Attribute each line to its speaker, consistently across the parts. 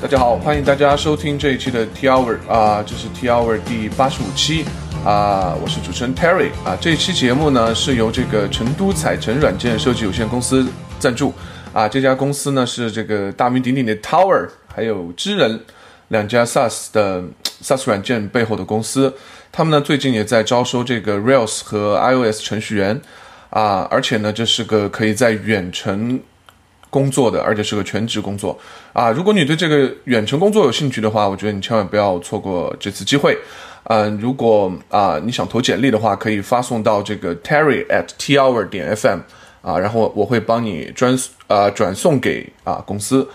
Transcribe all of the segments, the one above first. Speaker 1: 大家好，欢迎大家收听这一期的 T Hour 啊、这是 T Hour 第八十五期啊、我是主持人 Terry 啊、这一期节目呢是由这个成都彩诚软件设计有限公司赞助啊、这家公司呢是这个大名鼎鼎的 Tower 还有知人两家 SaaS 的 SaaS 软件背后的公司，他们呢最近也在招收这个 Rails 和 iOS 程序员啊、而且呢这是个可以在远程工作的，而且是个全职工作啊。如果你对这个远程工作有兴趣的话，我觉得你千万不要错过这次机会。嗯、如果啊、你想投简历的话，可以发送到这个 Terry at t hour 点 fm 啊，然后我我会帮你专呃转送给啊公司。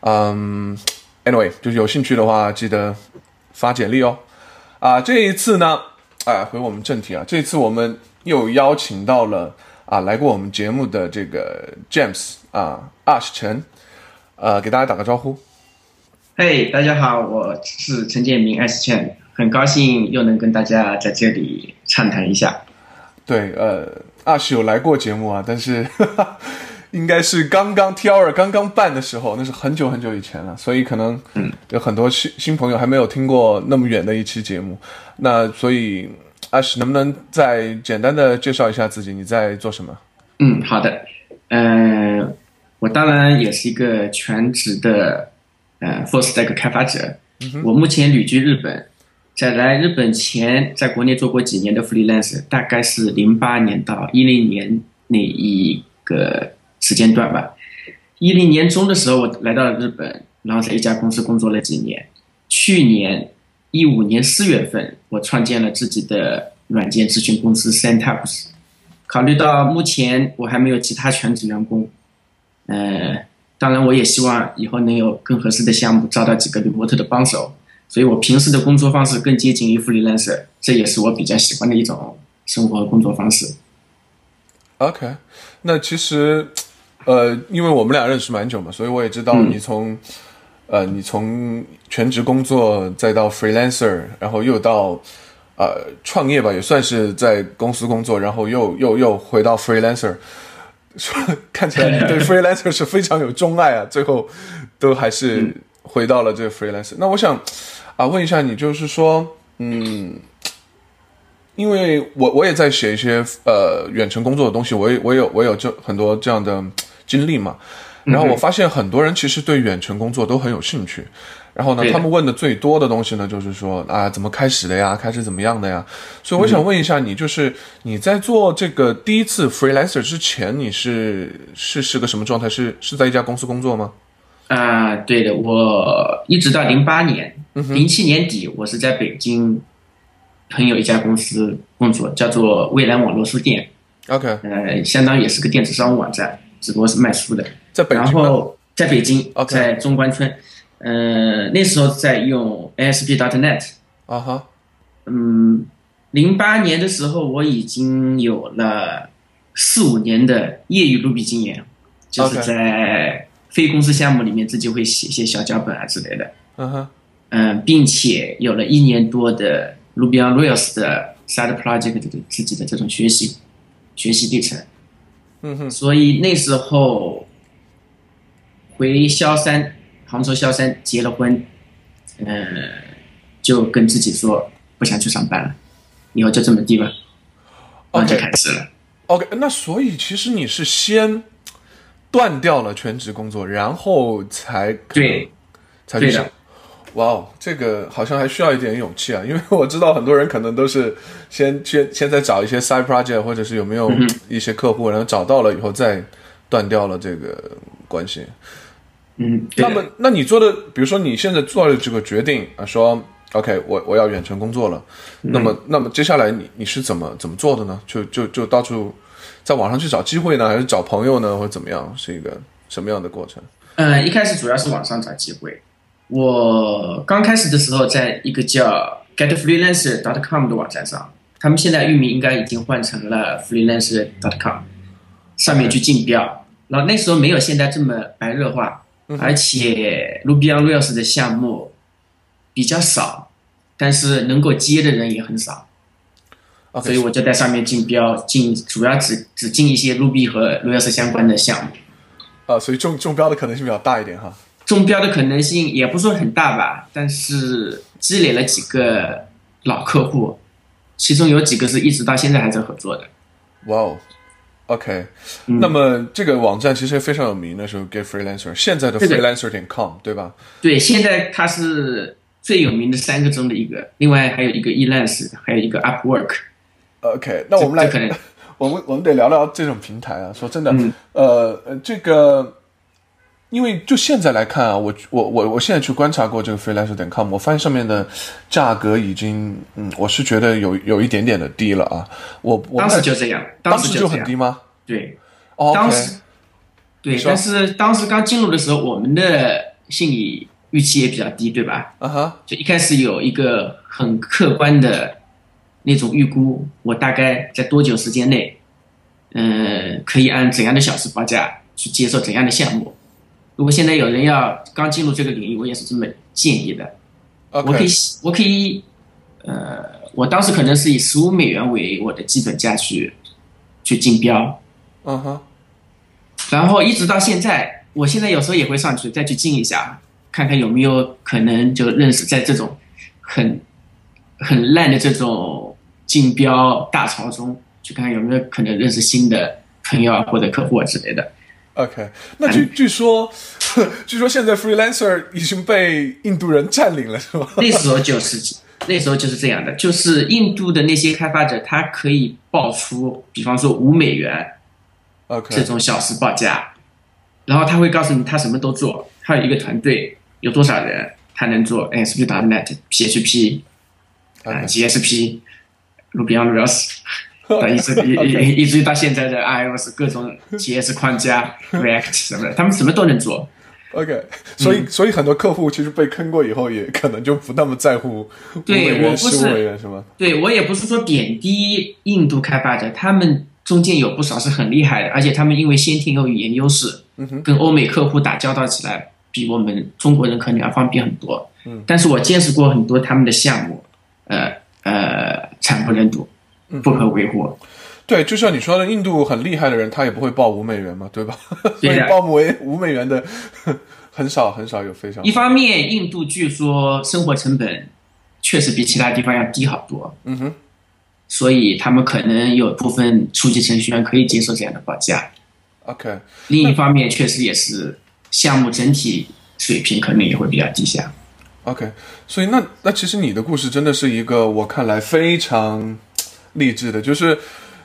Speaker 1: 嗯，anyway，就是有兴趣的话，记得发简历哦。啊，这一次呢，哎，回我们正题啊，这一次我们又邀请到了啊，来过我们节目的这个 James 啊，阿石晨，呃，给大家打个招呼。
Speaker 2: 嘿大家好，我是陈建明 S 券，很高兴又能跟大家在这里畅谈一下。
Speaker 1: 对，呃，阿石有来过节目啊，但是 应该是刚刚 T 二刚刚办的时候，那是很久很久以前了，所以可能有很多新新朋友还没有听过那么远的一期节目。那所以阿石能不能再简单的介绍一下自己？你在做什么？
Speaker 2: 嗯，好的。呃，我当然也是一个全职的呃 full stack 开发者。我目前旅居日本，在来日本前，在国内做过几年的 freelance，大概是零八年到一零年那一个时间段吧。一零年中的时候，我来到了日本，然后在一家公司工作了几年。去年一五年四月份，我创建了自己的软件咨询公司 Syntax。考虑到目前我还没有其他全职员工，呃，当然我也希望以后能有更合适的项目招到几个 remote 的帮手，所以我平时的工作方式更接近于 freelancer，这也是我比较喜欢的一种生活和工作方式。
Speaker 1: OK，那其实，呃，因为我们俩认识蛮久嘛，所以我也知道你从，呃，你从全职工作再到 freelancer，然后又到呃创业吧，也算是在公司工作，然后又又又回到 freelancer，说看起来你对 freelancer 是非常有钟爱啊，最后都还是回到了这个 freelancer。那我想啊、问一下你，就是说，嗯。因为我我也在写一些呃远程工作的东西，我也我有我有这很多这样的嗯经历嘛。然
Speaker 2: 嗯
Speaker 1: 后我发现很多人其实对远程工作都很有兴趣。然后呢
Speaker 2: 对，的
Speaker 1: 他们问的最多的东西呢，就是说啊，怎么开始的呀？开始怎么样的呀？所以我想问一下你，就是你在做这个第一次 freelancer 之前，你是是是个什么状态？是是在一家公司工作吗？
Speaker 2: 啊、对的，我一直到零八年、零七年底，我是在北京朋友一家公司工作，叫做未来网络书店，
Speaker 1: OK，
Speaker 2: 呃，相当于也是个电子商务网站，只不过是卖书的。
Speaker 1: 在北
Speaker 2: 然
Speaker 1: 京吗
Speaker 2: 后在北京，
Speaker 1: OK
Speaker 2: 在中关村，呃，那时候在用 ASP.NET，
Speaker 1: 啊哈
Speaker 2: 嗯，零八年的时候我已经有了四五年的业余录笔经验，就是
Speaker 1: OK
Speaker 2: 在非公司项目里面自己会写一些小脚本啊之类的，
Speaker 1: 嗯哼
Speaker 2: 嗯，并且有了一年多的 Ruby on Rails 的 side project 的自己的这种学习学习历程。
Speaker 1: 嗯哼
Speaker 2: 所以那时候回萧山，杭州萧山结了婚，呃，就跟自己说不想去上班了，以后就这么地吧，然后
Speaker 1: OK
Speaker 2: 就开始了。
Speaker 1: OK，那所以其实你是先断掉了全职工作，然后才可
Speaker 2: 对
Speaker 1: 才去
Speaker 2: 对的
Speaker 1: 想。哇哦，这个好像还需要一点勇气啊，因为我知道很多人可能都是先先先在找一些 side project，或者是有没有
Speaker 2: 嗯
Speaker 1: 一些客户，然后找到了以后再断掉了这个关系。
Speaker 2: 嗯，对
Speaker 1: 那
Speaker 2: 的
Speaker 1: 么，那你做的，比如说你现在做了这个决定啊，说 OK，我我要远程工作了，
Speaker 2: 嗯
Speaker 1: 那么，那么接下来你你是怎么怎么做的呢？就就就到处在网上去找机会呢，还是找朋友呢，或者怎么样？是一个什么样的过程？
Speaker 2: 嗯，一开始主要是网上找机会。我刚开始的时候，在一个叫 getfreelancer.com 的网站上，他们现在域名应该已经换成了 freelancer.com，上面去竞标。然后那时候没有现在这么白热化，而且 Ruby on Rails 的项目比较少，但是能够接的人也很少，
Speaker 1: OK，
Speaker 2: 所以我就在上面竞标，竞主要只只竞一些 Ruby 和 Rails 相关的项目。
Speaker 1: 啊，所以中中标的可能性比较大一点哈。
Speaker 2: 中标的可能性也不说很大吧，但是积累了几个老客户，其中有几个是一直到现在还在合作的。
Speaker 1: 哇哦，OK，、那
Speaker 2: 嗯
Speaker 1: 么这个网站其实非常有名的时候，Get Freelancer，现在的
Speaker 2: 对对
Speaker 1: freelancer 点 com 对吧？
Speaker 2: 对，现在它是最有名的三个中的一个，另外还有一个 Elance，还有一个 Upwork。
Speaker 1: OK，那我们来
Speaker 2: 这可能，
Speaker 1: 我们我们得聊聊这种平台啊。说真的，
Speaker 2: 嗯
Speaker 1: 呃呃，这个，因为就现在来看啊，我我我我现在去观察过这个 freelancer 点 com，我发现上面的价格已经，嗯，我是觉得有有一点点的低了啊。我我
Speaker 2: 当时就这样，
Speaker 1: 当
Speaker 2: 时
Speaker 1: 时
Speaker 2: 就
Speaker 1: 就
Speaker 2: 这
Speaker 1: 很
Speaker 2: 样。
Speaker 1: 低吗？
Speaker 2: 对，
Speaker 1: 哦
Speaker 2: 当
Speaker 1: ，OK，
Speaker 2: 时对
Speaker 1: 你，说
Speaker 2: 但是当时刚进入的时候，我们的心理预期也比较低，对吧？
Speaker 1: 啊哈，
Speaker 2: 就一开始有一个很客观的那种预估，我大概在多久时间内，嗯、可以按怎样的小时报价去接受怎样的项目。如果现在有人要刚进入这个领域，我也是这么建议的。我可
Speaker 1: OK，，
Speaker 2: 以我可以，呃，我当时可能是以十五美元为我的基本价去去竞标，
Speaker 1: 嗯哼，
Speaker 2: 然后一直到现在，我现在有时候也会上去再去竞一下，看看有没有可能就认识在这种很很烂的这种竞标大潮中，去看看有没有可能认识新的朋友啊或者客户啊之类的。
Speaker 1: OK，那据
Speaker 2: 嗯
Speaker 1: 据说， 据说现在 freelancer 已经被印度人占领了，是吗？
Speaker 2: 那时候就是那时候就是这样的，就是印度的那些开发者，他可以报出，比方说五美元。这
Speaker 1: OK，
Speaker 2: 种小时报价，然后他会告诉你他什么都做，他有一个团队，有多少人，他能做哎 ASP.NET、PHP、啊
Speaker 1: OK
Speaker 2: GSP、Ruby on Rails，到一直一一一直到现在的 iOS 各种 JS 框架、React 什么的，他们什么都能做。
Speaker 1: OK，所
Speaker 2: 嗯
Speaker 1: 以、所以很多客户其实被坑过以后，也可能就不那么在乎五
Speaker 2: 对
Speaker 1: 美
Speaker 2: 我
Speaker 1: 元、
Speaker 2: 不
Speaker 1: 十五
Speaker 2: 是
Speaker 1: 美元是吗？
Speaker 2: 对我也不是说贬低印度开发者，他们中间有不少是很厉害的，而且他们因为先天有语言优势，
Speaker 1: 嗯哼
Speaker 2: 跟欧美客户打交道起来，比我们中国人可能要方便很多。
Speaker 1: 嗯，
Speaker 2: 但是我见识过很多他们的项目，呃呃，惨不忍睹，
Speaker 1: 嗯
Speaker 2: 不可维护。
Speaker 1: 对，就像你说的，印度很厉害的人，他也不会报五美元嘛，对吧？所
Speaker 2: 对
Speaker 1: 以
Speaker 2: 的
Speaker 1: 报五美五美元的很少很少有非常
Speaker 2: 一方面，印度据说生活成本确实比其他地方要低好多，
Speaker 1: 嗯哼
Speaker 2: 所以他们可能有部分初级程序员可以接受这样的报价。
Speaker 1: OK
Speaker 2: 另一方面，确实也是项目整体水平可能也会比较低下。
Speaker 1: OK，所以那那其实你的故事真的是一个我看来非常励志的，就是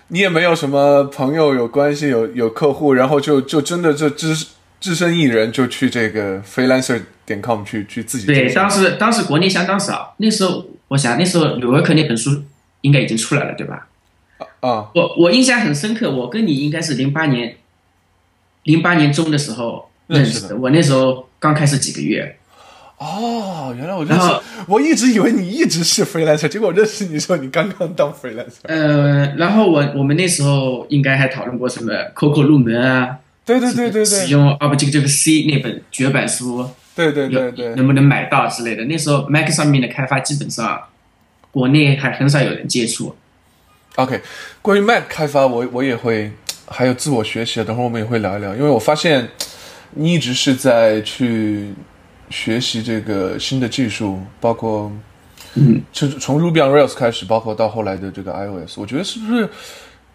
Speaker 1: 你也没有什么朋友有关系有有客户，然后就就真的就只只身一人就去这个 freelancer 点 com 去去自己
Speaker 2: 对，
Speaker 1: 做
Speaker 2: 当时当时国内相当少，那时候我想那时候柳维克那本书应该已经出来了，对吧？
Speaker 1: 啊
Speaker 2: 我我印象很深刻，我跟你应该是零八年，零八年中的时候认
Speaker 1: 认
Speaker 2: 识
Speaker 1: 识的
Speaker 2: 的。我那时候刚开始几个月，
Speaker 1: 哦，原来我认
Speaker 2: 然
Speaker 1: 识
Speaker 2: 后，
Speaker 1: 我一直以为你一直是 freelancer，结果我认识你的时候你刚刚当 freelancer。
Speaker 2: 呃，然后我我们那时候应该还讨论过什么 COCO 入门啊，
Speaker 1: 对对对对
Speaker 2: 使
Speaker 1: 对
Speaker 2: 用 Objective C 那本绝版书，
Speaker 1: 对对对
Speaker 2: 有
Speaker 1: 对
Speaker 2: 能不能买到之类的。那时候 Mac 上面的开发基本上国内还很少有人接触。
Speaker 1: ，OK，关于 Mac 开发我我也会，还有自我学习，等会儿我们也会聊一聊，因为我发现你一直是在去学习这个新的技术，包括
Speaker 2: 嗯，
Speaker 1: 从从 Ruby on Rails 开始，包括到后来的这个 iOS，我觉得是不是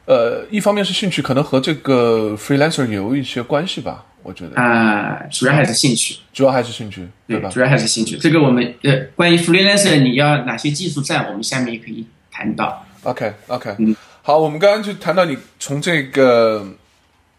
Speaker 1: 呃，一方面是兴趣，可能和这个 freelancer 有一些关系吧，我觉得
Speaker 2: 啊、主要还是兴趣。
Speaker 1: 主要还是兴趣，对
Speaker 2: 对
Speaker 1: 吧？
Speaker 2: 主要还是兴趣。这个我们呃，关于 freelancer 你要哪些技术站，我们下面也可以谈到。
Speaker 1: OK OK，、好，
Speaker 2: 嗯
Speaker 1: 我们刚刚就谈到你从这个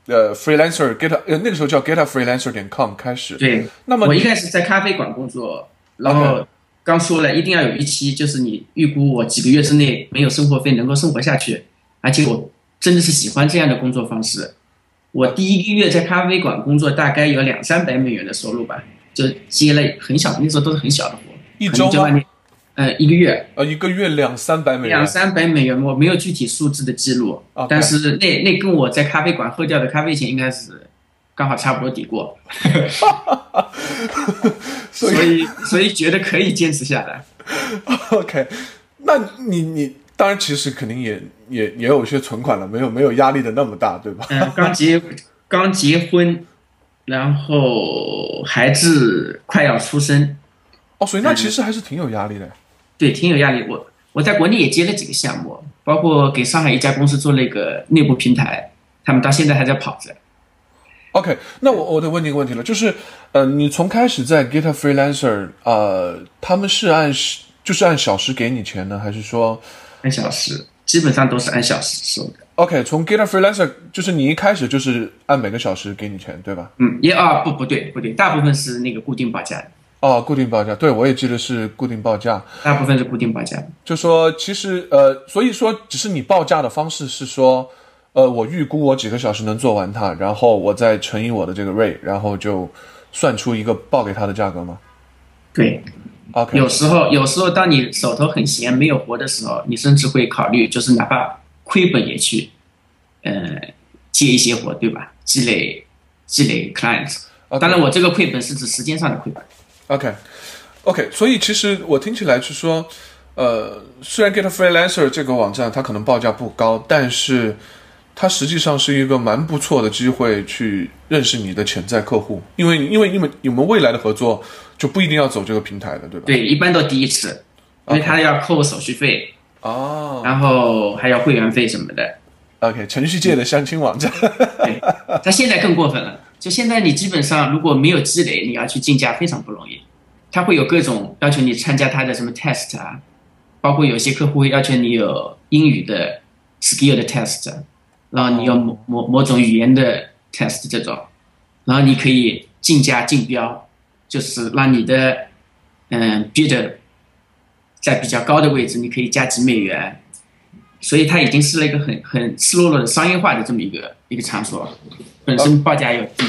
Speaker 1: 呃 freelancer get 呃那个时候叫 get a freelancer 点 com 开始，
Speaker 2: 对，
Speaker 1: 那么嗯
Speaker 2: 我一开始在咖啡馆工作，然后
Speaker 1: OK
Speaker 2: 刚说了一定要有一期，就是你预估我几个月之内没有生活费能够生活下去，而且我真的是喜欢这样的工作方式。我第一个月在咖啡馆工作，大概有两三百美元的收入吧，就接了很小，那时候都是很小的活，
Speaker 1: 一
Speaker 2: 可
Speaker 1: 周
Speaker 2: 能就
Speaker 1: 吗
Speaker 2: 按？呃一个月，
Speaker 1: 呃，一个月两三百美元
Speaker 2: 两三百美元，我没有具体数字的记录
Speaker 1: OK
Speaker 2: 但是那那跟我在咖啡馆喝掉的咖啡钱应该是刚好差不多抵 过，所以所以觉得可以坚持下来。
Speaker 1: ，OK，那你你当然其实肯定也也也
Speaker 2: 嗯
Speaker 1: 有一些存款了，没有没有压力的那么大，对吧？
Speaker 2: 嗯、刚结刚结婚然后孩子快要出生，
Speaker 1: 哦，所以那其实还是挺有压力的。
Speaker 2: 对，挺有压力。我我在国内也接了几个项目，包括给上海一家公司做了一个内部平台，他们到现在还在跑着。
Speaker 1: OK，那我我得问你一个问题了，就是，呃，你从开始在 GitHub Freelancer，呃，他们是按时就是按小时给你钱呢，还是说
Speaker 2: 按小时，基本上都是按小时收的。
Speaker 1: ，OK，从 GitHub Freelancer 就是你一开始就是按每个小时给你钱，对吧？
Speaker 2: 嗯，也啊不不对不对，大部分是那个固定报价的，
Speaker 1: 哦，固定报价，对我也记得是固定报价。
Speaker 2: 大部分是固定报价的。
Speaker 1: 就说其实呃，所以说只是你报价的方式是说，呃，我预估我几个小时能做完它，然后我再乘以我的这个 rate，然后就算出一个报给他的价格吗
Speaker 2: 对，
Speaker 1: ？OK，
Speaker 2: 有时候有时候当你手头很闲没有活的时候，你甚至会考虑，就是哪怕亏本也去，呃，接一些活，对吧？积累积累 clients。
Speaker 1: OK
Speaker 2: 当然，我这个亏本是指时间上的亏本。
Speaker 1: OK，OK，、所以其实我听起来是说，呃，虽然 Get a Freelancer 这个网站它可能报价不高，但是它实际上是一个蛮不错的机会去认识你的潜在客户，因为因为你们你们未来的合作就不一定要走这个平台的，对吧？
Speaker 2: 对，一般都第一次，因为他要扣手续费，
Speaker 1: 哦
Speaker 2: 然后还要会员费什么的。
Speaker 1: ，OK，程序界的相亲网站。
Speaker 2: 对，他现在更过分了，就现在你基本上如果没有积累，你要去竞价非常不容易。他会有各种要求你参加他的什么 test 啊，包括有些客户会要求你有英语的 skill 的 test，啊然后你有某某某种语言的 test 这种，然后你可以竞价竞标，就是让你的嗯 bid 在比较高的位置，你可以加几美元。所以它已经是了一个很很赤裸裸的商业化的这么一个一个场所，本身报价又低，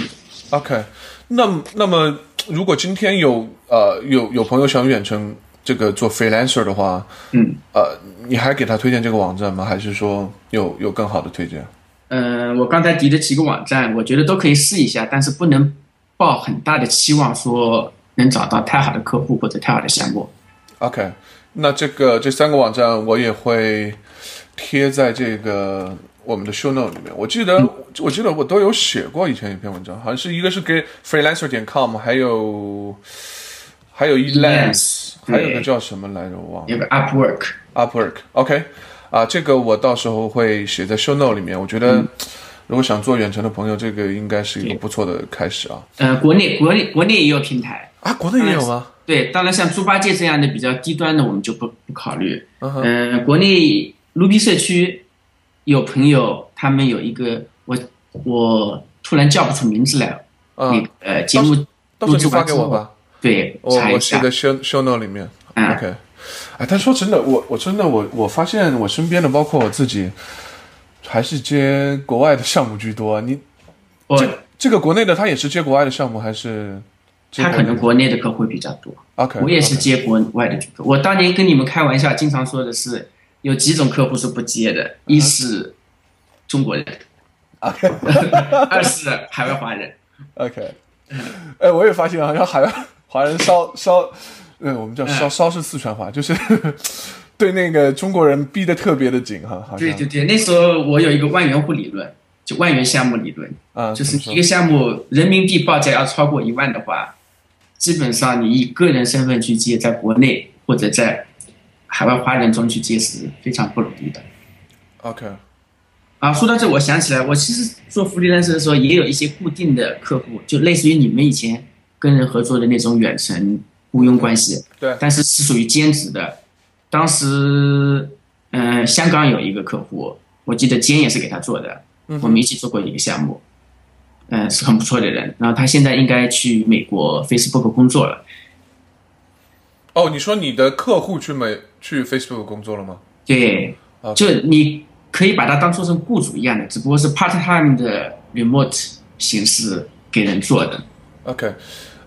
Speaker 1: OK，那么那么如果今天有呃有有朋友想远程这个做 freelancer 的话，
Speaker 2: 嗯，
Speaker 1: 呃，你还给他推荐这个网站吗？还是说有有更好的推荐？
Speaker 2: 嗯，我刚才提的几个网站，我觉得都可以试一下，但是不能抱很大的期望，说能找到太好的客户或者太好的项目。
Speaker 1: OK，那这个这三个网站我也会贴在这个我们的 show note 里面。我记得、
Speaker 2: 嗯
Speaker 1: 我记得我都有写过以前一篇文章，好像是一个是给 freelancer 点 com，还有还有 Elance，还有个
Speaker 2: 对
Speaker 1: 叫什么来着，我忘了。
Speaker 2: 有个 Upwork，
Speaker 1: Upwork。OK，啊，这个我到时候会写在 show note 里面。我觉
Speaker 2: 嗯
Speaker 1: 得，如果想做远程的朋友，这个应该是一个不错的开始啊。
Speaker 2: 呃，国内国内国内也有平台，
Speaker 1: 啊，国内也有吗？
Speaker 2: 对，当然像猪八戒这样的比较低端的，我们就不不考虑。
Speaker 1: 嗯哼
Speaker 2: 嗯、国内卢比社区有朋友，他们有一个我我突然叫不出名字来，那
Speaker 1: 嗯
Speaker 2: 个，呃节目
Speaker 1: 到时候你
Speaker 2: 录制
Speaker 1: 发
Speaker 2: 完
Speaker 1: 给
Speaker 2: 之后
Speaker 1: 我吧，
Speaker 2: 对
Speaker 1: 我
Speaker 2: 查一
Speaker 1: 我写
Speaker 2: 下，
Speaker 1: 在 show show note 里面。
Speaker 2: 嗯
Speaker 1: OK，哎，但说真的，我我真的我我发现我身边的，包括我自己，还是接国外的项目居多。啊你
Speaker 2: 我
Speaker 1: 这这个国内的，他也是接国外的项目，还是接
Speaker 2: 他
Speaker 1: 国
Speaker 2: 可
Speaker 1: 内
Speaker 2: 能国内的客户会比较多。
Speaker 1: OK，
Speaker 2: 我也是接国外的客户。我当年跟你们开玩笑，经常说的是有几种客户是不接的：
Speaker 1: 嗯
Speaker 2: 一是中国人，
Speaker 1: OK。
Speaker 2: 二是海外华人。
Speaker 1: OK，哎，我也发现好像海外华人稍稍，呃，我
Speaker 2: 哎
Speaker 1: 们叫稍稍是四川话，就是 对那个中国人逼得特别的紧哈，好像
Speaker 2: 对对对，那时候我有一个万元户理论，就万元项目理论，
Speaker 1: 啊，
Speaker 2: 就是
Speaker 1: 怎
Speaker 2: 一
Speaker 1: 么
Speaker 2: 个项目人民币报价要超过一万的话，基本上你以个人身份去接，在国内或者在海外华人中去接是非常不容易的。
Speaker 1: 说 OK
Speaker 2: 啊，说到这，我想起来，我其实做 freelancer 的时候，也有一些固定的客户，就类似于你们以前跟人合作的那种远程雇佣关系，
Speaker 1: 对
Speaker 2: 但是是属于兼职的。当时，嗯、香港有一个客户，我记得兼也是给他做的，我们一起做过一个项目，嗯、是很不错的人。然后他现在应该去美国 Facebook 工作了，
Speaker 1: 哦，你说你的客户去美去 Facebook 工作了吗？
Speaker 2: 对，就你可以把它当做成雇主一样的，只不过是 part time 的 remote 形式给人做的。
Speaker 1: OK，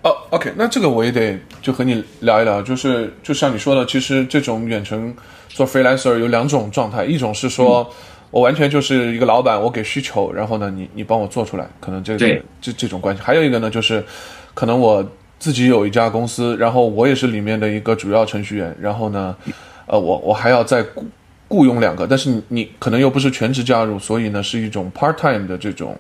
Speaker 1: 哦、o k 那这个我也得就和你聊一聊，就是就像你说的，其实这种远程做 freelancer 有两种状态，一种是说、我完全就是一个老板，我给需求，然后呢，你你帮我做出来，可能这个
Speaker 2: 对
Speaker 1: 这这种关系；还有一个呢，就是可能我自己有一家公司，然后我也是里面的一个主要程序员，然后呢，呃，我我还要再雇雇佣两个，但是你你可能又不是全职加入，所以呢是一种 part time 的这种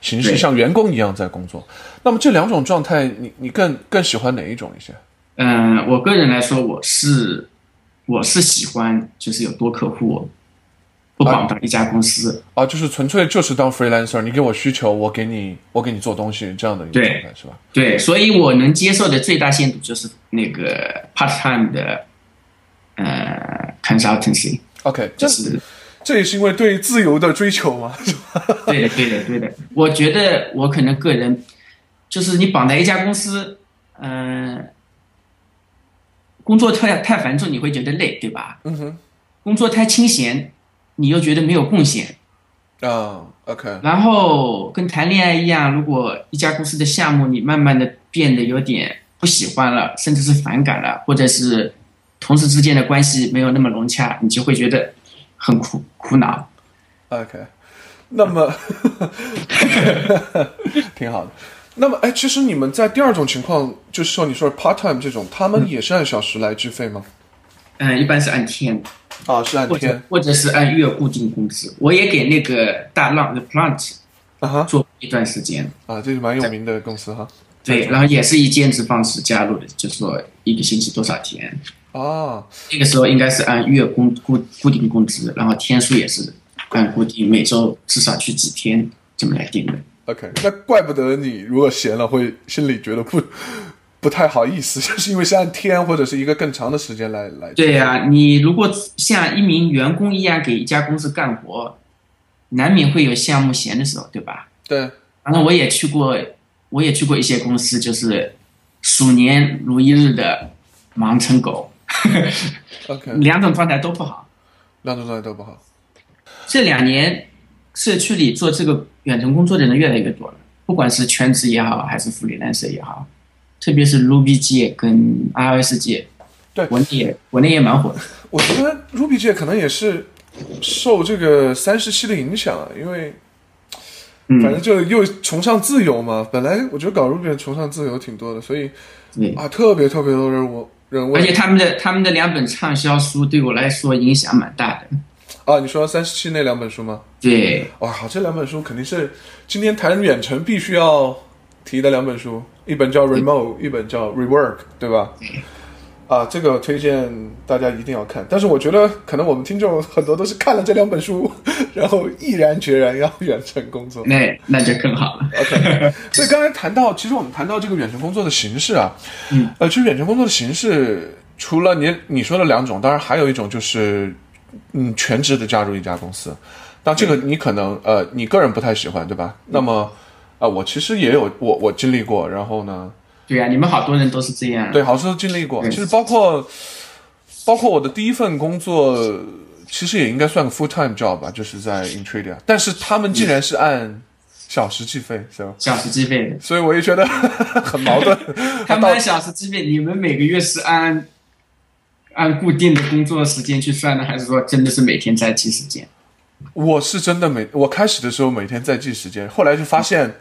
Speaker 1: 形式像员工一样在工作。那么这两种状态，你你更更喜欢哪一种一些？
Speaker 2: 嗯、我个人来说，我是我是喜欢就是有多客户，不绑到一家公司。
Speaker 1: 啊，就是纯粹就是当 freelancer，你给我需求，我给你我给你做东西这样的一个
Speaker 2: 对
Speaker 1: 状态是吧？
Speaker 2: 对，所以我能接受的最大限度就是那个 part time 的呃 consultancy，
Speaker 1: OK，这
Speaker 2: 就是
Speaker 1: 这也是因为对自由的追求嘛，是吧？
Speaker 2: 对的，对的，对的。我觉得我可能个人，就是你绑在一家公司，嗯、工作太太繁重，你会觉得累，对吧？
Speaker 1: 嗯哼，
Speaker 2: 工作太清闲，你又觉得没有贡献。
Speaker 1: 啊，OK，
Speaker 2: 然后跟谈恋爱一样，如果一家公司的项目你慢慢的变得有点不喜欢了，甚至是反感了，或者是同事之间的关系没有那么融洽，你就会觉得很苦苦恼。
Speaker 1: OK，那么 挺好的。那么，哎，其实你们在第二种情况，就是说你说 part time 这种，他们也是按小时来计费吗？
Speaker 2: 嗯，一般是按天的。
Speaker 1: 啊，是按
Speaker 2: 或者
Speaker 1: 天
Speaker 2: 或者是按月固定工资。我也给那个大浪的 Plant
Speaker 1: 啊哈
Speaker 2: 做一段时间，
Speaker 1: 啊，这是蛮有名的公司哈。
Speaker 2: 对，然后也是以兼职方式加入的，就说一个星期多少天。
Speaker 1: 啊，
Speaker 2: 那个时候应该是按月工固固定工资，然后天数也是按固定，每周至少去几天这么来定的。
Speaker 1: OK，那怪不得你如果闲了会心里觉得不 不太好意思， 就是因为是按天或者是一个更长的时间来来。
Speaker 2: 对呀、你如果像一名员工一样给一家公司干活，难免会有项目闲的时候，对吧？
Speaker 1: 对，
Speaker 2: 然后我也去过，我也去过一些公司，就是鼠年如一日的忙成狗，
Speaker 1: OK，
Speaker 2: 两种状态都不好。
Speaker 1: 两种状态都不好。
Speaker 2: 这两年，社区里做这个远程工作的人越来越多了，不管是全职也好，还是 freelancer 也好，特别是 Ruby 界跟 iOS 界，
Speaker 1: 对
Speaker 2: 国内也国内也蛮火的。
Speaker 1: 我觉得 Ruby 界可能也是受这个三十七的影响啊，因为反正
Speaker 2: 嗯，
Speaker 1: 就又崇尚自由嘛。本来我觉得搞 Ruby 人崇尚自由挺多的，所以
Speaker 2: 对。
Speaker 1: 啊，特别特别多人我人
Speaker 2: 嗯而
Speaker 1: 问
Speaker 2: 且他们的他们的两本畅销书对我来说影响蛮大的。
Speaker 1: 啊，你说三十七那两本书吗？
Speaker 2: 对，
Speaker 1: 哇，好，这两本书肯定是今天谈远程必须要提的两本书，一本叫 Remote，一本叫 Rework，对吧？啊，这个推荐大家一定要看。但是我觉得，可能我们听众很多都是看了这两本书，然后毅然决然要远程工作。
Speaker 2: 那那就更好了。
Speaker 1: OK，所以刚才谈到，其实我们谈到这个远程工作的形式啊，
Speaker 2: 嗯，
Speaker 1: 呃，其实远程工作的形式，除了你你说的两种，当然还有一种就是，嗯，全职的加入一家公司，但这个
Speaker 2: 嗯
Speaker 1: 你可能呃你个人不太喜欢，对吧？那么啊、我其实也有我我经历过，然后呢，
Speaker 2: 对啊呀、你们好多人都是这样。
Speaker 1: 对，好像都经历过，
Speaker 2: 嗯
Speaker 1: 其实包括包括我的第一份工作，其实也应该算个 full time job 吧，就是在 Intradia，但是他们竟然是按小时计费，是吧？
Speaker 2: 小时计费的，
Speaker 1: 所以我也觉得 很矛盾。
Speaker 2: 他们按小时计费，你们每个月是按按固定的工作时间去算的，还是说真的是每天在计时间？
Speaker 1: 我是真的每我开始的时候每天在记时间，后来就发现，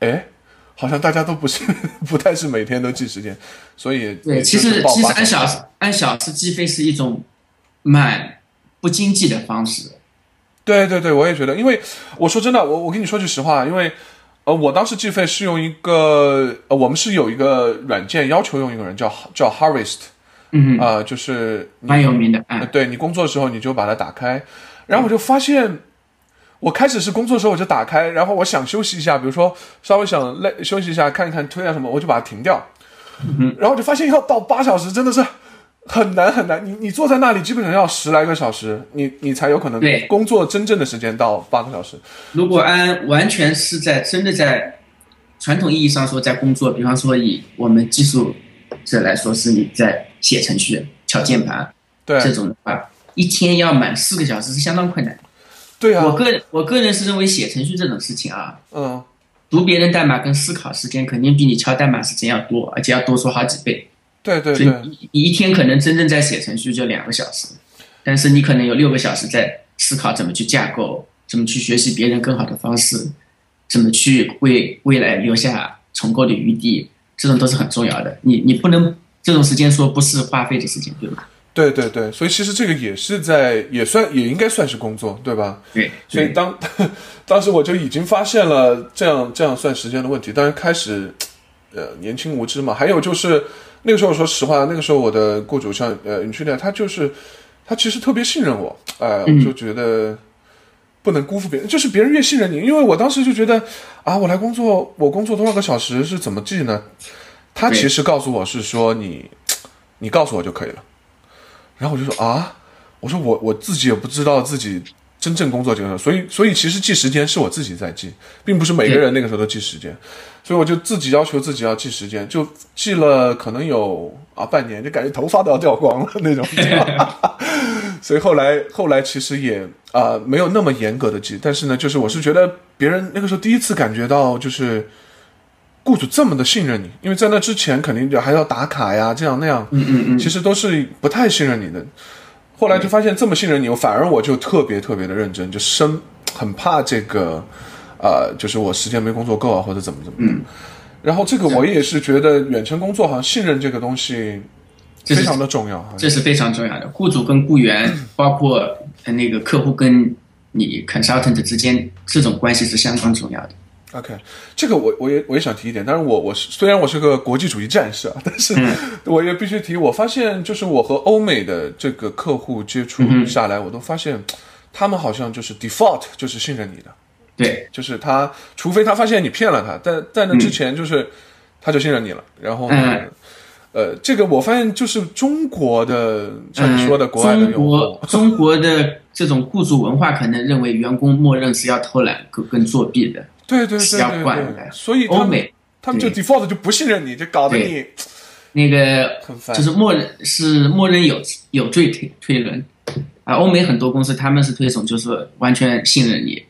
Speaker 1: 哎，好像大家都不是 不太是每天都记时间，所以
Speaker 2: 对，
Speaker 1: 也
Speaker 2: 其
Speaker 1: 就是
Speaker 2: 实
Speaker 1: 报
Speaker 2: 其实
Speaker 1: 八
Speaker 2: 按
Speaker 1: 小
Speaker 2: 小时按小时计费是一种蛮不经济的方式。
Speaker 1: 对对对，我也觉得，因为我说真的，我我跟你说句实话，因为呃，我当时计费是用一个，呃，我们是有一个软件要求用一个人叫叫 Harvest，
Speaker 2: 嗯，
Speaker 1: 啊、就是你
Speaker 2: 蛮有名的。嗯，
Speaker 1: 对你工作的时候你就把它打开，然后我就发现，我开始是工作的时候我就打开，然后我想休息一下，比如说稍微想累休息一下，看一看推啊什么，我就把它停掉，
Speaker 2: 嗯
Speaker 1: 然后我就发现要到八小时真的是。很难很难，你你坐在那里基本上要十来个小时，你你才有可能
Speaker 2: 对
Speaker 1: 工作真正的时间到八个小时。
Speaker 2: 如果按完全是在真的在传统意义上说在工作，比方说以我们技术者来说，是你在写程序、敲键盘
Speaker 1: 对
Speaker 2: 这种的话，一天要满四个小时是相当困难的。
Speaker 1: 对啊
Speaker 2: 我，个我个人是认为写程序这种事情啊，
Speaker 1: 嗯，
Speaker 2: 读别人代码跟思考时间肯定比你敲代码时间要多，而且要多出好几倍。
Speaker 1: 对对
Speaker 2: 所以
Speaker 1: 对，
Speaker 2: 你你一天可能真正在写程序就两个小时，但是你可能有六个小时在思考怎么去架构，怎么去学习别人更好的方式，怎么去为未来留下重构的余地，这种都是很重要的。你你不能这种时间说不是花费的时间，对吧？
Speaker 1: 对对对，所以其实这个也是在也算也应该算是工作，对吧？
Speaker 2: 对，
Speaker 1: 所以当当时我就已经发现了这样这样算时间的问题，当然开始呃年轻无知嘛，还有就是那个时候说实话，那个时候我的雇主像呃 i n t r i n a 他就是他其实特别信任我，哎、我就觉得。不能辜负别人，就是别人越信任你，因为我当时就觉得啊，我来工作，我工作多少个小时是怎么记呢？他
Speaker 2: 对
Speaker 1: 其实告诉我是说你，你告诉我就可以了。然后我就说啊，我说我我自己也不知道自己真正工作几个小时，所以所以其实记时间是我自己在记，并不是每个人那个时候都记时间，所以我就自己要求自己要记时间，就记了可能有啊半年，就感觉头发都要掉光了那种。 所以后来后来其实也啊、呃没有那么严格的记，但是呢，就是我是觉得别人那个时候第一次感觉到就是雇主这么的信任你，因为在那之前肯定就还要打卡呀，这样那样，嗯嗯嗯，其实都是不太信任你的。后来就发现这么信任你，反而我就特别特别的认真，就生很怕这个，呃，就是我时间没工作够啊，或者怎么怎么的。然后这个我也是觉得远程工作好像信任这个东西非
Speaker 2: 是
Speaker 1: 常的重要啊。
Speaker 2: 这是非常重要的。雇主跟雇员，包括呃那个客户跟你 consultant 之间，这种关系是相当重要的。
Speaker 1: OK，这个我我也我也想提一点，但是我我是虽然我是个国际主义战士啊， 但是
Speaker 2: 嗯
Speaker 1: 我也必须提，我发现就是我和欧美的这个客户接
Speaker 2: 嗯
Speaker 1: 触下来，我都发现他们好像就是 default 就是信任你的，
Speaker 2: 对，
Speaker 1: 就是他除非他发现你骗了他，但在那之前就是、他就信任你了，然后呢
Speaker 2: 嗯
Speaker 1: 呃，这个我发现就是中国的像你说的、
Speaker 2: 嗯
Speaker 1: 国外的
Speaker 2: 中
Speaker 1: 用户
Speaker 2: 国中国的这种雇主文化可能认为员工默认是要偷懒跟跟作弊的，
Speaker 1: 对对对
Speaker 2: 习
Speaker 1: 对
Speaker 2: 惯
Speaker 1: 对，
Speaker 2: 了
Speaker 1: 所以他
Speaker 2: 欧
Speaker 1: 们
Speaker 2: 美
Speaker 1: 他们就 default 就不信任你，就搞得你
Speaker 2: 那个
Speaker 1: 很烦
Speaker 2: 就是默认是默认有有罪推推论啊。欧美很多公司他们是推崇就是完全信任你，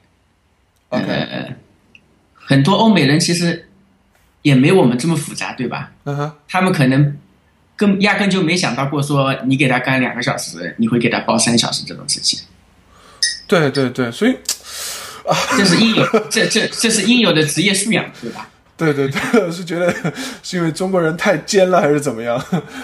Speaker 1: OK。
Speaker 2: 呃，很多欧美人其实也没我们这么复杂，对吧？
Speaker 1: 嗯哼，
Speaker 2: 他们可能根压根就没想到过说你给他干两个小时，你会给他包三小时这种事情，
Speaker 1: 对对对，所以
Speaker 2: 这是应有这这这是应有的职业素养，对吧？
Speaker 1: 对对对， 我是觉得是因为中国人太奸了，还是怎么样？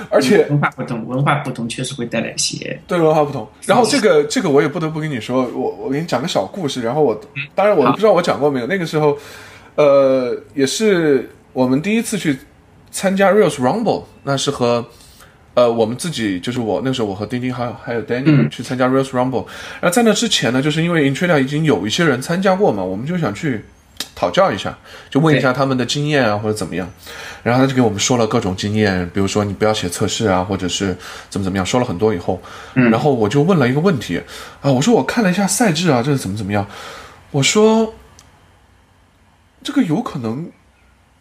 Speaker 1: 而且
Speaker 2: 文化不同，文化不同确实会带来一些
Speaker 1: 对文化不同。然后这个这个我也不得不跟你说，我我给你讲个小故事。然后我当然我不知道我讲过没有，那个时候，呃，也是我们第一次去参加 Reals Rumble，那是和呃我们自己就是我那个时候我和丁丁还有还有 Danny、去参加 Reals Rumble。然后在那之前呢，就是因为 Intrada 已经有一些人参加过嘛，我们就想去。讨教一下，就问一下他们的经验啊，或者怎么样。然后他就给我们说了各种经验，比如说你不要写测试啊，或者是怎么怎么样，说了很多以后，然后我就问了一个问题啊，我说我看了一下赛制啊，这是怎么怎么样，我说这个有可能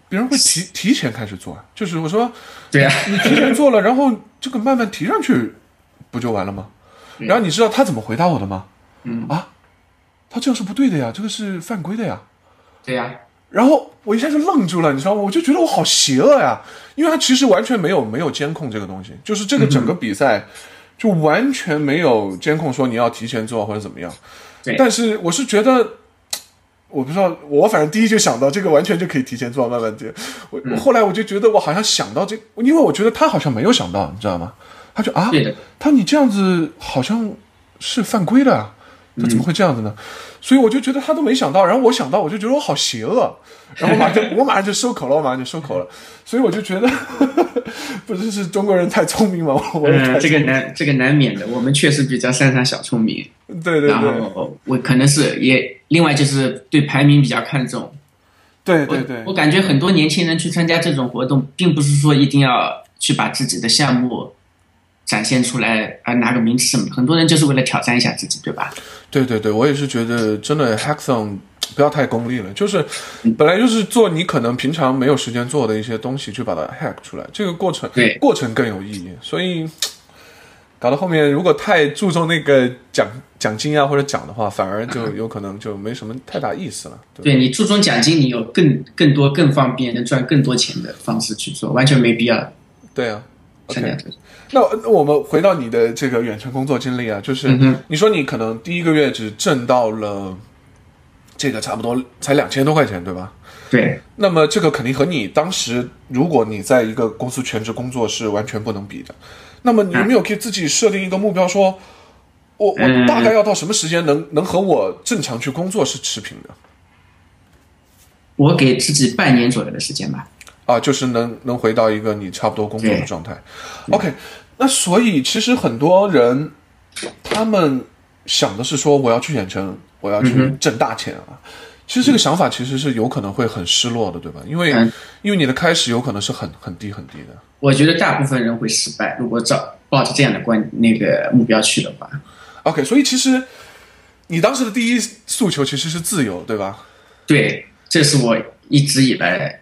Speaker 1: 别人会提提前开始做，啊，就是我说
Speaker 2: 对啊，
Speaker 1: 你提前做了，然后这个慢慢提上去，不就完了吗？然后你知道他怎么回答我的吗？
Speaker 2: 嗯
Speaker 1: 啊，他这样是不对的呀，这个是犯规的呀。
Speaker 2: 对啊呀、
Speaker 1: 然后我一下就愣住了，你知道吗？我就觉得我好邪恶呀，因为他其实完全没有没有监控这个东西，就是这个整个比赛就完全没有监控说你要提前做或者怎么样
Speaker 2: 对。
Speaker 1: 但是我是觉得，我不知道，我反正第一就想到这个完全就可以提前做，慢慢接。我、我后来我就觉得我好像想到这，因为我觉得他好像没有想到，你知道吗？他就啊，
Speaker 2: 对的，
Speaker 1: 他说你这样子好像是犯规的啊，他怎么会这样子呢？所以我就觉得他都没想到，然后我想到，我就觉得我好邪恶，然后我马上 就我马上就收口了，我马上就收口了，所以我就觉得 不是是中国人太聪明吗？我我也
Speaker 2: 嗯、
Speaker 1: 太
Speaker 2: 这
Speaker 1: 聪
Speaker 2: 个
Speaker 1: 明、
Speaker 2: 难这个难免的，我们确实比较擅长小聪明，
Speaker 1: 对对
Speaker 2: 然
Speaker 1: 对
Speaker 2: 后我可能是也另外就是对排名比较看重，
Speaker 1: 对
Speaker 2: 我
Speaker 1: 对对
Speaker 2: 我感觉很多年轻人去参加这种活动，并不是说一定要去把自己的项目展现出来啊，拿个名次什么的。很多人就是为了挑战一下自己，对吧？
Speaker 1: 对对对，我也是觉得真的 hackathon 不要太功利了，就是本来就是做你可能平常没有时间做的一些东西，去把它 hack 出来，这个过程
Speaker 2: 对
Speaker 1: 过程更有意义。所以搞到后面，如果太注重那个奖奖金啊或者奖的话，反而就有可能就没什么太大意思了。对
Speaker 2: 对你注重奖金，你有更更多、更方便、能赚更多钱的方式去做，完全没必要
Speaker 1: 对啊。
Speaker 2: 参加
Speaker 1: OK，
Speaker 2: 这种。
Speaker 1: 那我那我们回到你的这个远程工作经历啊，就是
Speaker 2: 嗯哼
Speaker 1: 你说你可能第一个月只挣到了这个差不多才两千多块钱，对吧？
Speaker 2: 对
Speaker 1: 那么这个肯定和你当时，如果你在一个公司全职工作是完全不能比的。那么你有没有给自己设定一个目标说，我
Speaker 2: 嗯
Speaker 1: 我大概要到什么时间能能和我正常去工作是持平的？
Speaker 2: 我给自己半年左右的时间吧。
Speaker 1: 啊，就是能能回到一个你差不多工作的
Speaker 2: 对
Speaker 1: 状态。OK，那所以其实很多人他们想的是说我要去远程，我
Speaker 2: 嗯
Speaker 1: 要去挣大钱啊。其实这个想法其实是有可能会很失落的，对吧？因为、
Speaker 2: 嗯
Speaker 1: 因为你的开始有可能是很很低很低的。
Speaker 2: 我觉得大部分人会失败，如果照抱着这样的观那个目标去的话，
Speaker 1: OK，所以其实你当时的第一诉求其实是自由，对吧？
Speaker 2: 对，这是我一直以来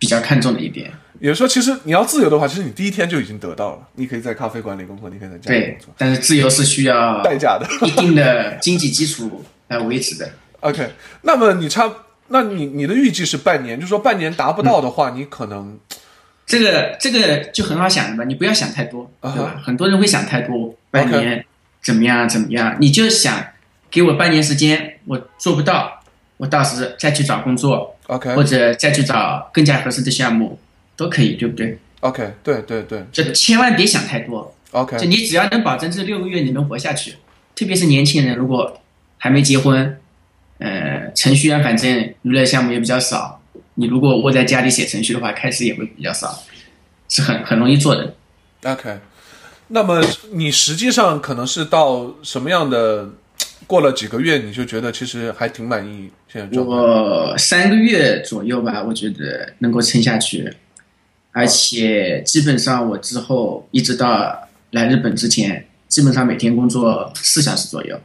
Speaker 2: 比较看重的一点。
Speaker 1: 也就是说，其实你要自由的话，其实你第一天就已经得到了。你可以在咖啡馆里工作，你可以在家里
Speaker 2: 对
Speaker 1: 工作，，
Speaker 2: 但是自由是需要
Speaker 1: 代价的。
Speaker 2: 一定的经济基础来维持的。
Speaker 1: OK，那么你差，那你你的预计是半年，就说半年达不到的话，你可能
Speaker 2: 这个这个就很好想的嘛，你不要想太多，
Speaker 1: 啊
Speaker 2: 对
Speaker 1: 哈
Speaker 2: 吧？很多人会想太多，半年怎么样怎么样，你就想给我半年时间，我做不到，我到时再去找工作，
Speaker 1: OK
Speaker 2: 或者再去找更加合适的项目，都可以，对不对？
Speaker 1: OK，对对对
Speaker 2: 就千万别想太
Speaker 1: 啊
Speaker 2: 多，就
Speaker 1: OK
Speaker 2: 你只要能保证这六个月你能活下去，特别是年轻人，如果还没结婚，呃，程序员反正娱乐项目也比较少，你如果窝在家里写程序的话，开始也会比较少，是很很容易做的。
Speaker 1: OK。那么你实际上可能是到什么样的？过了几个月，你就觉得其实还挺满意现在状态。
Speaker 2: 我三个月左右吧，我觉得能够撑下去，而且基本上我之后一直到来日本之前，基本上每天工作四小时左右，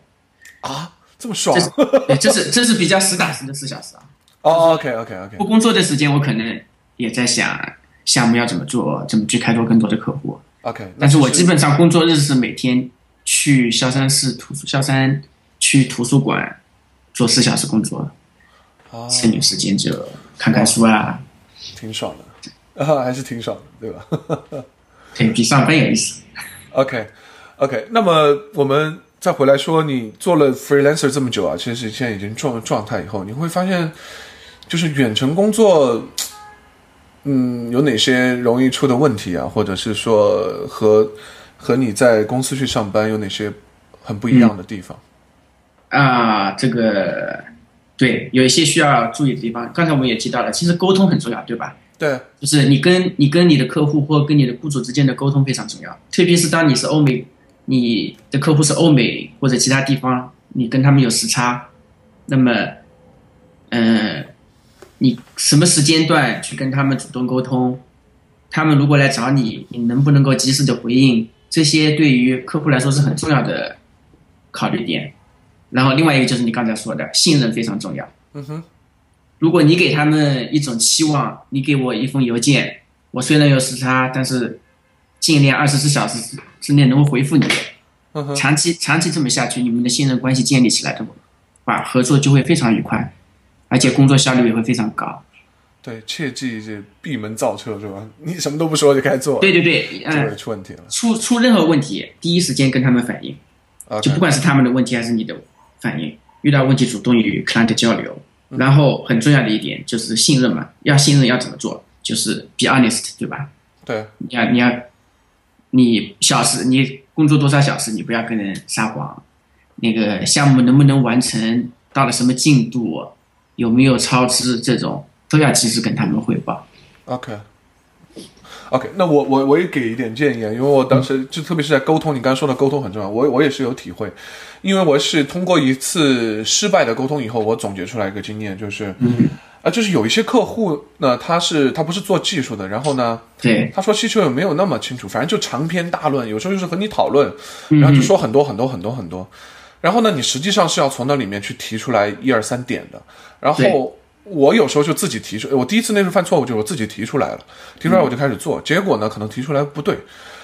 Speaker 1: 啊，这么爽
Speaker 2: 这！是对这是这是比较实打实的四小时啊。
Speaker 1: 哦，OK OK OK
Speaker 2: 不工作的时间，我可能也在想项目要怎么做，怎么去开拓更多的客户。
Speaker 1: OK，
Speaker 2: 但是我基
Speaker 1: 本
Speaker 2: 本上工作日是每天去萧山市图书萧山去图书馆做四小时工作，
Speaker 1: 啊，
Speaker 2: 剩余时间就看看书啊，
Speaker 1: 挺爽的， 啊，还是挺爽的，对吧？
Speaker 2: 对比上班有意思。
Speaker 1: OK OK，那么我们再回来说，你做了 freelancer 这么久啊，其实现在已经状状态以后，你会发现，就是远程工作，嗯，有哪些容易出的问题啊，或者是说和和你在公司去上班有哪些很不一样的地方？
Speaker 2: 嗯啊，这个对，有一些需要注意的地方。刚才我们也提到了，其实沟通很重要，对吧？
Speaker 1: 对
Speaker 2: 就是你跟你跟你的客户或跟你的雇主之间的沟通非常重要，特别是当你是欧美，你的客户是欧美或者其他地方，你跟他们有时差，那么，嗯，你什么时间段去跟他们主动沟通？他们如果来找你，你能不能够及时的回应？这些对于客户来说是很重要的考虑点。然后另外一个就是你刚才说的信任非常重要。
Speaker 1: 嗯哼，
Speaker 2: 如果你给他们一种期望，你给我一封邮件，我虽然有时差，但是尽量二十四小时之内能够回复你。
Speaker 1: 嗯哼，
Speaker 2: 长期长期这么下去，你们的信任关系建立起来的话，合作就会非常愉快，而且工作效率也会非常高。
Speaker 1: 对，切记这闭门造车是吧？你什么都不说就开做，
Speaker 2: 对对对，
Speaker 1: 这个
Speaker 2: 嗯，
Speaker 1: 出问题了。
Speaker 2: 出出任何问题，第一时间跟他们反映，
Speaker 1: OK
Speaker 2: 就不管是他们的问题还是你的反应，遇到问题主动与 client 交流。然后很重要的一点就是信任嘛，要信任要怎么做？就是 be honest，对吧？
Speaker 1: 对
Speaker 2: 你要你要，你小时你工作多少小时，你不要跟人撒谎。那个项目能不能完成，到了什么进度，有没有超支，这种都要及时跟他们汇报。
Speaker 1: OK。OK，那我我我也给一点建议啊，因为我当时就特别是在沟通，你刚才说的沟通很重要，我我也是有体会，因为我是通过一次失败的沟通以后，我总结出来一个经验，就是，嗯，啊，就是有一些客户呢，他是他不是做技术的，然后呢，
Speaker 2: 对，
Speaker 1: 他说需求也没有那么清楚，反正就长篇大论，有时候就是和你讨论，然后就说很多很多很多很多，然后呢，你实际上是要从那里面去提出来一二三点的。然后
Speaker 2: 对
Speaker 1: 我有时候就自己提出，我第一次那时候犯错误就是我自己提出来了，提出来我就开始做，结果呢可能提出来不对，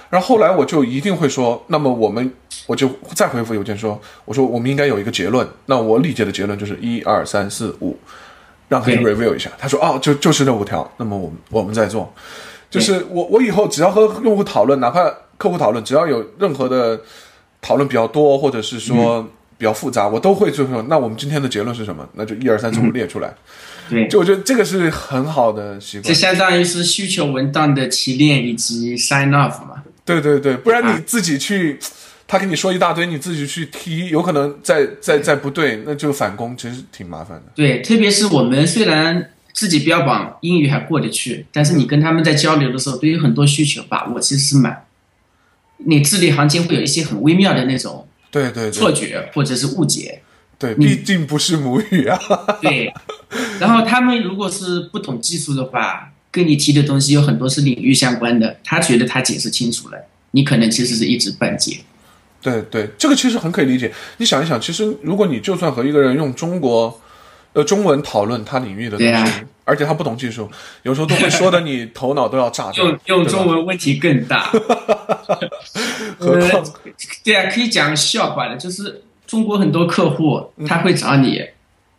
Speaker 1: 然后后来我就一定会说，那么我们我就再回复邮件说，我说我们应该有一个结论，那我理解的结论就是一二三四五，让他去
Speaker 2: 对
Speaker 1: review 一下，他说哦就就是这五条，那么我们我们再做，就是我我以后只要和用户讨论，哪怕客户讨论，只要有任何的讨论比较多，或者是说
Speaker 2: 嗯
Speaker 1: 比较复杂，我都会最后说，那我们今天的结论是什么？那就一二三四五列出来。
Speaker 2: 嗯对，
Speaker 1: 就我觉得这个是很好的习
Speaker 2: 这
Speaker 1: 惯，
Speaker 2: 相当于是需求文档的提炼以及 sign off 嘛。
Speaker 1: 对对对，不然
Speaker 2: 啊
Speaker 1: 你自己去，他跟你说一大堆，你自己去踢，有可能再再再不对，那就返工，其实挺麻烦的。
Speaker 2: 对，特别是我们虽然自己标榜英语还过得去，但是你跟他们在交流的时候，对于很多需求把握其实是蛮，你字里行间会有一些很微妙的那种
Speaker 1: 对对
Speaker 2: 错
Speaker 1: 对
Speaker 2: 觉或者是误解。
Speaker 1: 对，毕竟不是母语啊。
Speaker 2: 对，然后他们如果是不懂技术的话，跟你提的东西有很多是领域相关的，他觉得他解释清楚了，你可能其实是一知半解。
Speaker 1: 对对，这个其实很可以理解。你想一想，其实如果你就算和一个人用中国，呃，中文讨论他领域的东西，
Speaker 2: 对啊
Speaker 1: 而且他不懂技术，有时候都会说的你头脑都要炸掉。
Speaker 2: 用用中
Speaker 1: 文，
Speaker 2: 文问题更大。
Speaker 1: 何况
Speaker 2: 呃对啊，可以讲笑话的，就是中国很多客户
Speaker 1: 嗯
Speaker 2: 他会找你，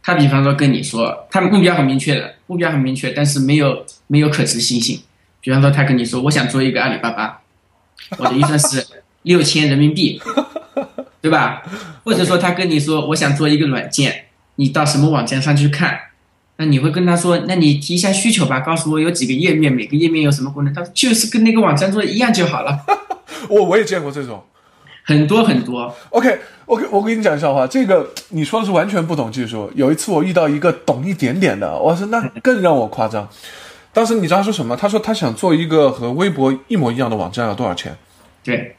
Speaker 2: 他比方说跟你说，他目标很明确的，目标很明确，但是没有没有可执行性。比方说他跟你说，我想做一个阿里巴巴，我的预 算是六千人民币，对吧？或者说他跟你说，我想做一个软件，你到什么网站上去看？那你会跟他说，那你提一下需求吧，告诉我有几个页面，每个页面有什么功能。他说就是跟那个网站做一样就好了，
Speaker 1: 我我也见过这种。
Speaker 2: 很多很多。
Speaker 1: OK，我跟我跟你讲笑话，这个你说的是完全不懂技术。有一次我遇到一个懂一点点的，我说那更让我夸张。当时你知道他说什么？他说他想做一个和微博一模一样的网站，要多少钱？
Speaker 2: 对，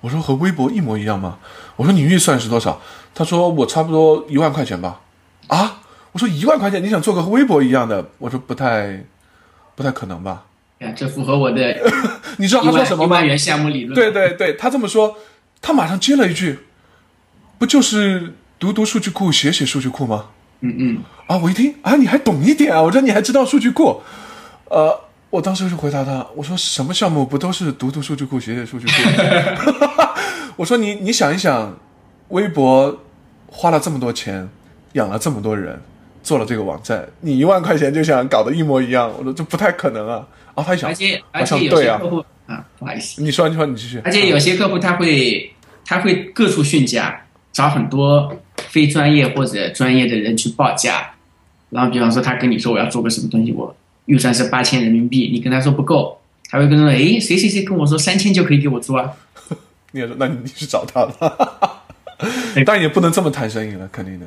Speaker 1: 我说和微博一模一样吗？我说你预算是多少？他说我差不多一万块钱吧。啊，我说一万块钱你想做个和微博一样的？我说不太，不太可能吧？
Speaker 2: 哎呀，这符合我的
Speaker 1: 你知道
Speaker 2: 一
Speaker 1: 他说
Speaker 2: 万
Speaker 1: 什么
Speaker 2: 一
Speaker 1: 吗？
Speaker 2: 万元项目理论。
Speaker 1: 对，对对，他这么说，他马上接了一句，不就是读读数据库、写写数据库吗？
Speaker 2: 嗯嗯，
Speaker 1: 啊，我一听啊，你还懂一点啊，我说你还知道数据库，呃，我当时就回答他，我说什么项目不都是读读数据库、写写数据库？ 我说你你想一想，微博花了这么多钱，养了这么多人，做了这个网站，你一万块钱就想搞得一模一样，我说这不太可能啊。啊，他一想
Speaker 2: 而，且
Speaker 1: 好
Speaker 2: 而
Speaker 1: 像
Speaker 2: 且有
Speaker 1: 对
Speaker 2: 些
Speaker 1: 啊
Speaker 2: 客户啊，不好意思，
Speaker 1: 你说你说你继续，
Speaker 2: 而且有些客户他会他会各处询价，找很多非专业或者专业的人去报价。然后比方说他跟你说我要做个什么东西，我预算是八千人民币，你跟他说不够，他会跟他说，诶，谁谁谁跟我说三千就可以给我做啊？
Speaker 1: 你也说，那你去找他吧。
Speaker 2: 哎
Speaker 1: 但也不能这么谈生意了，肯定的。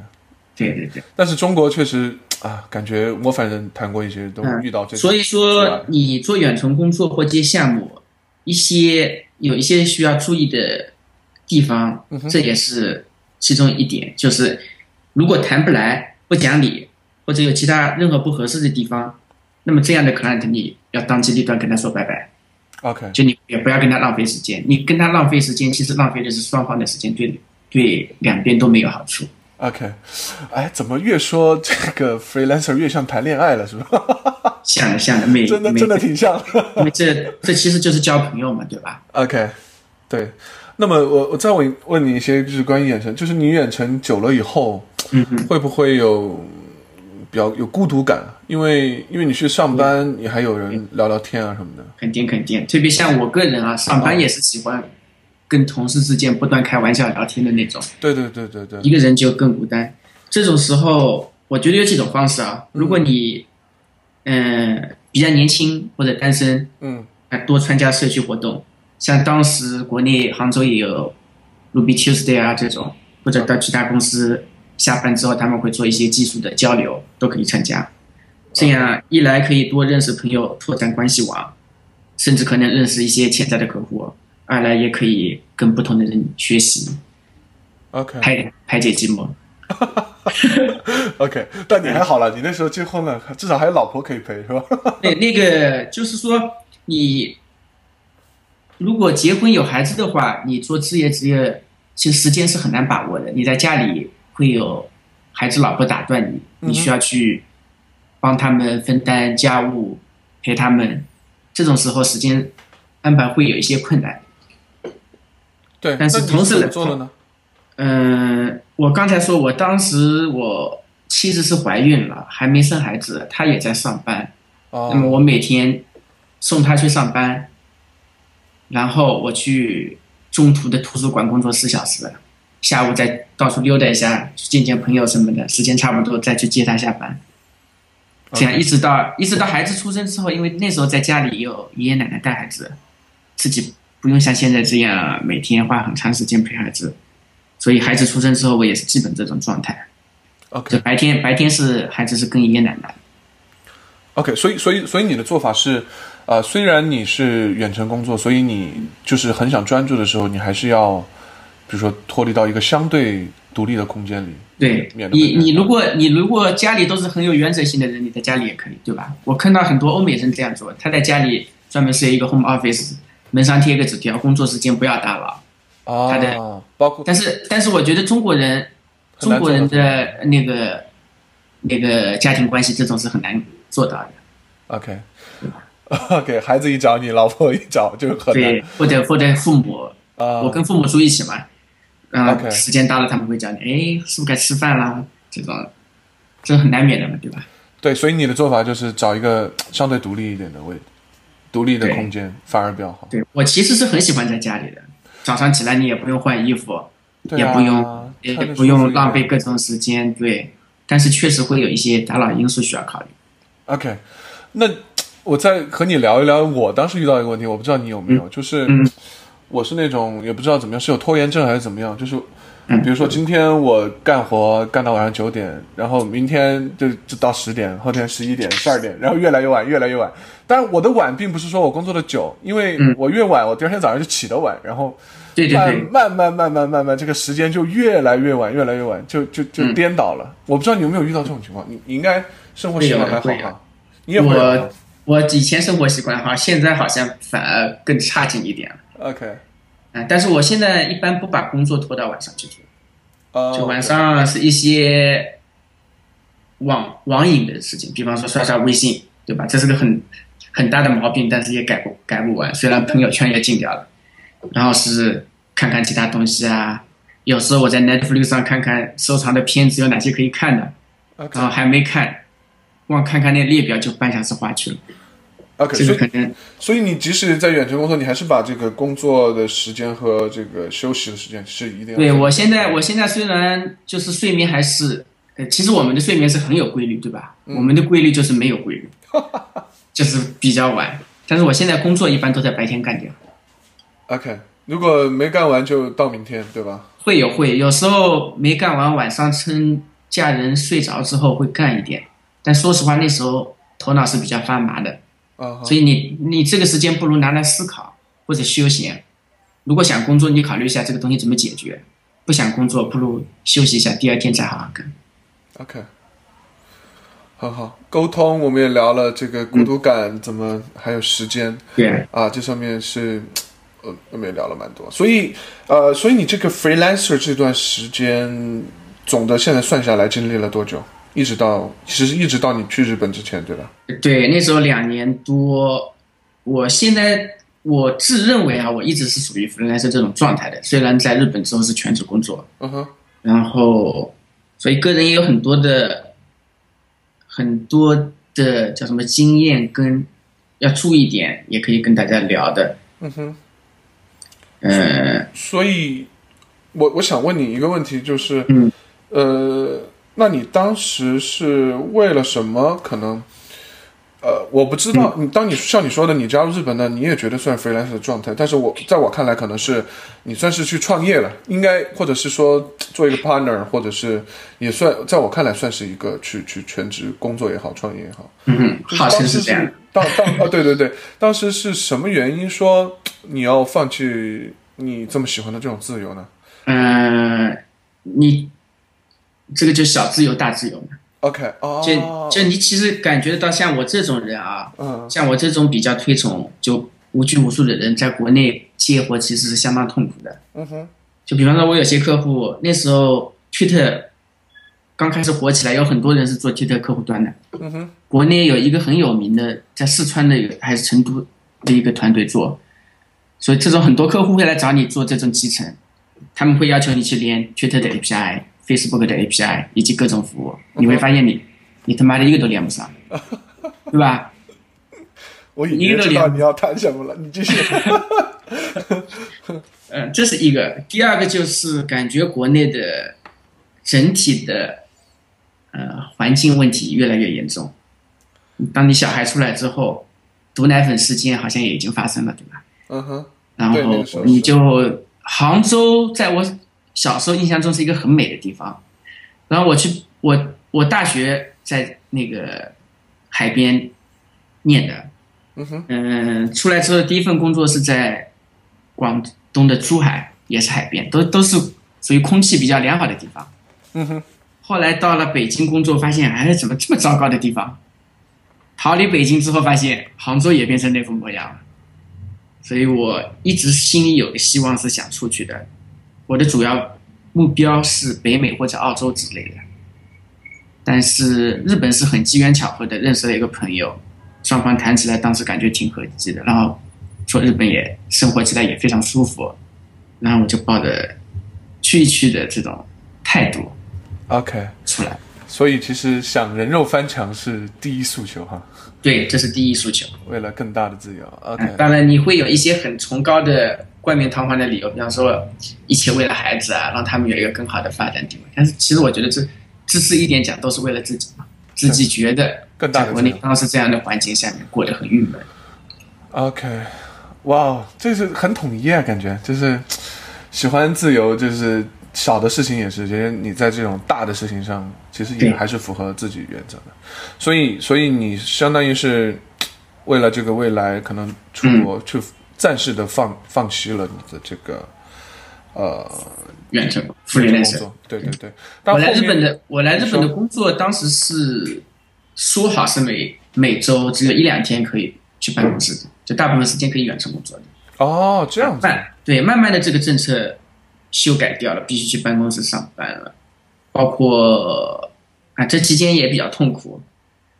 Speaker 2: 对对对，
Speaker 1: 但是中国确实啊，感觉我反正谈过一些，都
Speaker 2: 嗯
Speaker 1: 遇到这种。
Speaker 2: 所以
Speaker 1: 是吧
Speaker 2: 说，你做远程工作或接项目，一些有一些需要注意的地方，
Speaker 1: 嗯
Speaker 2: 这也是其中一点。就是如果谈不来、不讲理，或者有其他任何不合适的地方，那么这样的 client 你要当机立断跟他说拜拜，
Speaker 1: OK，
Speaker 2: 就你也不要跟他浪费时间。你跟他浪费时间，其实浪费的是双方的时间，对对两边都没有好处。
Speaker 1: OK，哎，怎么越说这个 freelancer 越像谈恋爱了，是吧？
Speaker 2: 像的像的，每
Speaker 1: 真的
Speaker 2: 每
Speaker 1: 真的挺像。
Speaker 2: 因为这这其实就是交朋友嘛，对吧？
Speaker 1: OK，对。那么我我再问问你一些，就是关于远程，就是你远程久了以后，
Speaker 2: 嗯
Speaker 1: 会不会有比较有孤独感？因为因为你去上班，
Speaker 2: 嗯
Speaker 1: 你还有人聊聊天啊什么的。
Speaker 2: 肯定肯定，特别像我个人啊，上班也是喜欢跟同事之间不断开玩笑聊天的那种，
Speaker 1: 对对对对对
Speaker 2: 一个人就更孤单。这种时候，我觉得有几种方式啊。如果你嗯、呃比较年轻或者单身，
Speaker 1: 嗯
Speaker 2: 那哎多参加社区活动，像当时国内杭州也有 Ruby Tuesday 啊这种，或者到其他公司下班之后，他们会做一些技术的交流，都可以参加。这样一来可以多认识朋友，拓展关系网，甚至可能认识一些潜在的客户；二来也可以跟不同的人学习，
Speaker 1: ，OK
Speaker 2: 排排解寂寞。
Speaker 1: OK，但你还好了，你那时候结婚了，至少还有老婆可以陪，是吧？
Speaker 2: 对，那个就是说，你如果结婚有孩子的话，你做自业职业，其实时间是很难把握的。你在家里会有孩子、老婆打断你，你需要去帮他们分担家务，陪他们。这种时候，时间安排会有一些困难。
Speaker 1: 对，
Speaker 2: 但是
Speaker 1: 那你
Speaker 2: 同事
Speaker 1: 怎么
Speaker 2: 的
Speaker 1: 做的呢？
Speaker 2: 嗯，我刚才说，我当时我妻子是怀孕了，还没生孩子，她也在上班。
Speaker 1: 哦
Speaker 2: 那么我每天送他去上班，然后我去中途的图书馆工作四小时，下午再到处溜达一下，去见见朋友什么的，时间差不多再去接他下班。这样一直到一直到孩子出生之后，因为那时候在家里有爷爷奶奶带孩子，自己不用像现在这样每天花很长时间陪孩子，所以孩子出生之后，我也是基本这种状态。就
Speaker 1: OK
Speaker 2: 白天白天是孩子是跟爷爷奶奶，
Speaker 1: OK，所以所以所以你的做法是，呃，虽然你是远程工作，所以你就是很想专注的时候，你还是要，比如说脱离到一个相对独立的空间里。
Speaker 2: 对
Speaker 1: 免得被
Speaker 2: 你，
Speaker 1: 人
Speaker 2: 你如果你如果家里都是很有原则性的人，你在家里也可以，对吧？我看到很多欧美人这样做，他在家里专门设一个 home office，门上贴一个纸条，工作时间不要打扰。他
Speaker 1: 啊
Speaker 2: 的，
Speaker 1: 包括
Speaker 2: 但是，但是我觉得中国人，
Speaker 1: 很
Speaker 2: 中
Speaker 1: 难做
Speaker 2: 国
Speaker 1: 到
Speaker 2: 人的那个那个家庭关系这种是很难做到的，
Speaker 1: OK OK，孩子一找你，老婆一找就很难
Speaker 2: 对，或者或者父母，
Speaker 1: 啊。
Speaker 2: 我跟父母住一起嘛，啊、
Speaker 1: OK
Speaker 2: 时间到了他们会叫你，哎，是不是该吃饭啦？这种，这很难免的嘛，对吧？
Speaker 1: 对，所以你的做法就是找一个相对独立一点的位，独立的
Speaker 2: 对
Speaker 1: 空间反而比较好。
Speaker 2: 对我其实是很喜欢在家里的，早上起来你也不用换衣服，
Speaker 1: 对
Speaker 2: 也
Speaker 1: 啊，
Speaker 2: 不用也
Speaker 1: 穿着舒
Speaker 2: 不
Speaker 1: 服
Speaker 2: 用
Speaker 1: 一
Speaker 2: 浪费
Speaker 1: 点。
Speaker 2: 各种时间，对。但是确实会有一些打扰因素需要考虑。
Speaker 1: OK，那我再和你聊一聊，我当时遇到一个问题，我不知道你有没有，就是、
Speaker 2: 嗯
Speaker 1: 我是那种也不知道怎么样，是有拖延症还是怎么样，就是。
Speaker 2: 嗯
Speaker 1: 比如说，今天我干活干到晚上九点，然后明天就就到十点，后天十一点、十二点，然后越来越晚，越来越晚。但是我的晚并不是说我工作的久，因为
Speaker 2: 嗯
Speaker 1: 我越晚，我第二天早上就起得晚，然后
Speaker 2: 对对
Speaker 1: 慢
Speaker 2: 对，
Speaker 1: 慢慢慢慢慢慢，这个时间就越来越晚，越来越晚，就就
Speaker 2: 嗯
Speaker 1: 就颠倒了。我不知道你有没有遇到这种情况，你你应该生活习惯还好
Speaker 2: 会有
Speaker 1: 吧？你也会有吗
Speaker 2: 我我以前生活习惯哈，现在好像反而更差劲一点了。
Speaker 1: OK，
Speaker 2: 嗯，但是我现在一般不把工作拖到晚上去做，
Speaker 1: 呃，
Speaker 2: 就晚上是一些网网瘾的事情，比方说刷刷微信，对吧？这是个很很大的毛病，但是也改不改不完。虽然朋友圈也禁掉了，然后是看看其他东西啊。有时候我在 Netflix 上看看收藏的片子有哪些可以看的，
Speaker 1: OK
Speaker 2: 然后还没看，光看看那列表就半小时花去了。
Speaker 1: OK，
Speaker 2: 这
Speaker 1: 所
Speaker 2: 个
Speaker 1: 以
Speaker 2: 可能
Speaker 1: 所以你即使在远程工作，你还是把这个工作的时间和这个休息的时间是一定要
Speaker 2: 对我现在，我现在虽然就是睡眠还是，呃，其实我们的睡眠是很有规律，对吧？我们的规律就是没有规律，就是比较晚。但是我现在工作一般都在白天干掉，
Speaker 1: OK。如果没干完就到明天，对吧？
Speaker 2: 会有会有时候没干完，晚上趁家人睡着之后会干一点。但说实话，那时候头脑是比较发麻的，
Speaker 1: 啊、哈
Speaker 2: 所以你你这个时间不如拿来思考或者休闲。如果想工作，你考虑一下这个东西怎么解决；不想工作，不如休息一下，第二天再好好干。
Speaker 1: OK，很好。沟通我们也聊了这个孤独感，怎么还有时间。
Speaker 2: 对、
Speaker 1: 啊，这上面是，呃，我们也聊了蛮多，所以，呃，所以你这个 freelancer 这段时间，总的现在算下来经历了多久？一直到其实一直到你去日本之前，对吧？
Speaker 2: 对，那时候两年多，我现在我自认为啊，我一直是属于 freelancer 这种状态的。虽然在日本之后是全职工作，
Speaker 1: 嗯哼，
Speaker 2: 然后所以个人也有很多的很多的叫什么经验跟要注意点，也可以跟大家聊的。
Speaker 1: 嗯哼。
Speaker 2: 呃，
Speaker 1: 所以，我我想问你一个问题，就是，
Speaker 2: 嗯
Speaker 1: 呃，那你当时是为了什么？可能，呃，我不知道。你当你像你说的，你加入日本呢，你也觉得算 freelancer 的状态，但是我在我看来，可能是你算是去创业了，应该或者是说做一个 partner，或者是也算在我看来算是一个去去全职工作也好，创业也好。
Speaker 2: 嗯，
Speaker 1: 就是
Speaker 2: 好
Speaker 1: 当时
Speaker 2: 像是这样。
Speaker 1: 当当啊，对对对，当时是什么原因说你要放弃你这么喜欢的这种自由呢
Speaker 2: 嗯、你这个就小自由大自由嘛。
Speaker 1: ？OK，哦，
Speaker 2: 就就你其实感觉到像我这种人啊，
Speaker 1: 嗯
Speaker 2: 像我这种比较推崇就无拘无束的人，在国内接活其实是相当痛苦的。
Speaker 1: 嗯哼，
Speaker 2: 就比方说，我有些客户那时候推特刚开始火起来，有很多人是做推特客户端的。
Speaker 1: 嗯哼，
Speaker 2: 国内有一个很有名的，在四川的有还是成都的一个团队做，所以这种很多客户会来找你做这种集成，他们会要求你去连推特的 API、Facebook 的 API 以及各种服务，你会发现你你他妈的一个都连不上，对吧？
Speaker 1: 我已
Speaker 2: 一
Speaker 1: 经
Speaker 2: 个
Speaker 1: 知
Speaker 2: 脸
Speaker 1: 道你要谈什么了，你继续。
Speaker 2: 嗯，这是一个。第二个就是感觉国内的整体的呃环境问题越来越严重。当你小孩出来之后，毒奶粉事件好像也已经发生了，对吧？
Speaker 1: 嗯哼，
Speaker 2: 然
Speaker 1: 对那个时
Speaker 2: 后
Speaker 1: 候
Speaker 2: 你
Speaker 1: 是
Speaker 2: 就杭州，在我小时候印象中是一个很美的地方。然后我去，我我大学在那个海边念的，
Speaker 1: 嗯哼，
Speaker 2: 嗯，出来之后第一份工作是在广东的珠海，也是海边，都都是属于空气比较良好的地方。
Speaker 1: 嗯哼，
Speaker 2: 后来到了北京工作，发现哎，怎么这么糟糕的地方？逃离北京之后，发现杭州也变成那副模样了。所以我一直心里有个希望是想出去的，我的主要目标是北美或者澳洲之类的。但是日本是很机缘巧合的认识了一个朋友，双方谈起来当时感觉挺合适的，然后说日本也生活起来也非常舒服，然后我就抱着去一去的这种态度
Speaker 1: OK，
Speaker 2: 出来。
Speaker 1: 所以其实想人肉翻墙是第一诉求哈，
Speaker 2: 对，这是第一诉求。
Speaker 1: 为了更大的自由。OK，
Speaker 2: 嗯，当然你会有一些很崇高的、冠冕堂皇的理由，比方说一切为了孩子啊，让他们有一个更好的发展地位。但是其实我觉得这自私一点讲，都是为了自己嘛。自己觉得
Speaker 1: 嗯更大
Speaker 2: 在
Speaker 1: 的
Speaker 2: 国
Speaker 1: 自
Speaker 2: 内
Speaker 1: 由
Speaker 2: 当时这样的环境下面过得很郁闷。
Speaker 1: OK，哇，哦这是很统一啊，感觉就是喜欢自由，就是小的事情也是，觉得你在这种大的事情上，其实也
Speaker 2: 对
Speaker 1: 还是符合自己原则的。所以，所以你相当于是为了这个未来可能出国去暂时的放放弃了你的这个呃
Speaker 2: 远程妇联
Speaker 1: 工
Speaker 2: 联社，
Speaker 1: 作，对对对。但
Speaker 2: 我
Speaker 1: 后
Speaker 2: 来日
Speaker 1: 面
Speaker 2: 本的，我来日本
Speaker 1: 你
Speaker 2: 的
Speaker 1: 说
Speaker 2: 工作当时是说好是每每周只有一两天可以去办公室，就大部分时间可以远程工作的。
Speaker 1: 哦，这样子
Speaker 2: 慢对，慢慢的这个政策修改掉了，必须去办公室上班了，包括啊这期间也比较痛苦，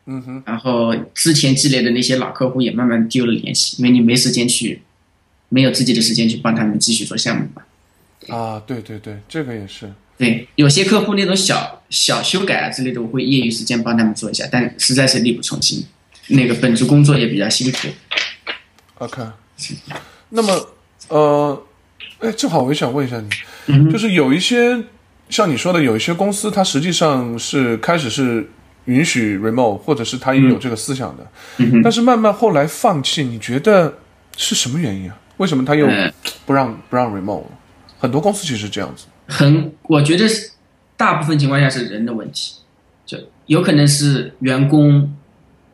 Speaker 1: 嗯哼，
Speaker 2: 然后之前积累的那些老客户也慢慢丢了联系，因为你没时间去，没有自己的时间去帮他们继续做项目嘛。
Speaker 1: 啊，对对对，这个也是，
Speaker 2: 对，有些客户那种小小修改啊之类的，我会业余时间帮他们做一下，但实在是力不从心，那个本职工作也比较辛苦。
Speaker 1: OK，那么呃，哎，正好我也想问一下你，
Speaker 2: 嗯
Speaker 1: 就是有一些像你说的，有一些公司它实际上是开始是允许 remote，或者是它也有这个思想的，
Speaker 2: 嗯哼
Speaker 1: 但是慢慢后来放弃，你觉得是什么原因啊？为什么他又
Speaker 2: 嗯
Speaker 1: 不让不让 remote？了很多公司其实这样子。
Speaker 2: 很，我觉得是大部分情况下是人的问题，就有可能是员工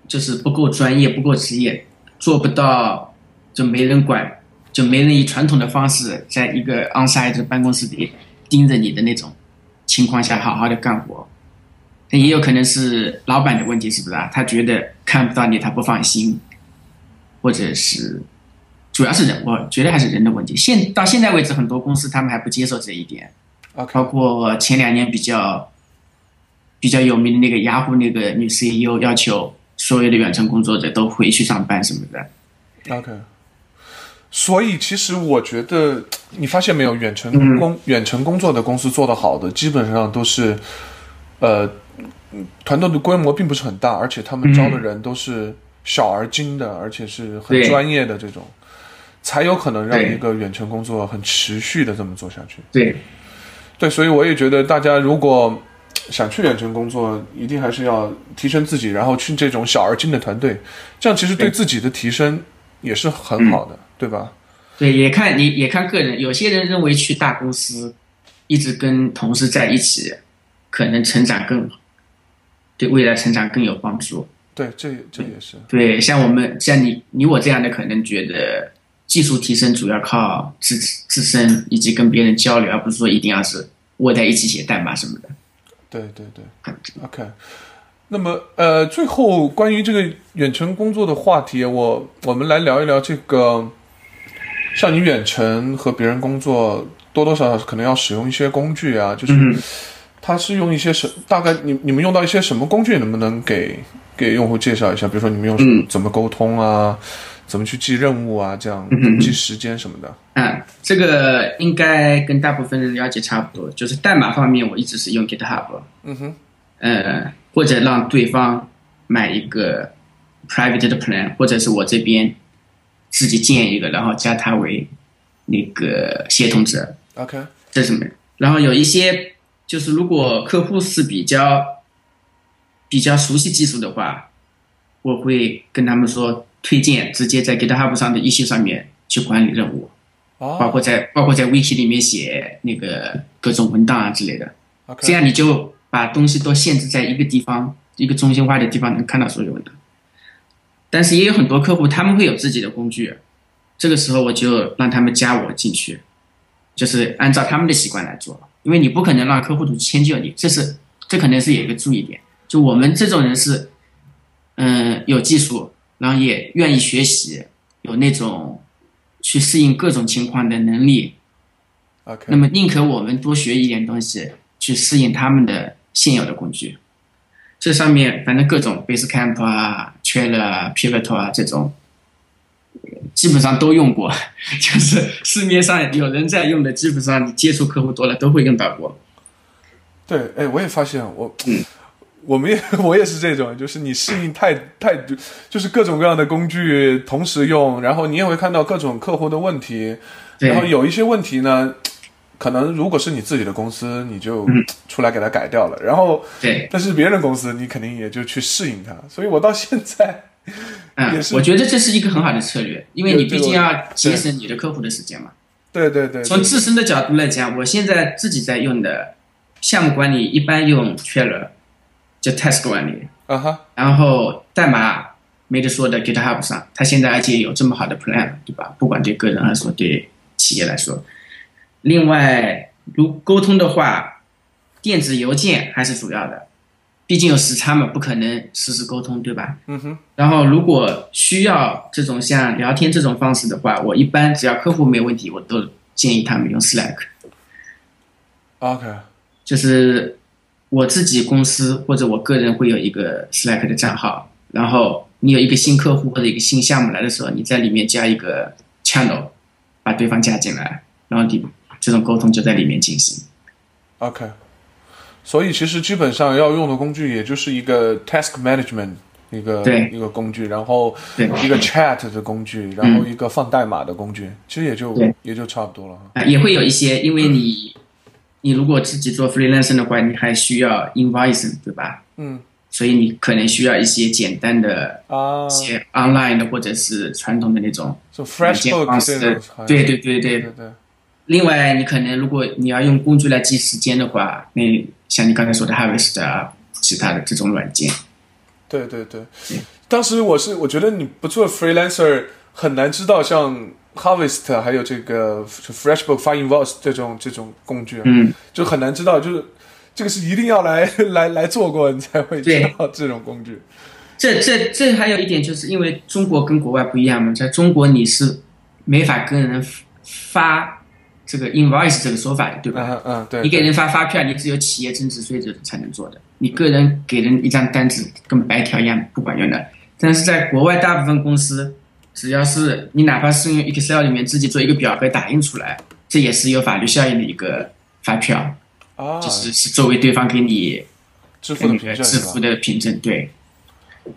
Speaker 2: 就是不够专业、不够职业，做不到，就没人管，就没人以传统的方式，在一个 onsite 的办公室里盯着你的那种情况下，好好的干活。但也有可能是老板的问题，是不是啊？他觉得看不到你，他不放心，或者是主要是人，我觉得还是人的问题。现到现在为止，很多公司他们还不接受这一点。
Speaker 1: OK，
Speaker 2: 包括前两年比较比较有名的那个雅虎那个女 CEO 要求所有的远程工作者都回去上班什么的。
Speaker 1: OK，所以其实我觉得，你发现没有，远
Speaker 2: 嗯
Speaker 1: 程工、远程工作的公司做得好的，基本上都是，呃，嗯团队的规模并不是很大，而且他们招的人都是小而精的，而且是很
Speaker 2: 嗯对
Speaker 1: 专业的这种，才有可能让
Speaker 2: 对
Speaker 1: 一个远程工作很持续的这么做下去。
Speaker 2: 对，
Speaker 1: 对，所以我也觉得大家如果想去远程工作，一定还是要提升自己，然后去这种小而精的团队，这样其实对自己的提升也是很好的，对吧？
Speaker 2: 对，也看你也看个人，有些人认为去大公司一直跟同事在一起，可能成长更对未来成长更有帮助。
Speaker 1: 对，这这也是
Speaker 2: 对，像我们像你你我这样的，可能觉得技术提升主要靠自自身以及跟别人交流，而不是说一定要是窝在一起写代码什么的。
Speaker 1: 对对对，OK。那么，呃，最后关于这个远程工作的话题，我我们来聊一聊这个，像你远程和别人工作，多多少少可能要使用一些工具啊，就是
Speaker 2: 嗯，
Speaker 1: 它是用一些什？大概你你们用到一些什么工具？能不能给给用户介绍一下？比如说你们用什
Speaker 2: 嗯
Speaker 1: 怎么沟通啊，怎么去记任务啊，这样
Speaker 2: 嗯嗯
Speaker 1: 记时间什么的。
Speaker 2: 嗯，这个应该跟大部分人了解差不多。就是代码方面，我一直是用 GitHub，
Speaker 1: 嗯哼，
Speaker 2: 呃，或者让对方买一个 private 的 plan，或者是我这边自己建一个，然后加他为那个协同者。
Speaker 1: ，OK，啊
Speaker 2: 这是没有。然后有一些就是如果客户是比较比较熟悉技术的话，我会跟他们说推荐直接在 GitHub 上的 issue 上面去管理任务，包
Speaker 1: 哦
Speaker 2: 括在包括在 wiki 里面写那个各种文档啊之类的。这
Speaker 1: ，OK，
Speaker 2: 样你就把东西都限制在一个地方，一个中心化的地方能看到所有文档。但是也有很多客户他们会有自己的工具，这个时候我就让他们加我进去，就是按照他们的习惯来做，因为你不可能让客户主迁就你，这是这可能是有一个注意点。就我们这种人是，嗯、有技术，然后也愿意学习，有那种去适应各种情况的能力，那
Speaker 1: OK，
Speaker 2: 么宁可我们多学一点东西，去适应他们的现有的工具。这上面反正各种 Basecamp 啊、Trello 啊、Pivotal 啊这种，呃基本上都用过， 就是市面上有人在用的，基本上你接触客户多了都会用到过。
Speaker 1: 对，哎，我也发现我。
Speaker 2: 嗯
Speaker 1: 我们也我也是这种，就是你适应太太就是各种各样的工具同时用，然后你也会看到各种客户的问题，然后
Speaker 2: 对
Speaker 1: 有一些问题呢，可能如果是你自己的公司，你就
Speaker 2: 嗯
Speaker 1: 出来给它改掉了，然后
Speaker 2: 对，
Speaker 1: 但是别人公司你肯定也就去适应它，所以我到现在
Speaker 2: 嗯
Speaker 1: 也，是
Speaker 2: 我觉得这是一个很好的策略，因为
Speaker 1: 对
Speaker 2: 你
Speaker 1: 对
Speaker 2: 毕竟
Speaker 1: 我
Speaker 2: 要节省你的客户的时间嘛。
Speaker 1: 对对对，
Speaker 2: 从自身的角度来讲，我现在自己在用的项目管理一般用 Trello，就 Task 管理，
Speaker 1: 啊哈，
Speaker 2: 然后代码没得说的 GitHub 上，它现在而且有这么好的 plan，了对吧？不管对个人来说，对企业来说，另外如沟通的话，电子邮件还是主要的，毕竟有时差嘛，不可能实时沟通，对吧？
Speaker 1: 嗯哼，
Speaker 2: 然后，如果需要这种像聊天这种方式的话，我一般只要客户没问题，我都建议他们用 Slack。
Speaker 1: ，OK，
Speaker 2: 就是我自己公司或者我个人会有一个 Slack 的账号，然后你有一个新客户或者一个新项目来的时候，你在里面加一个 channel，把对方加进来，然后你这种沟通就在里面进行。
Speaker 1: OK，所以其实基本上要用的工具也就是一个 task management 一个
Speaker 2: 对
Speaker 1: 一个工具，然后
Speaker 2: 对
Speaker 1: 一个 chat 的工具，然后一个放代码的工具，其实也就
Speaker 2: 嗯对
Speaker 1: 也就差不多了哈。
Speaker 2: 啊，也会有一些，因为你你如果自己做 freelancer 的话，你还需要 invoicing，对吧？
Speaker 1: 嗯
Speaker 2: 所以你可能需要一些简单的、
Speaker 1: 啊
Speaker 2: 一，些 online 的或者是传统的那种
Speaker 1: 就
Speaker 2: 软
Speaker 1: fresh
Speaker 2: 件方
Speaker 1: book
Speaker 2: 式
Speaker 1: 这种好像，嗯
Speaker 2: 对对对
Speaker 1: 对
Speaker 2: 对
Speaker 1: 对，对，
Speaker 2: 另外，你可能如果你要用工具来记时间的话，那像你刚才说的 Harvest 啊，其他的这种软件，
Speaker 1: 对对对，当时我是我觉得你不做 freelancer 很难知道像 Harvest 还有这个 FreshBook、f i n v o i c e 这种这种工具，啊
Speaker 2: 嗯，
Speaker 1: 就很难知道，就是这个是一定要来 来来做过你才会知
Speaker 2: 对
Speaker 1: 道这种工具。
Speaker 2: 这这这还有一点，就是因为中国跟国外不一样嘛，在中国你是没法跟人发这个 invoice 这个说法的，对吧？
Speaker 1: 嗯嗯，对，
Speaker 2: 你给
Speaker 1: 对
Speaker 2: 人发发票，你只有企业增值税这种才能做的，你个人给人一张单子跟白条一样不管用的。但是在国外，大部分公司只要是你哪怕是用 Excel 里面自己做一个表格打印出来，这也是有法律效应的一个发票，
Speaker 1: 啊，
Speaker 2: 就是是作为对方给你
Speaker 1: 支付的
Speaker 2: 给你
Speaker 1: 凭
Speaker 2: 的
Speaker 1: 证
Speaker 2: 支
Speaker 1: 是
Speaker 2: 付
Speaker 1: 吧？
Speaker 2: 的凭证，对，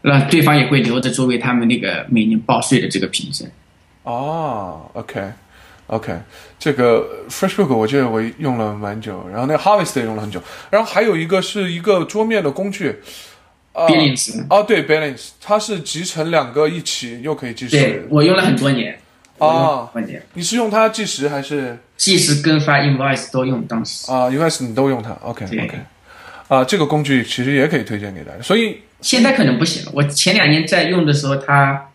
Speaker 2: 让对方也会留着作为他们那个每年报税的这个凭证。
Speaker 1: 哦，OK。OK，这个 FreshBook 我记得我用了蛮久，然后那个 Harvest 也用了很久，然后还有一个是一个桌面的工具，啊、
Speaker 2: b i l l i n g
Speaker 1: 哦，对，balance，它是集成两个一起，又可以计
Speaker 2: 对
Speaker 1: 时。啊
Speaker 2: 我用了很多年，我用
Speaker 1: 哦
Speaker 2: 了很多年，
Speaker 1: 你是用它计时还是
Speaker 2: 即时跟发 invoice 都用，当时。
Speaker 1: 啊、一开始你都用它？OK
Speaker 2: 对
Speaker 1: OK，啊、这个工具其实也可以推荐给大家。所以
Speaker 2: 现在可能不行了。我前两年在用的时候，它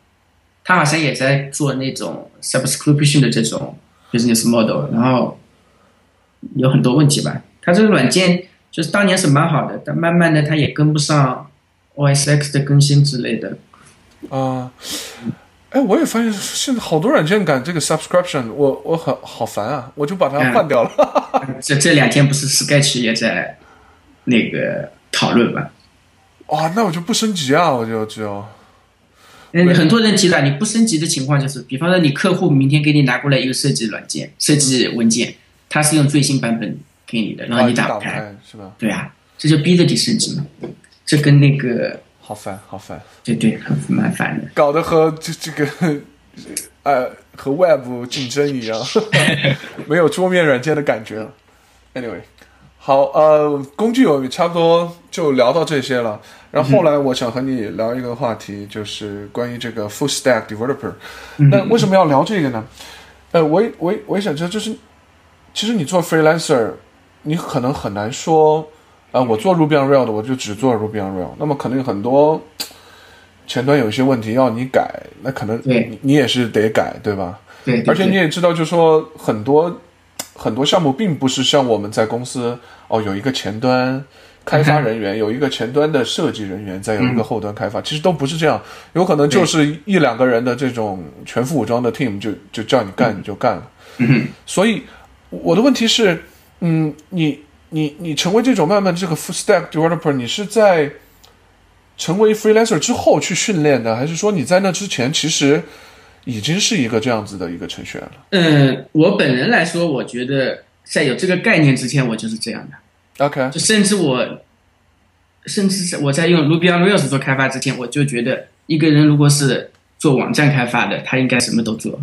Speaker 2: 它好像也在做那种 subscription 的这种 business model，然后有很多问题吧。它这个软件就是当年是蛮好的，但慢慢的它也跟不上 OS X 的更新之类的。
Speaker 1: 啊，哎、我也发现现在好多软件赶这个 subscription，我我很好烦啊，我就把它
Speaker 2: 嗯
Speaker 1: 换掉了。
Speaker 2: 这这两天不是 Sketch 也在那个讨论嘛？
Speaker 1: 哇、那我就不升级啊，我就只有
Speaker 2: 嗯，很多人提到你不升级的情况就是，比方说你客户明天给你拿过来一个设计软件、设计文件，它是用最新版本给你的，然后
Speaker 1: 啊
Speaker 2: 你
Speaker 1: 打
Speaker 2: 打
Speaker 1: 不
Speaker 2: 不开。
Speaker 1: 开是吧？
Speaker 2: 对啊，这就逼着你升级嘛。这跟那个，
Speaker 1: 好烦，好烦，
Speaker 2: 对对，很蛮烦的。
Speaker 1: 搞得和这这个。呃，和 Web 竞争一样，没有桌面软件的感觉了。Anyway，好，呃，工具我差不多就聊到这些了。然后后来我想和你聊一个话题，就是关于这个 full stack developer。那为什么要聊这个呢？呃，我也我也我也想知道，就是其实你做 freelancer，你可能很难说，啊、我做 Ruby on Rails 的，我就只做 Ruby on Rails。那么可能有很多前端有一些问题要你改，那可能
Speaker 2: 对
Speaker 1: 你你也是得改，对吧？
Speaker 2: 对，对
Speaker 1: 而且
Speaker 2: 对
Speaker 1: 你也知道，就是说很多很多项目并不是像我们在公司哦有一个前端开发人员，有一个前端的设计人员，再有一
Speaker 2: 嗯
Speaker 1: 个后端开发，其实都不是这样，有可能就是一两个人的这种全副武装的 team 就就叫你
Speaker 2: 嗯
Speaker 1: 干你就干了。所以我的问题是，嗯，你你你成为这种慢慢这个 full stack developer，你是在成为 freelancer 之后去训练的，还是说你在那之前其实已经是一个这样子的一个程序员了？
Speaker 2: 嗯，我本人来说，我觉得在有这个概念之前，我就是这样的。
Speaker 1: OK，
Speaker 2: 就甚至我，甚至是我在用 Ruby on Rails 做开发之前，我就觉得一个人如果是做网站开发的，他应该什么都做。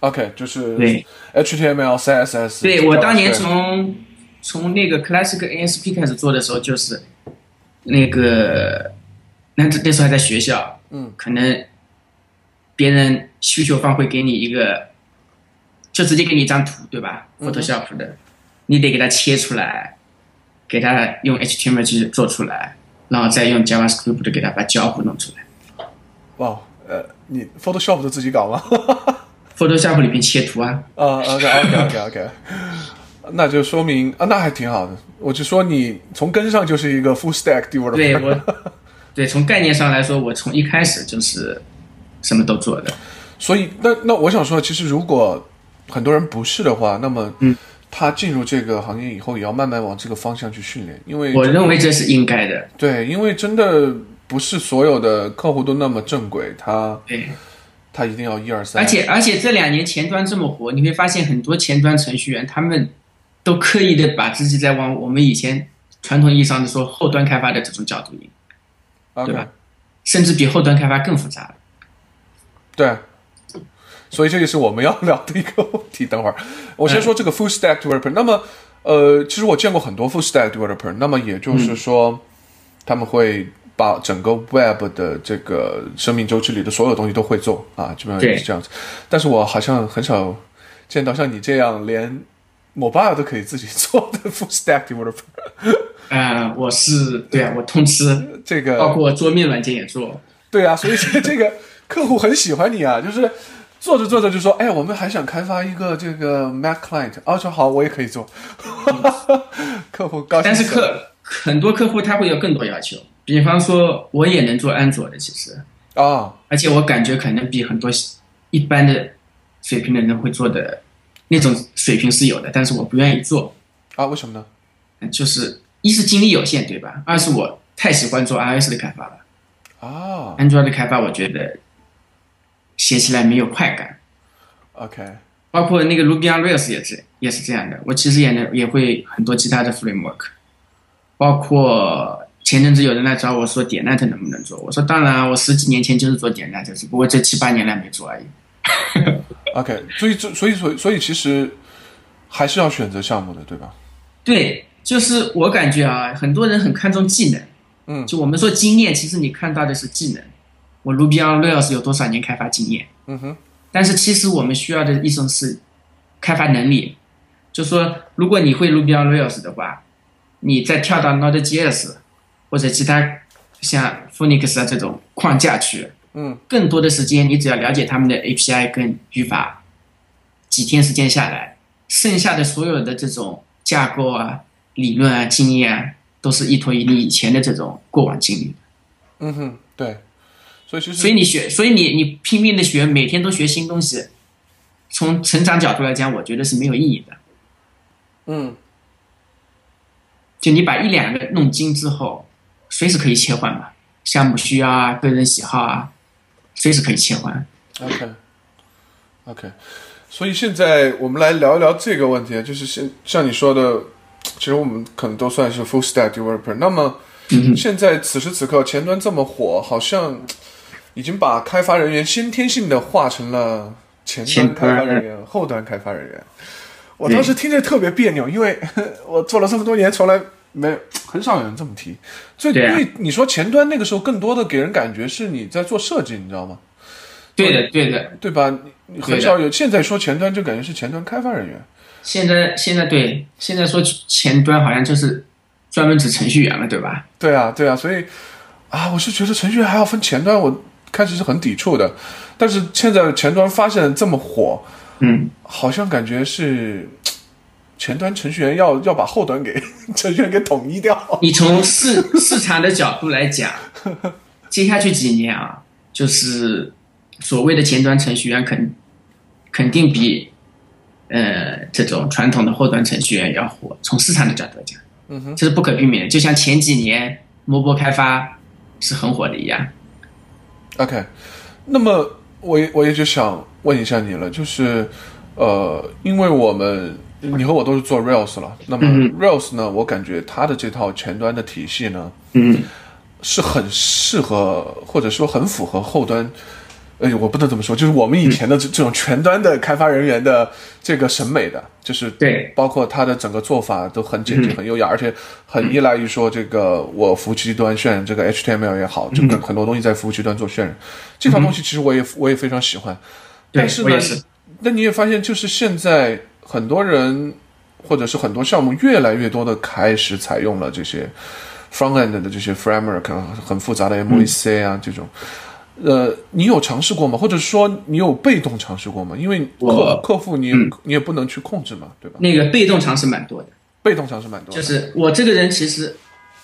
Speaker 1: OK，就是
Speaker 2: 对
Speaker 1: HTML、CSS 这种。
Speaker 2: 对我当年
Speaker 1: 对
Speaker 2: 从从那个 Classic ASP 开始做的时候，就是那个那那时候还在学校，
Speaker 1: 嗯，
Speaker 2: 可能别人需求方会给你一个，就直接给你一张图，对吧？Photoshop
Speaker 1: 嗯
Speaker 2: 的，你得给它切出来，给它用 HTML 去做出来，然后再用 JavaScript 给它把交互弄出来。
Speaker 1: 哇，呃，你 Photoshop 都自己搞吗？
Speaker 2: Photoshop 里面切图啊，
Speaker 1: 啊，OK，OK，OK，OK，那就说明啊，那还挺好的。我就说你从根上就是一个 full stack
Speaker 2: 对
Speaker 1: developer。
Speaker 2: 我， 对从概念上来说，我从一开始就是什么都做的。
Speaker 1: 所以，那那我想说，其实如果很多人不是的话，那么
Speaker 2: 嗯
Speaker 1: 他进入这个行业以后，也要慢慢往这个方向去训练，因为
Speaker 2: 我认为这是应该的。
Speaker 1: 对，因为真的不是所有的客户都那么正轨，他
Speaker 2: 对，
Speaker 1: 他一定要一二三，
Speaker 2: 而且而且这两年前端这么火，你会发现很多前端程序员他们都刻意的把自己在往我们以前传统意义上的说后端开发的这种角度引，
Speaker 1: OK，
Speaker 2: 对吧甚至比后端开发更复杂了。
Speaker 1: 对，所以这也是我们要聊的一个问题。 等会儿，我先说这个 full stack developer。那么，呃，其实我见过很多 full stack developer。那么也就是说，他们会把整个 web 的这个生命周期里的所有东西都会做啊，基本上
Speaker 2: 对
Speaker 1: 是这样子。但是我好像很少见到像你这样连 mobile 都可以自己做的 full stack developer。
Speaker 2: 呃，我是对啊，我通吃，
Speaker 1: 这个
Speaker 2: 包括桌面软件也做。
Speaker 1: 对啊，所以这这个客户很喜欢你啊，就是做着做着就说，哎，我们还想开发一个这个 Mac client，哦，说好我也可以做， 客户高兴
Speaker 2: 但
Speaker 1: 死
Speaker 2: 呃是
Speaker 1: 了。
Speaker 2: 客很多客户他会有更多要求，比方说我也能做安卓的，其实，
Speaker 1: 啊、
Speaker 2: 而且我感觉可能比很多一般的水平的人会做的那种水平是有的，但是我不愿意做。
Speaker 1: 啊，为什么呢？
Speaker 2: 嗯就是一是精力有限，对吧？二是我太喜欢做 iOS 的开发了，
Speaker 1: 啊
Speaker 2: 安卓的开发我觉得写起来没有快感。
Speaker 1: ，OK，
Speaker 2: 包括那个 Ruby on Rails 也是也是这样的，我其实也能也会很多其他的 framework，包括前阵子有人来找我说点 net 能不能做，我说当然啊，我十几年前就是做点 net，只不过这七八年来没做而已。
Speaker 1: OK，所以这所以所以所以其实还是要选择项目的，对吧？
Speaker 2: 对，就是我感觉啊，很多人很看重技能，
Speaker 1: 嗯
Speaker 2: 就我们说经验，其实你看到的是技能。我 Ruby on Rails 有多少年开发经验？
Speaker 1: 嗯哼，
Speaker 2: 但是其实我们需要的一种是开发能力，就说如果你会 Ruby on Rails 的话，你再跳到 Node.js 或者其他像 Phoenix 啊这种框架去，
Speaker 1: 嗯，
Speaker 2: 更多的时间你只要了解他们的 API 跟语法，几天时间下来，剩下的所有的这种架构啊、理论啊、经验啊，都是依托于你以前的这种过往经历。
Speaker 1: 嗯哼，对，所以其
Speaker 2: 所以
Speaker 1: 实
Speaker 2: 你学，所以你你拼命的学，每天都学新东西，从成长角度来讲，我觉得是没有意义的。
Speaker 1: 嗯
Speaker 2: 就你把一两个弄精之后，随时可以切换嘛，项目需要啊，个人喜好啊，随时可以切换。
Speaker 1: ，OK OK，所以现在我们来聊一聊这个问题，就是像像你说的，其实我们可能都算是 full stack developer。那么
Speaker 2: 嗯哼，
Speaker 1: 现在此时此刻，前端这么火，好像已经把开发人员先天性的化成了前端
Speaker 2: 前
Speaker 1: 开
Speaker 2: 端
Speaker 1: 发人员、后端开发人员。我当时听着特别别扭，因为 我做了这么多年，从来没很少有人这么提。所以，
Speaker 2: 对啊
Speaker 1: 因为你说前端那个时候，更多的给人感觉是你在做设计，你知道吗？
Speaker 2: 对的，对的。
Speaker 1: 对吧？你你很
Speaker 2: 对的
Speaker 1: 少有现在说前端，就感觉是前端开发人员。
Speaker 2: 现在现在对，现在说前端好像就是专门指程序员了，对吧？
Speaker 1: 对啊，对啊，所以啊，我是觉得程序员还要分前端，我开始是很抵触的，但是现在前端发现这么火，
Speaker 2: 嗯，
Speaker 1: 好像感觉是前端程序员要要把后端给 程序员给统一掉。
Speaker 2: 你从市市场的角度来讲，接下去几年啊，就是所谓的前端程序员肯肯定比呃这种传统的后端程序员要火。从市场的角度来讲，
Speaker 1: 嗯哼，
Speaker 2: 这是不可避免的。就像前几年 mobile 开发是很火的一样，
Speaker 1: OK，那么我也我也就想问一下你了，就是呃，因为我们你和我都是做 Rails 了，那么
Speaker 2: 嗯
Speaker 1: Rails 呢，我感觉它的这套前端的体系呢，
Speaker 2: 嗯，
Speaker 1: 是很适合或者说很符合后端。哎，我不能这么说，就是我们以前的这这种全端的开发人员的这个审美的，就是
Speaker 2: 对
Speaker 1: 包括它的整个做法都很简洁、
Speaker 2: 嗯
Speaker 1: 很优雅，而且很依赖于说这个我服务器端渲染这个 HTML 也好，这
Speaker 2: 嗯
Speaker 1: 个很多东西在服务器端做渲染，这套东西其实我也我也非常喜欢。
Speaker 2: 对
Speaker 1: 但是
Speaker 2: 我
Speaker 1: 呢
Speaker 2: 也是，
Speaker 1: 那你也发现，就是现在很多人或者是很多项目越来越多的开始采用了这些 front end 的这些 framework，啊很复
Speaker 2: 嗯
Speaker 1: 杂的 MVC 啊、这种。呃，你有尝试过吗？或者说你有被动尝试过吗？因为客
Speaker 2: 我嗯
Speaker 1: 客户你也、你也不能去控制嘛，对吧？
Speaker 2: 那个被动尝试蛮多的。
Speaker 1: 被动尝试蛮多的，
Speaker 2: 就是我这个人其实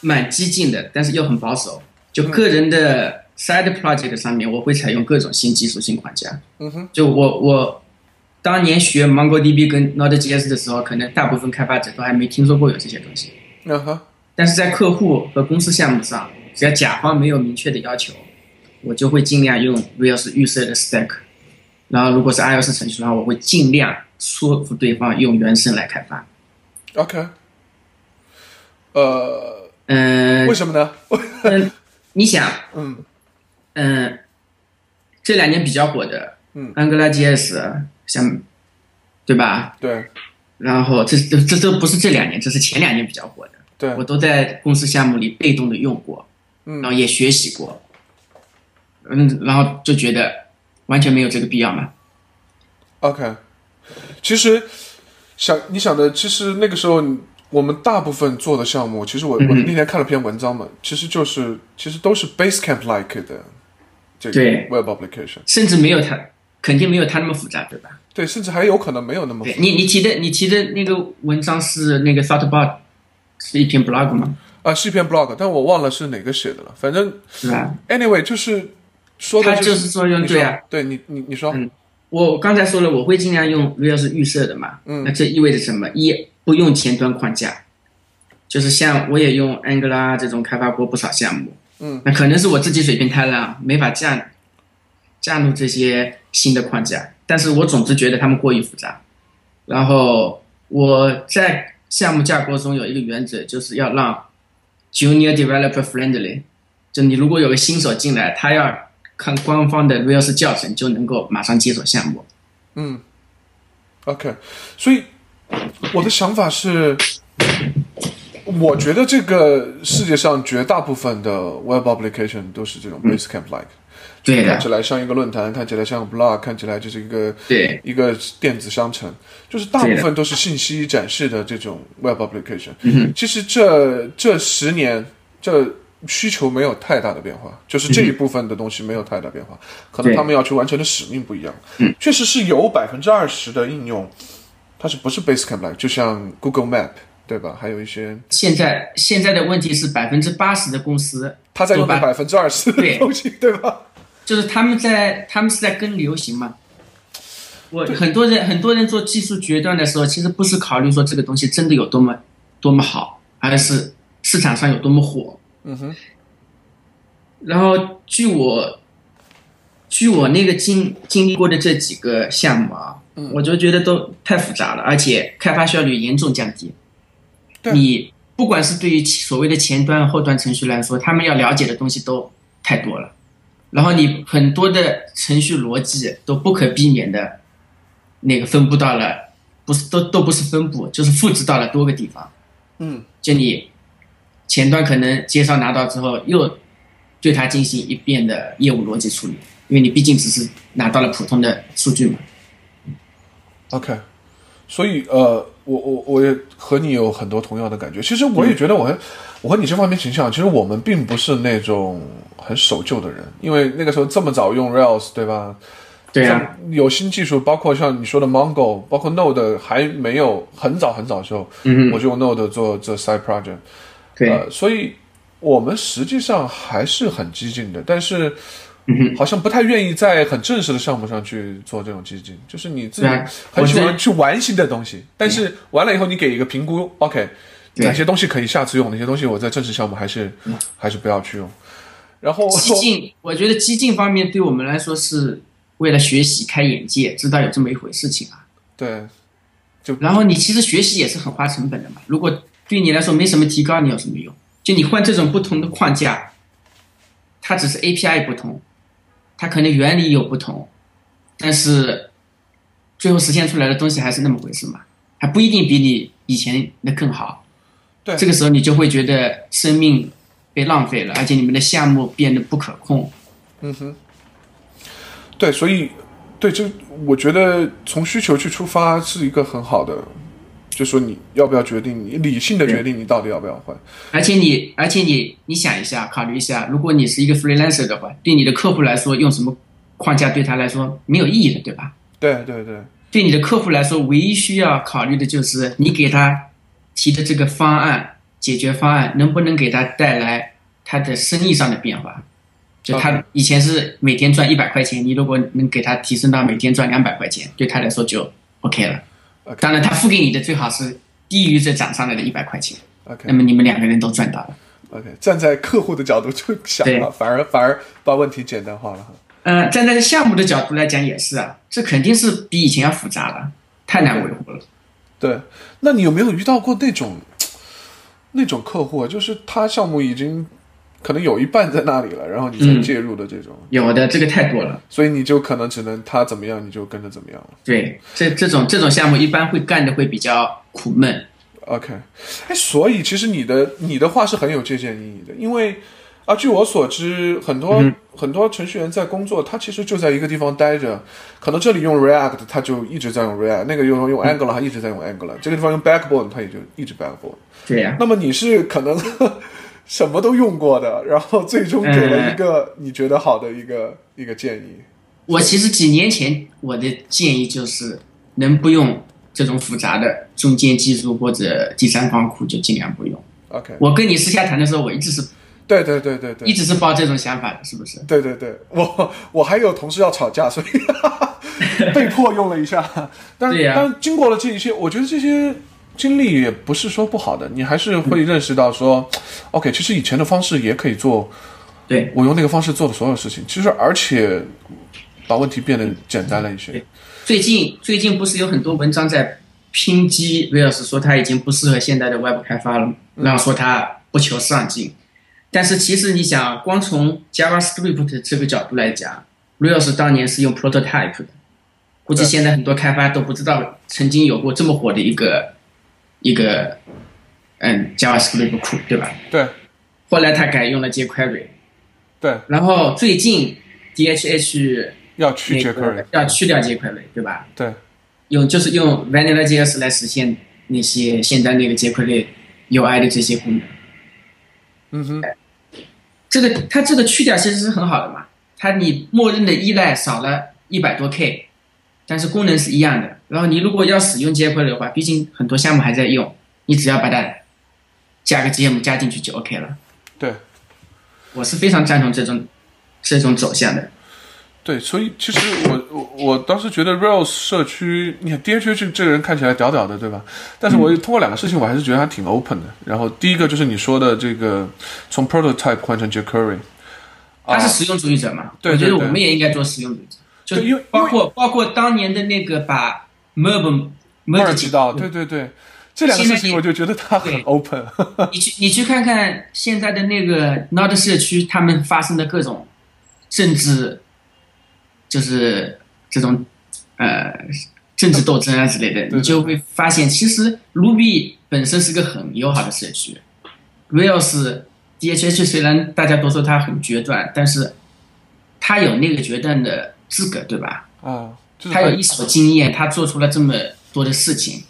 Speaker 2: 蛮激进的，但是又很保守。
Speaker 1: 嗯
Speaker 2: 就个人的 side project 上面，我会采用各种新技术、新框架。
Speaker 1: 嗯哼，
Speaker 2: 就我我当年学 MongoDB 跟 Node.js 的时候，可能大部分开发者都还没听说过有这些东西。
Speaker 1: 那哈、
Speaker 2: 但是在客户和公司项目上，只要甲方没有明确的要求，我就会尽量用 Rails 预设的 stack。然后如果是 iOS 程序的话，我会尽量说服对方用原生来开发。
Speaker 1: OK，呃，
Speaker 2: 嗯、
Speaker 1: 为什么呢？
Speaker 2: 嗯，你想，
Speaker 1: 嗯
Speaker 2: 嗯，这两年比较火的，
Speaker 1: 嗯
Speaker 2: ，AngularJS，像，对吧？
Speaker 1: 对
Speaker 2: 然后这这这都不是这两年，这是前两年比较火的，
Speaker 1: 对
Speaker 2: 我，都在公司项目里被动的用过，然后
Speaker 1: 嗯嗯
Speaker 2: 也学习过，嗯，然后就觉得完全没有这个必要嘛。
Speaker 1: ，OK，其实想你想的，其实那个时候你我们大部分做的项目，其实我
Speaker 2: 嗯
Speaker 1: 我那天看了篇文章嘛，其实就是其实都是 Basecamp like 的这个
Speaker 2: 对
Speaker 1: Web application，
Speaker 2: 甚至没有它，肯定没有它那么复杂，对吧？
Speaker 1: 对，甚至还有可能没有那么
Speaker 2: 对你你提的你提的那个文章是那个 Thoughtbot 是一篇 blog 吗？
Speaker 1: 啊，是一篇 blog，但我忘了是哪个写的了，反正
Speaker 2: 是吧？
Speaker 1: anyway 就是说的
Speaker 2: 它就是说用
Speaker 1: 你说
Speaker 2: 对啊，
Speaker 1: 对你你你说，
Speaker 2: 嗯我刚才说了，我会尽量用 Rails 预设的嘛。
Speaker 1: 嗯
Speaker 2: 那这意味着什么？一不用前端框架，就是像我也用 Angular 这种开发过不少项目。
Speaker 1: 嗯，
Speaker 2: 那可能是我自己水平太烂啊，没法驾驾入这些新的框架。但是我总是觉得它们过于复杂。然后我在项目架构中有一个原则，就是要让 Junior Developer Friendly，就你如果有个新手进来，他要看官方的 Rails 教程就能够马上接手项目。
Speaker 1: 嗯，OK，所以我的想法是，我觉得这个世界上绝大部分的 Web application 都是这种 Basecamp like，、
Speaker 2: 嗯对
Speaker 1: 看
Speaker 2: 的
Speaker 1: 起，来像一个论坛，看起来像个 blog，看起来就是一个
Speaker 2: 对
Speaker 1: 一个电子商城，就是大部
Speaker 2: 对嗯
Speaker 1: 分都是信息展示的这种 Web application
Speaker 2: 哼。
Speaker 1: 其实这这十年这。需求没有太大的变化，就是这一部分的东西没有太大变化，可能
Speaker 2: 嗯对
Speaker 1: 他们要去完成的使命不一样。
Speaker 2: 嗯
Speaker 1: 确实是有百分之二十的应用，它是不是 Basecamp like，就像 Google Map 对吧？还有一些
Speaker 2: 现在现在的问题是百分之八十的公司，
Speaker 1: 他在用那
Speaker 2: 都把
Speaker 1: 百分之二十的
Speaker 2: 对
Speaker 1: 东西，对吧？
Speaker 2: 就是他们在他们是在跟流行嘛。我很多人很多人做技术决断的时候，其实不是考虑说这个东西真的有多么多么好，而是市场上有多么火。
Speaker 1: 嗯哼，
Speaker 2: 然后据我据我那个经经历过的这几个项目啊，我就觉得都太复杂了，而且开发效率严重降低。
Speaker 1: 对
Speaker 2: 你不管是对于所谓的前端、后端程序来说，他们要了解的东西都太多了，然后你很多的程序逻辑都不可避免的那个分布到了不是都都不是分布，就是复制到了多个地方。
Speaker 3: 嗯
Speaker 2: 就你前端可能介绍拿到之后，又对它进行一遍的业务逻辑处理，因为你毕竟只是拿到了普通的数据嘛。
Speaker 1: OK，所以呃，我我我也和你有很多同样的感觉。其实我也觉得我和、我和你这方面倾向，其实我们并不是那种很守旧的人，因为那个时候这么早用 Rails，对吧？
Speaker 2: 对啊，
Speaker 1: 像有新技术，包括像你说的 Mongo，包括 Node 还没有很早很早的时候，
Speaker 2: 嗯
Speaker 1: 我
Speaker 2: 哼，
Speaker 1: 就用 Node 做做 side project。
Speaker 2: 对，
Speaker 1: 呃，所以我们实际上还是很激进的，但是
Speaker 2: 嗯
Speaker 1: 好像不太愿意在很正式的项目上去做这种激进，就是你自己
Speaker 2: 对啊
Speaker 1: 很
Speaker 2: 我
Speaker 1: 喜欢
Speaker 2: 在
Speaker 1: 去玩新的东西，但是完了以后你给一个评估，OK，
Speaker 2: 对嗯
Speaker 1: 哪些东西可以下次用，哪些东西我在正式项目还是还是不要去用。然后
Speaker 2: 激进，我觉得激进方面对我们来说是为了学习开眼界，知道有这么一回事情啊。
Speaker 1: 对，
Speaker 2: 然后你其实学习也是很花成本的嘛，如果对你来说没什么提高，你有什么用？就你换这种不同的框架，它只是 API 不同，它可能原理有不同，但是最后实现出来的东西还是那么回事嘛，还不一定比你以前的更好。
Speaker 1: 对
Speaker 2: 这个时候你就会觉得生命被浪费了，而且你们的项目变得不可控。
Speaker 1: 对，所以对这，我觉得从需求去出发是一个很好的，就说你要不要决定，你理性的决定你到底要不要换。
Speaker 2: 而且你，而且你，你想一下，考虑一下，如果你是一个 freelancer 的话，对你的客户来说，用什么框架对他来说没有意义的，对吧？
Speaker 1: 对对对，
Speaker 2: 对你的客户来说，唯一需要考虑的就是你给他提的这个方案、解决方案能不能给他带来他的生意上的变化。就他
Speaker 1: OK
Speaker 2: 以前是每天赚一百块钱，你如果能给他提升到每天赚两百块钱，对他来说就 OK 了。
Speaker 1: OK
Speaker 2: 当然，他付给你的最好是低于这涨上来的一百块钱，
Speaker 1: OK
Speaker 2: 那么你们两个人都赚到了。
Speaker 1: OK，站在客户的角度去想
Speaker 2: 对
Speaker 1: 了，反而反而把问题简单化了哈。
Speaker 2: 呃，站在项目的角度来讲也是啊，这肯定是比以前要复杂了，太难维护了。
Speaker 1: 对，那你有没有遇到过那种那种客户啊？就是他项目已经可能有一半在那里了，然后你才
Speaker 2: 嗯
Speaker 1: 介入的这种，
Speaker 2: 有的这个太多了，
Speaker 1: 所以你就可能只能他怎么样你就跟着怎么样了。
Speaker 2: 对，这这种这种项目一般会干的会比较苦闷。
Speaker 1: OK，哎，所以其实你的你的话是很有借鉴意义的，因为啊，据我所知，很多、很多程序员在工作，他其实就在一个地方待着，可能这里用 React，他就一直在用 React，那个用用 Angular，他一直在用 Angular，这个地方用 Backbone，他也就一直 Backbone。
Speaker 2: 对呀、
Speaker 1: 那么你是可能什么都用过的，然后最终给了一个你觉得好的一个、一个建议。
Speaker 2: 我其实几年前我的建议就是，能不用这种复杂的中间技术或者第三方库就尽量不用。
Speaker 1: OK，
Speaker 2: 我跟你私下谈的时候，我一直是
Speaker 1: 对对对对对
Speaker 2: 一，直是抱这种想法的，是不是？
Speaker 1: 对对对，我 我还有同事要吵架，所以 被迫用了一下。但是、
Speaker 2: 对呀
Speaker 1: 但经过了这一些，我觉得这些经历也不是说不好的，你还是会认识到说、o k 其实以前的方式也可以做，
Speaker 2: 对
Speaker 1: 我用那个方式做的所有事情，其实而且把问题变得简单了一些。
Speaker 2: 最近最近不是有很多文章在抨击威尔斯，说他已经不适合现代的 Web 开发了嘛，然后说他不求上进。但是其实你想，光从 JavaScript 这个角度来讲，Rails 当年是用 Prototype 的，估计
Speaker 1: 对
Speaker 2: 现在很多开发都不知道曾经有过这么火的一个一个嗯 JavaScript 库，对吧？
Speaker 1: 对
Speaker 2: 后来他改用了 jQuery，
Speaker 1: 对，
Speaker 2: 然后最近 DHH
Speaker 1: 要去
Speaker 2: 那
Speaker 1: 杰克
Speaker 2: 个
Speaker 1: 瑞，
Speaker 2: 要去掉 jQuery，对吧？
Speaker 1: 对
Speaker 2: 用就是用 Vanilla JS 来实现那些现在那个 jQuery UI 的这些功能。
Speaker 1: 嗯哼，
Speaker 2: 这个它这个去掉其实是很好的嘛，它你默认的依赖少了一百多 K，但是功能是一样的。然后你如果要使用 jQuery 的话，毕竟很多项目还在用，你只要把它加个 GM 加进去就 OK 了。
Speaker 1: 对。
Speaker 2: 我是非常赞同这种这种走向的。
Speaker 1: 对，所以其实我我我当时觉得 Rails 社区，你看 DHH 这个人看起来屌屌的，对吧？但是我
Speaker 2: 嗯
Speaker 1: 通过两个事情，我还是觉得他挺 open 的。然后第一个就是你说的这个从 prototype 换成 jQuery，
Speaker 2: 他是实用主义者嘛，
Speaker 1: 啊对
Speaker 2: 我觉
Speaker 1: 对
Speaker 2: 得
Speaker 1: 对
Speaker 2: 我们也应该做实用主义者，就
Speaker 1: 对因为因为
Speaker 2: 是包括包括当年的那个把 Merb
Speaker 1: 我
Speaker 2: Merb
Speaker 1: 知道，对对对，这两个事情我就觉得他很
Speaker 2: 对
Speaker 1: open。
Speaker 2: 你去你去看看现在的那个 Node 社区，他们发生的各种政治，就是这种呃政治斗争啊之类的，
Speaker 1: 对
Speaker 2: 你就会发现，其实 Ruby 本身是个很友好的社区。Rails、DHH 虽然大家都说它很决断，但是它有那个决断的资格，对吧？
Speaker 1: 啊，就是
Speaker 2: 他有
Speaker 1: 很
Speaker 2: 一手经验，他做出了这么多的事情。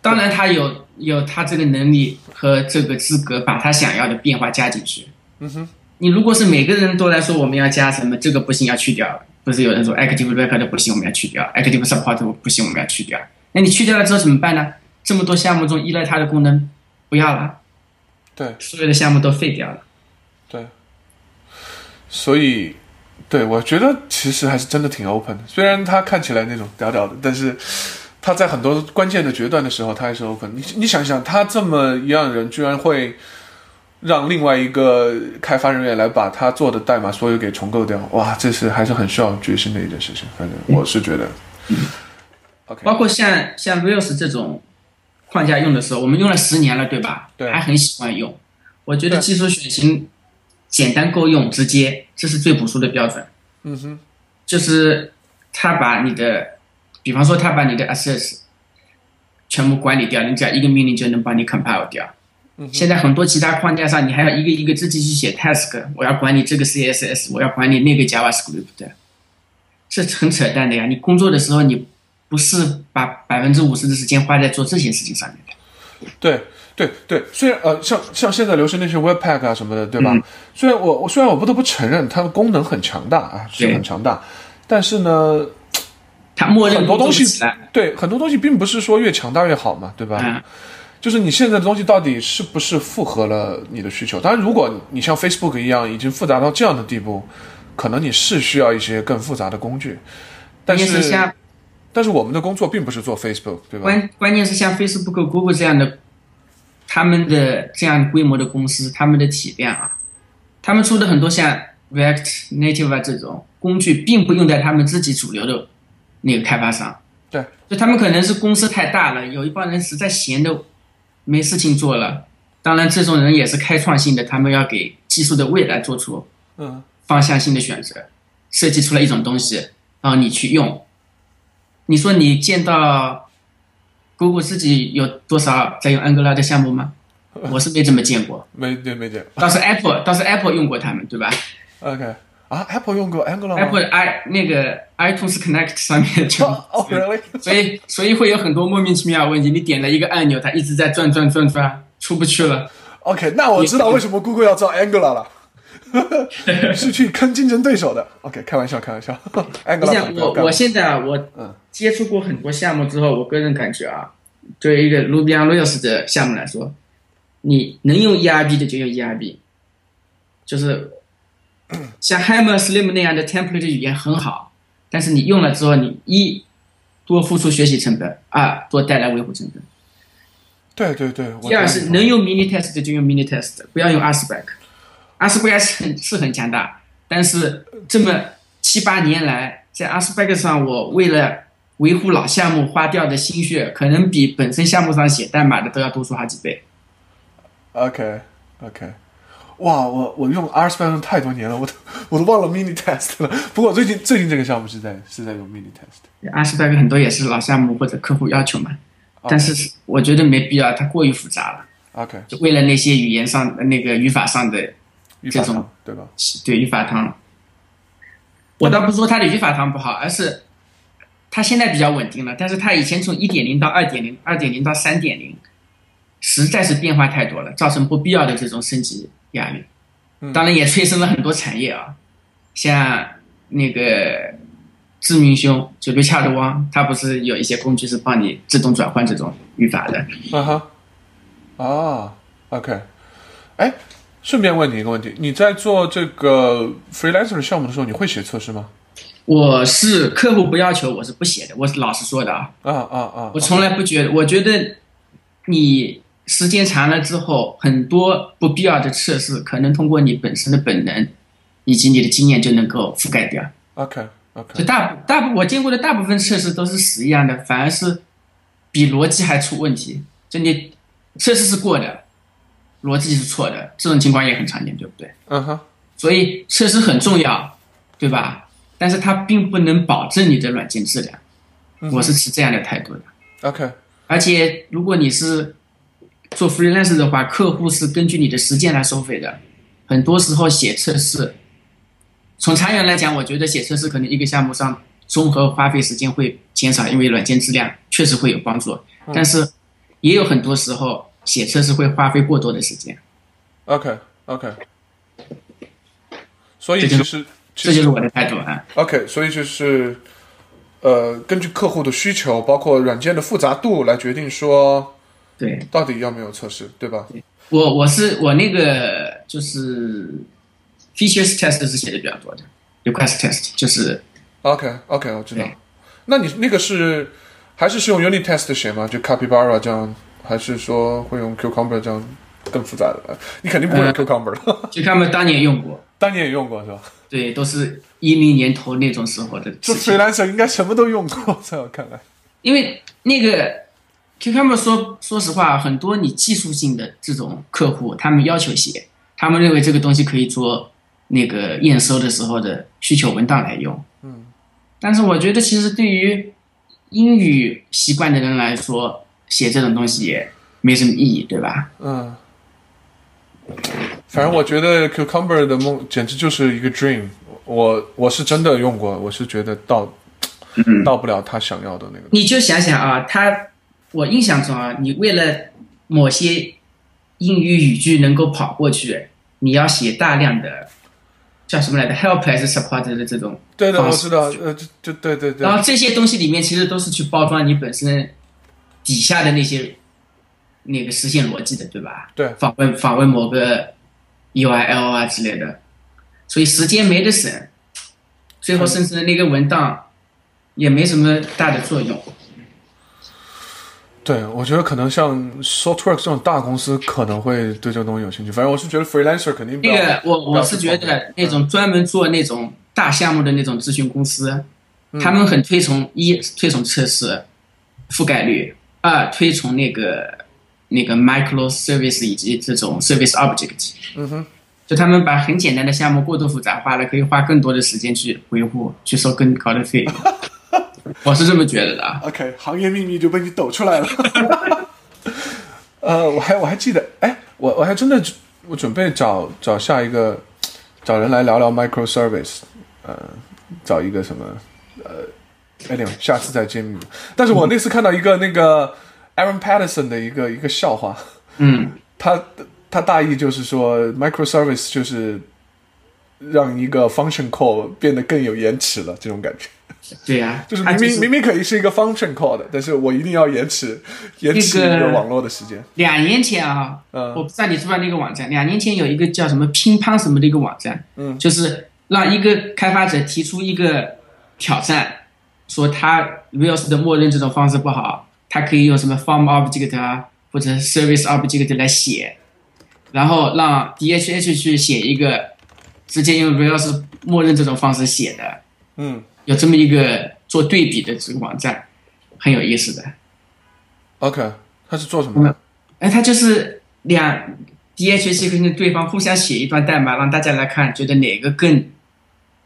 Speaker 2: 当然，他有有他这个能力和这个资格，把他想要的变化加进去。
Speaker 1: 嗯哼，
Speaker 2: 你如果是每个人都来说我们要加什么，这个不行要去掉，不是有人说 active record 不行我们要去掉，active support 不行我们要去掉，那你去掉了之后怎么办呢？这么多项目中依赖它的功能不要了，
Speaker 1: 对
Speaker 2: 所有的项目都废掉了。
Speaker 1: 对，所以对我觉得其实还是真的挺 open 的，虽然他看起来那种屌屌的，但是他在很多关键的决断的时候，他还是 open 你。你想想，他这么一样的人，居然会让另外一个开发人员来把他做的代码所有给重构掉，哇，这是还是很需要决心的一件事情。反正我是觉得，
Speaker 2: 包括像像 Rails 这种框架用的时候，我们用了十年了，对吧？
Speaker 1: 对
Speaker 2: 还很喜欢用。我觉得
Speaker 1: 对
Speaker 2: 技术选型简单够用，直接，这是最朴素的标准。
Speaker 1: 嗯哼，
Speaker 2: 就是他把你的，比方说他把你的 access 全部管理掉，你只要一个命令就能帮你 compile 掉。
Speaker 1: 嗯哼，
Speaker 2: 现在很多其他框架上，你还要一个一个自己去写 task，我要管理这个 CSS，我要管理那个 JavaScript，这很扯淡的呀！你工作的时候，你不是把百分之五十的时间花在做这些事情上面的。
Speaker 1: 对对对，虽然呃，像像现在流行那些 Webpack 啊什么的，对
Speaker 2: 嗯
Speaker 1: 吧？虽然我我虽然我不得不承认它的功能很强大啊，是
Speaker 2: 对
Speaker 1: 很强大，但是呢，
Speaker 2: 他默认
Speaker 1: 很多东
Speaker 2: 工作不啊起
Speaker 1: 西
Speaker 2: 来，
Speaker 1: 对很多东西并不是说越强大越好嘛，对吧？
Speaker 2: 嗯
Speaker 1: 就是你现在的东西到底是不是符合了你的需求？当然，如果你像 Facebook 一样已经复杂到这样的地步，可能你是需要一些更复杂的工具，但
Speaker 2: 关键是
Speaker 1: 是
Speaker 2: 像
Speaker 1: 但是我们的工作并不是做 Facebook，对吧？
Speaker 2: 关关键是像 Facebook、Google 这样的，他们的这样规模的公司，他们的体量啊，他们出的很多像 React Native 啊这种工具，并不用在他们自己主流的那个开发上。
Speaker 1: 对，
Speaker 2: 就他们可能是公司太大了，有一帮人实在闲的没事情做了。当然，这种人也是开创性的，他们要给技术的未来做出
Speaker 1: 嗯，
Speaker 2: 方向性的选择，设计出来一种东西，然后你去用。你说你见到 Google 自己有多少在用 Angular 的项 目吗？我是没怎么见过，
Speaker 1: 没对没对
Speaker 2: 倒是 Apple 倒是 Apple 用过他们，对吧
Speaker 1: OK 啊，Apple 用过 Angular 吗
Speaker 2: ？Apple i 那个 iTunes Connect 上 面就
Speaker 1: 哦哦，really？
Speaker 2: 所以所以会有很多莫名其妙的问题。你点了一个按钮，它一直在转转转转，出不去了。
Speaker 1: OK，那我知道为什么 Google 要造 Angular 了， 是去坑竞争对手的。OK，开玩笑，开玩笑。
Speaker 2: 你
Speaker 1: Angular
Speaker 2: 想
Speaker 1: 反正
Speaker 2: 我
Speaker 1: 干
Speaker 2: 我现在啊，我
Speaker 1: 嗯
Speaker 2: 接触过很多项目之后，我个人感觉啊，对于一个 Ruby on Rails 的项目来说，你能用 ERB 的就用 ERB，就是像 Hammer Slim 那样的 template 语言很好，但是你用了之后，你一多付出学习成本，二多带来维护成本。
Speaker 1: 对对对，我
Speaker 2: 第二
Speaker 1: 懂
Speaker 2: 是
Speaker 1: 你
Speaker 2: 能用 mini test 的就用 mini test，不要用 ASPEC。ASPEC 是很是很强大，但是这么七八年来，在 ASPEC 上，我为了维护老项目花掉的心血，可能比本身项目上写代码的都要多出好几倍。
Speaker 1: OK OK，哇，我我用 R Spec 用太多年了，我都 我都忘了 Mini Test 了。不过我最近最近这个项目是在是在用 Mini Test。
Speaker 2: ASPEC 很多也是老项目或者客户要求嘛，
Speaker 1: OK
Speaker 2: 但是我觉得没必要，它过于复杂了。
Speaker 1: OK，
Speaker 2: 就为了那些语言上那个语法上的
Speaker 1: 预判
Speaker 2: 这
Speaker 1: 上
Speaker 2: 种
Speaker 1: 对吧？
Speaker 2: 对语法堂，我倒不是说它的语法堂不好，而是它现在比较稳定了。但是它以前从一点零到二点零，二点零到三点零，实在是变化太多了，造成不必要的这种升级压力
Speaker 1: 嗯。
Speaker 2: 当然也催生了很多产业啊，像那个知名兄就 Richard Wang，他不是有一些工具是帮你自动转换这种语法的。
Speaker 1: 啊哈，啊，OK，哎，顺便问你一个问题，你在做这个 freelancer 项目的时候，你会写测试吗？
Speaker 2: 我是客户不要求，我是不写的，我是老实说的啊。
Speaker 1: 啊啊啊！
Speaker 2: 我从来不觉得，我觉得你时间长了之后，很多不必要的测试，可能通过你本身的本能以及你的经验就能够覆盖掉。
Speaker 1: OK OK
Speaker 2: 就大部大部我见过的大部分测试都是屎一样的，反而是比逻辑还出问题。就你测试是过的，逻辑是错的，这种情况也很常见，对不对？
Speaker 1: 嗯哼
Speaker 2: 所以测试很重要，对吧？但是它并不能保证你的软件质量。我是持这样的态度的。
Speaker 1: OK，
Speaker 2: 而且如果你是做 freelancer 的话，客户是根据你的时间来收费的。很多时候写测试，从长远来讲，我觉得写测试可能一个项目上综合花费时间会减少，因为软件质量确实会有帮助。但是也有很多时候写测试会花费过多的时间。
Speaker 1: OK OK，所以
Speaker 2: 这就
Speaker 1: 其
Speaker 2: 是
Speaker 1: 实其
Speaker 2: 这就
Speaker 1: 实
Speaker 2: 是我的态度啊。
Speaker 1: OK，所以就是呃，根据客户的需求，包括软件的复杂度来决定说
Speaker 2: 对
Speaker 1: 到底要没有测试，对吧？
Speaker 2: 我，我是我那个就是 features test 是写的比较多的，request test 就是。
Speaker 1: OK OK，我知道
Speaker 2: 对。
Speaker 1: 那你那个是还是是用 Unit Test 写吗？就 Capybara 这样，还是说会用 Cucumber 这样更复杂的？你肯定不会用 Cucumber 了，
Speaker 2: 就他们当年用过，
Speaker 1: 当呃年也用过是吧？
Speaker 2: 对，都是一零年头那种时候的
Speaker 1: 这
Speaker 2: 事情。
Speaker 1: freelancer 应该什么都用过，在我看来。
Speaker 2: 因为那个 Q 他们说，说实话，很多你技术性的这种客户，他们要求写，他们认为这个东西可以做那个验收的时候的需求文档来用。
Speaker 1: 嗯，
Speaker 2: 但是我觉得其实对于英语习惯的人来说，写这种东西也没什么意义，对吧？
Speaker 1: 嗯，反正我觉得 Cucumber 的梦简直就是一个 dream。我我是真的用过，我是觉得到到不了他想要的那个。
Speaker 2: 你就想想啊，他，我印象中啊，你为了某些英语语句能够跑过去，你要写大量的叫什么来着，help 还是 support 的这种，
Speaker 1: 对的，
Speaker 2: 方
Speaker 1: 我
Speaker 2: 式
Speaker 1: 知道，呃，就就对对对
Speaker 2: 然，后这些东西里面其实都是去包装你本身底下的那些那个实现逻辑的，对吧？
Speaker 1: 对
Speaker 2: 访问访问某个 URL 啊之类的，所以时间没得省，最后生成的那个文档也没什么大的作用。
Speaker 1: 对，我觉得可能像 SoftWorks 这种大公司可能会对这个东西有兴趣。反正我是觉得 freelancer 肯定不
Speaker 2: 那
Speaker 1: 要。
Speaker 2: 个我
Speaker 1: 不要
Speaker 2: 我是
Speaker 1: 去
Speaker 2: 觉
Speaker 1: 碰
Speaker 2: 得那种专门做那种大项目的那种咨询公司，
Speaker 1: 嗯
Speaker 2: 他们很推崇一推崇测试覆盖率，二推崇那个那个 micro service 以及这种 service object，
Speaker 1: 嗯哼，
Speaker 2: 就他们把很简单的项目过度复杂化了，可以花更多的时间去维护，去收更高的 费用。我是这么觉得的啊。
Speaker 1: OK，行业秘密就被你抖出来了。呃，我还我还记得，哎，我我还真的我准备找找下一个找人来聊聊 microservice，呃，找一个什么呃，anyway，下次再揭秘。但是我那次看到一个那个 Aaron Patterson 的一个一个笑话，
Speaker 2: 嗯，
Speaker 1: 他他大意就是说 microservice 就是让一个 function call 变得更有延迟了，这种感觉。
Speaker 2: 对啊呀、
Speaker 1: 就是
Speaker 2: 它
Speaker 1: 明明明明可以是一个 function call 的，但是我一定要延迟延迟一
Speaker 2: 那
Speaker 1: 个
Speaker 2: 个
Speaker 1: 网络的时间。
Speaker 2: 两年前啊，
Speaker 1: 嗯
Speaker 2: 我不知道你知不知道那个网站。两年前有一个叫什么乒乓什么的一个网站，
Speaker 1: 嗯
Speaker 2: 就是让一个开发者提出一个挑战，说他 Rails 的默认这种方式不好，他可以用什么 Form Object 啊或者 Service Object 来写，然后让 DHH 去写一个直接用 Rails 默认这种方式写的，
Speaker 1: 嗯
Speaker 2: 有这么一个做对比的这个网站，很有意思的。
Speaker 1: ，OK，他是做什么的？
Speaker 2: 哎，他就是两 DHH 跟对方互相写一段代码，让大家来看，觉得哪个更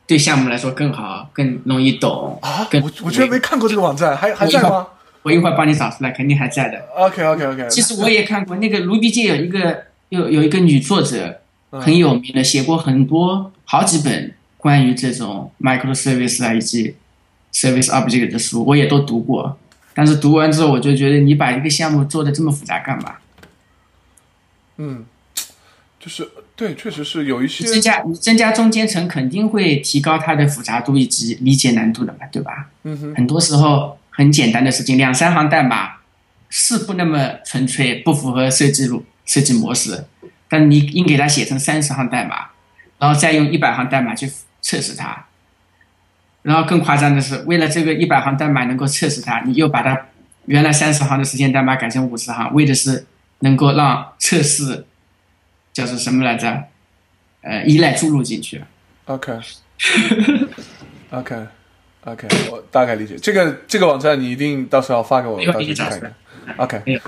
Speaker 2: 对项目来说更好，更容易懂
Speaker 1: 啊，
Speaker 2: 更
Speaker 1: 我我居然没看过这个网站，还还在吗
Speaker 2: 我一会儿帮你找出来，肯定还在的。
Speaker 1: ？OK OK OK，
Speaker 2: 其实我也看过那个卢比界有一个有有一个女作者很有名的，写过很多好几本关于这种 microservice 啊以及 service object 的书，我也都读过。但是读完之后，我就觉得你把一个项目做的这么复杂干嘛？
Speaker 1: 嗯，就是对，确实是有一些
Speaker 2: 增加你增加中间层肯定会提高它的复杂度以及理解难度的嘛，对吧？
Speaker 1: 嗯哼
Speaker 2: 很多时候很简单的事情，两三行代码是不那么纯粹，不符合设计路设计模式，但你硬给它写成三十行代码，然后再用一百行代码去测试它，然后更夸张的是，为了这个一百行代码能够测试它，你又把它原来三十行的实现代码改成五十行，为的是能够让测试叫做什么来着？呃，依赖注入进去。
Speaker 1: ，OK OK OK，我大概理解这个这个网站，你一定到时候发给我，
Speaker 2: 一
Speaker 1: 到时候
Speaker 2: 会儿给
Speaker 1: 去
Speaker 2: 你找
Speaker 1: 看一
Speaker 2: 出来
Speaker 1: 看。。OK，
Speaker 2: 没有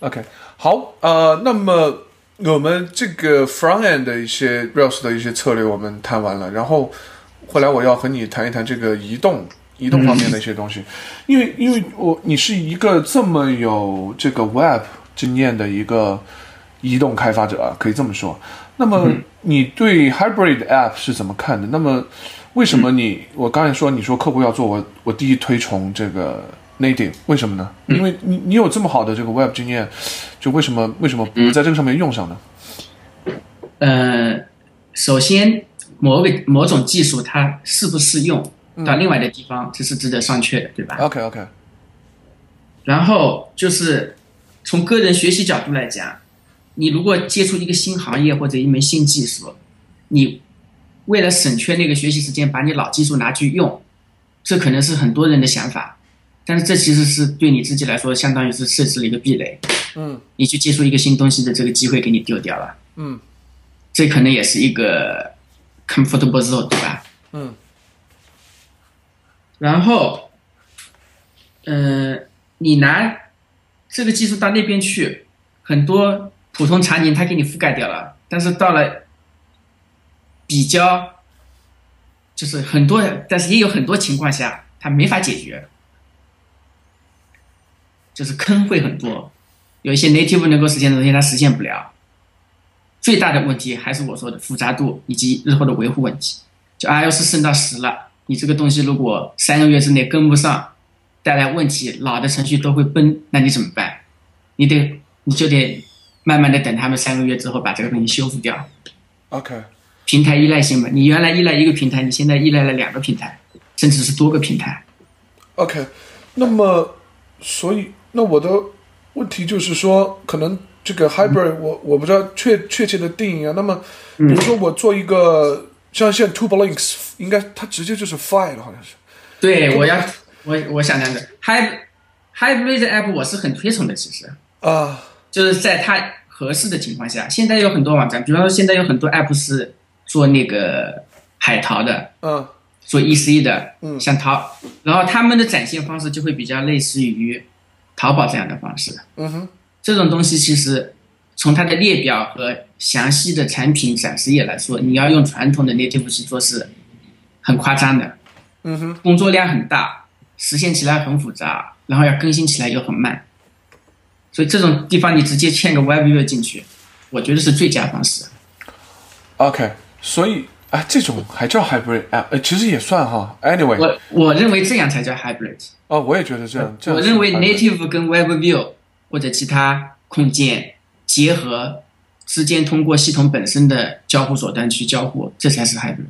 Speaker 1: OK，好，呃，那么我们这个 front end 的一些 Rails 的一些策略我们谈完了，然后后来我要和你谈一谈这个移动移动方面的一些东西，因为因为我你是一个这么有这个 Web 经验的一个移动开发者啊，可以这么说。那么你对 Hybrid App 是怎么看的？那么为什么你我刚才说你说客户要做我我第一推崇这个 Native，为什么呢？因为你你有这么好的这个 Web 经验，就为什么为什么
Speaker 2: 嗯
Speaker 1: 不在这个上面用上呢？
Speaker 2: 呃，首先某个某种技术它适不适用到另外的地方，这是值得商榷的，对吧？
Speaker 1: OK OK，
Speaker 2: 然后就是从个人学习角度来讲，你如果接触一个新行业或者一门新技术，你为了省却那个学习时间，把你老技术拿去用，这可能是很多人的想法，但是这其实是对你自己来说，相当于是设置了一个壁垒，
Speaker 1: 嗯
Speaker 2: 你去接触一个新东西的这个机会给你丢掉了，
Speaker 1: 嗯
Speaker 2: 这可能也是一个 comfortable zone，对吧？
Speaker 1: 嗯
Speaker 2: 然后，呃，你拿这个技术到那边去，很多普通场景它给你覆盖掉了，但是到了比较，就是很多，但是也有很多情况下它没法解决，就是坑会很多，有一些 native 能够实现的东西它实现不了。最大的问题还是我说的复杂度以及日后的维护问题。就 iOS 升到十了，你这个东西如果三个月之内跟不上，带来问题，老的程序都会崩，那你怎么办？你得你就得慢慢的等他们三个月之后把这个东西修复掉。
Speaker 1: OK
Speaker 2: 平台依赖性嘛，你原来依赖一个平台，你现在依赖了两个平台，甚至是多个平台。
Speaker 1: OK，那么所以那我的问题就是说，可能这个 hybrid 我我不知道确确切的定义啊。那么
Speaker 2: 嗯
Speaker 1: 比如说我做一个像现在 Tubelinks，应该它直接就是 file 了，好像是。
Speaker 2: 对，我要我我想那个 Hyb Hybrid App 我是很推崇的，其实
Speaker 1: 啊，
Speaker 2: 就是在它合适的情况下，现在有很多网站，比方说现在有很多 App 是做那个海淘的，
Speaker 1: 嗯
Speaker 2: 做 E C 的，
Speaker 1: 嗯
Speaker 2: 像淘，然后他们的展现方式就会比较类似于淘宝这样的方式。
Speaker 1: 嗯哼，
Speaker 2: 这种东西其实从它的列表和详细的产品展示页来说，你要用传统的 native 去做是很夸张的，
Speaker 1: 嗯哼，
Speaker 2: 工作量很大，实现起来很复杂，然后要更新起来又很慢。所以这种地方你直接嵌个 WebView 进去，我觉得是最佳方式。
Speaker 1: OK，所以啊，这种还叫 hybrid app，呃，其实也算哈。Anyway，
Speaker 2: 我我认为这样才叫 hybrid。
Speaker 1: 哦，我也觉得这样。这样嗯
Speaker 2: 我
Speaker 1: 是
Speaker 2: 认为
Speaker 1: hybrid
Speaker 2: Native 跟 WebView 或者其他控件结合之间，通过系统本身的交互手段去交互，这才是 hybrid。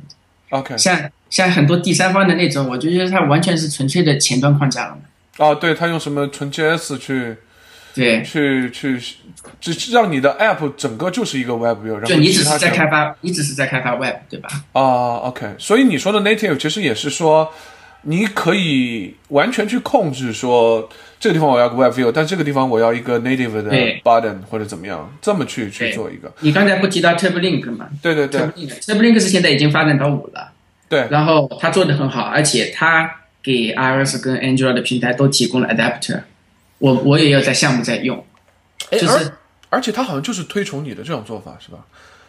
Speaker 1: OK，
Speaker 2: 像像很多第三方的那种，我就觉得它完全是纯粹的前端框架了嘛。
Speaker 1: 哦，对，它用什么纯 JS 去
Speaker 2: 对，
Speaker 1: 去去，只是让你的 app 整个就是一个 web view，然后
Speaker 2: 就你
Speaker 1: 其
Speaker 2: 只
Speaker 1: 他
Speaker 2: 是在
Speaker 1: 全部
Speaker 2: 开发，你只是在开发 Web，对吧？
Speaker 1: 啊，OK、o k 所以你说的 native 其实也是说，你可以完全去控制说这个地方我要个 web view，但这个地方我要一个 native 的
Speaker 2: 对
Speaker 1: button 或者怎么样，这么去去
Speaker 2: 对
Speaker 1: 做一个。
Speaker 2: 你刚才不提到 Tablink 吗
Speaker 1: 对对对
Speaker 2: ？Tablink 是现在已经发展到五了，
Speaker 1: 对
Speaker 2: 然后它做的很好，而且它给 iOS 跟 Android 的平台都提供了 adapter，我我也有在项目在用，
Speaker 1: 哎
Speaker 2: 就
Speaker 1: 而
Speaker 2: 是
Speaker 1: 而且它好像就是推崇你的这种做法是吧？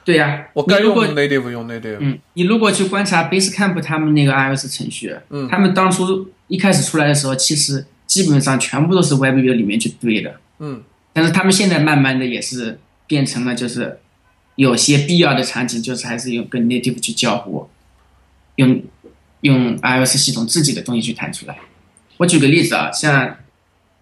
Speaker 2: 对呀、
Speaker 1: 我
Speaker 2: 你
Speaker 1: 该
Speaker 2: 如
Speaker 1: 用
Speaker 2: 果
Speaker 1: native 用 native，、
Speaker 2: 嗯，你如果去观察 Basecamp 他们那个 iOS 程序，
Speaker 1: 嗯
Speaker 2: 他们当初一开始出来的时候，其实基本上全部都是 WebView 里面去堆的，
Speaker 1: 嗯，
Speaker 2: 但是他们现在慢慢的也是变成了就是有些必要的场景，就是还是用跟 Native 去交互，用用 iOS 系统自己的东西去弹出来。我举个例子啊，像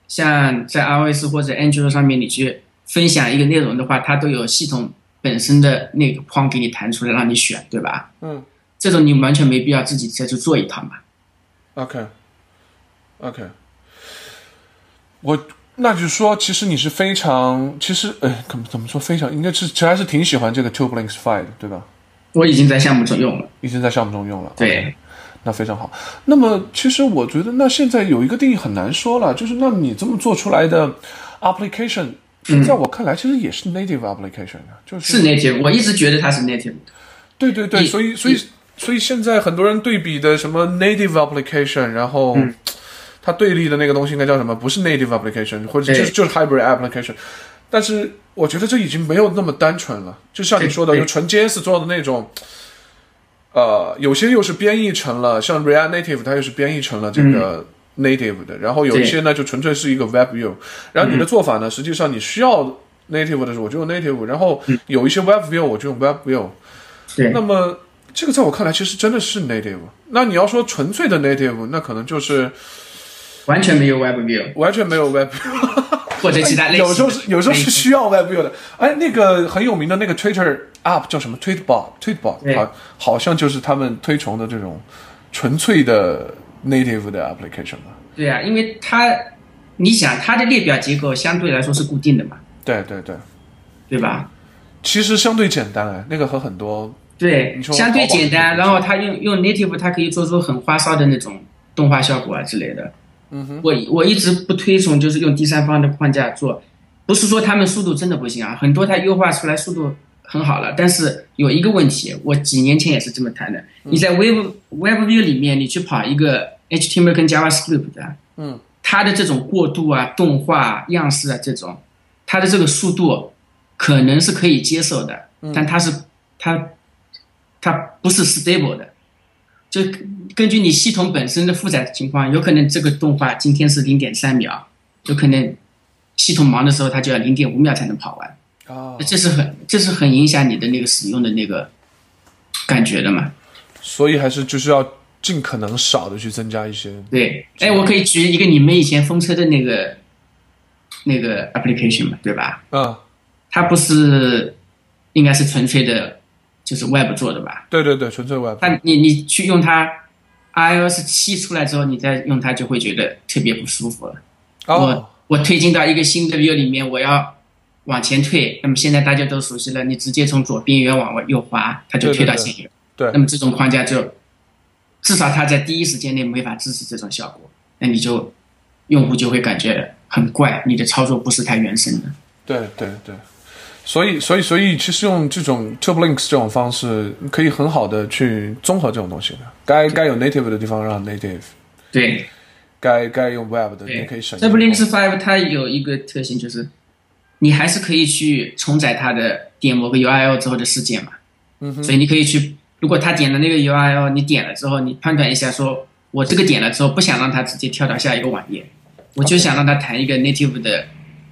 Speaker 2: 像在 iOS 或者 Android 上面，你去分享一个内容的话，它都有系统本身的那个框给你弹出来让你选，对吧？
Speaker 1: 嗯，
Speaker 2: 这种你完全没必要自己再去做一套嘛。
Speaker 1: OK，OK，、我那就是说，其实你是非常，其实呃，怎么怎么说非常，应该是其实还是挺喜欢这个 Tubelinks Five 的，对吧？
Speaker 2: 我已经在项目中用了，
Speaker 1: 已经在项目中用了。
Speaker 2: 对，
Speaker 1: 那非常好。那么，其实我觉得，那现在有一个定义很难说了，就是那你这么做出来的 application，、在我看来，其实也是 native application 啊，就是
Speaker 2: 是 Native，我一直觉得它是 Native 的。
Speaker 1: 对对对，
Speaker 2: 你
Speaker 1: 所以所以
Speaker 2: 你
Speaker 1: 所以现在很多人对比的什么 native application，然后
Speaker 2: 嗯
Speaker 1: 它对立的那个东西应该叫什么？不是 native application，或者就
Speaker 2: 对
Speaker 1: 是就是 hybrid application。但是我觉得这已经没有那么单纯了，就像你说的，
Speaker 2: 对对
Speaker 1: 有纯 JS 做的那种，呃，有些又是编译成了像 React Native，它又是编译成了这个
Speaker 2: 嗯
Speaker 1: native 的，然后有一些呢就纯粹是一个 Web View。然
Speaker 2: 嗯
Speaker 1: 后你的做法呢，实际上你需要 native 的时候，我就用 native，然后
Speaker 2: 嗯
Speaker 1: 有一些 Web View 我就用 Web View。
Speaker 2: 对
Speaker 1: 那么这个在我看来，其实真的是 native。那你要说纯粹的 native，那可能就是
Speaker 2: 完全没有 Web View
Speaker 1: 完全没 有 Web View。
Speaker 2: 或者其他类型的。
Speaker 1: 有时候是有时候是需要 Web View 的。哎，那个很有名的那个 Twitter App 叫什么？Tweetbot，Tweetbot
Speaker 2: 对
Speaker 1: 好，好像就是他们推崇的这种纯粹的 native 的 application 吧？
Speaker 2: 对啊，因为它，你想它的列表结构相对来说是固定的嘛，
Speaker 1: 对对对，
Speaker 2: 对吧？
Speaker 1: 其实相对简单哎，那个和很多
Speaker 2: 对，
Speaker 1: 你说
Speaker 2: 相对
Speaker 1: 淘宝
Speaker 2: 简单。
Speaker 1: 是不
Speaker 2: 然
Speaker 1: 是
Speaker 2: 后它用用 native，它可以做出很花哨的那种动画效果啊之类的。嗯哼，我我一直不推崇就是用第三方的框架做，不是说他们速度真的不行啊，很多它优化出来速度很好了，但是有一个问题，我几年前也是这么谈的。你在 Web Web View 里面，你去跑一个 HTML 跟 JavaScript 的，
Speaker 1: 嗯，
Speaker 2: 它的这种过渡啊、动画啊、样式啊这种，它的这个速度可能是可以接受的，但它是它它不是 stable 的，就根据你系统本身的负载情况，有可能这个动画今天是零点三秒，有可能系统忙的时候它就要零点五秒才能跑完，
Speaker 1: 啊，
Speaker 2: 这是很这是很影响你的那个使用的那个感觉的嘛。
Speaker 1: 所以还是就是要尽可能少的去增加一些。
Speaker 2: 对，哎，我可以举一个你们以前风车的那个那个 application 嘛，对吧？
Speaker 1: 嗯，
Speaker 2: 它不是应该是纯粹的，就是 Web 做的吧？
Speaker 1: 对对对，纯粹 Web。啊
Speaker 2: 它你你去用它，iOS 七出来之后，你再用它就会觉得特别不舒服了。
Speaker 1: 哦
Speaker 2: 我，我推进到一个新的 view 里面，我要往前退，那么现在大家都熟悉了，你直接从左边缘往右滑，它就
Speaker 1: 对对
Speaker 2: 推到
Speaker 1: 对
Speaker 2: 前缘。
Speaker 1: 对
Speaker 2: 那么这种框架就至少它在第一时间内没法支持这种效果，那你就用户就会感觉很怪，你的操作不是太原生的。
Speaker 1: 对对对，所以所以所以，其实用这种 Turbolinks 这种方式，可以很好的去综合这种东西的。该该有 native 的地方让 native，
Speaker 2: 对，
Speaker 1: 该该用 web 的
Speaker 2: 对
Speaker 1: 你可以省一
Speaker 2: t u
Speaker 1: 点
Speaker 2: b l i n x Five 它有一个特性，就是你还是可以去重载它的点某个 URL 之后的事件嘛。
Speaker 1: 嗯哼
Speaker 2: 所以你可以去，如果他点了那个 URL，你点了之后，你判断一下说，我这个点了之后不想让它直接跳到下一个网页，我就想让它弹一个 native 的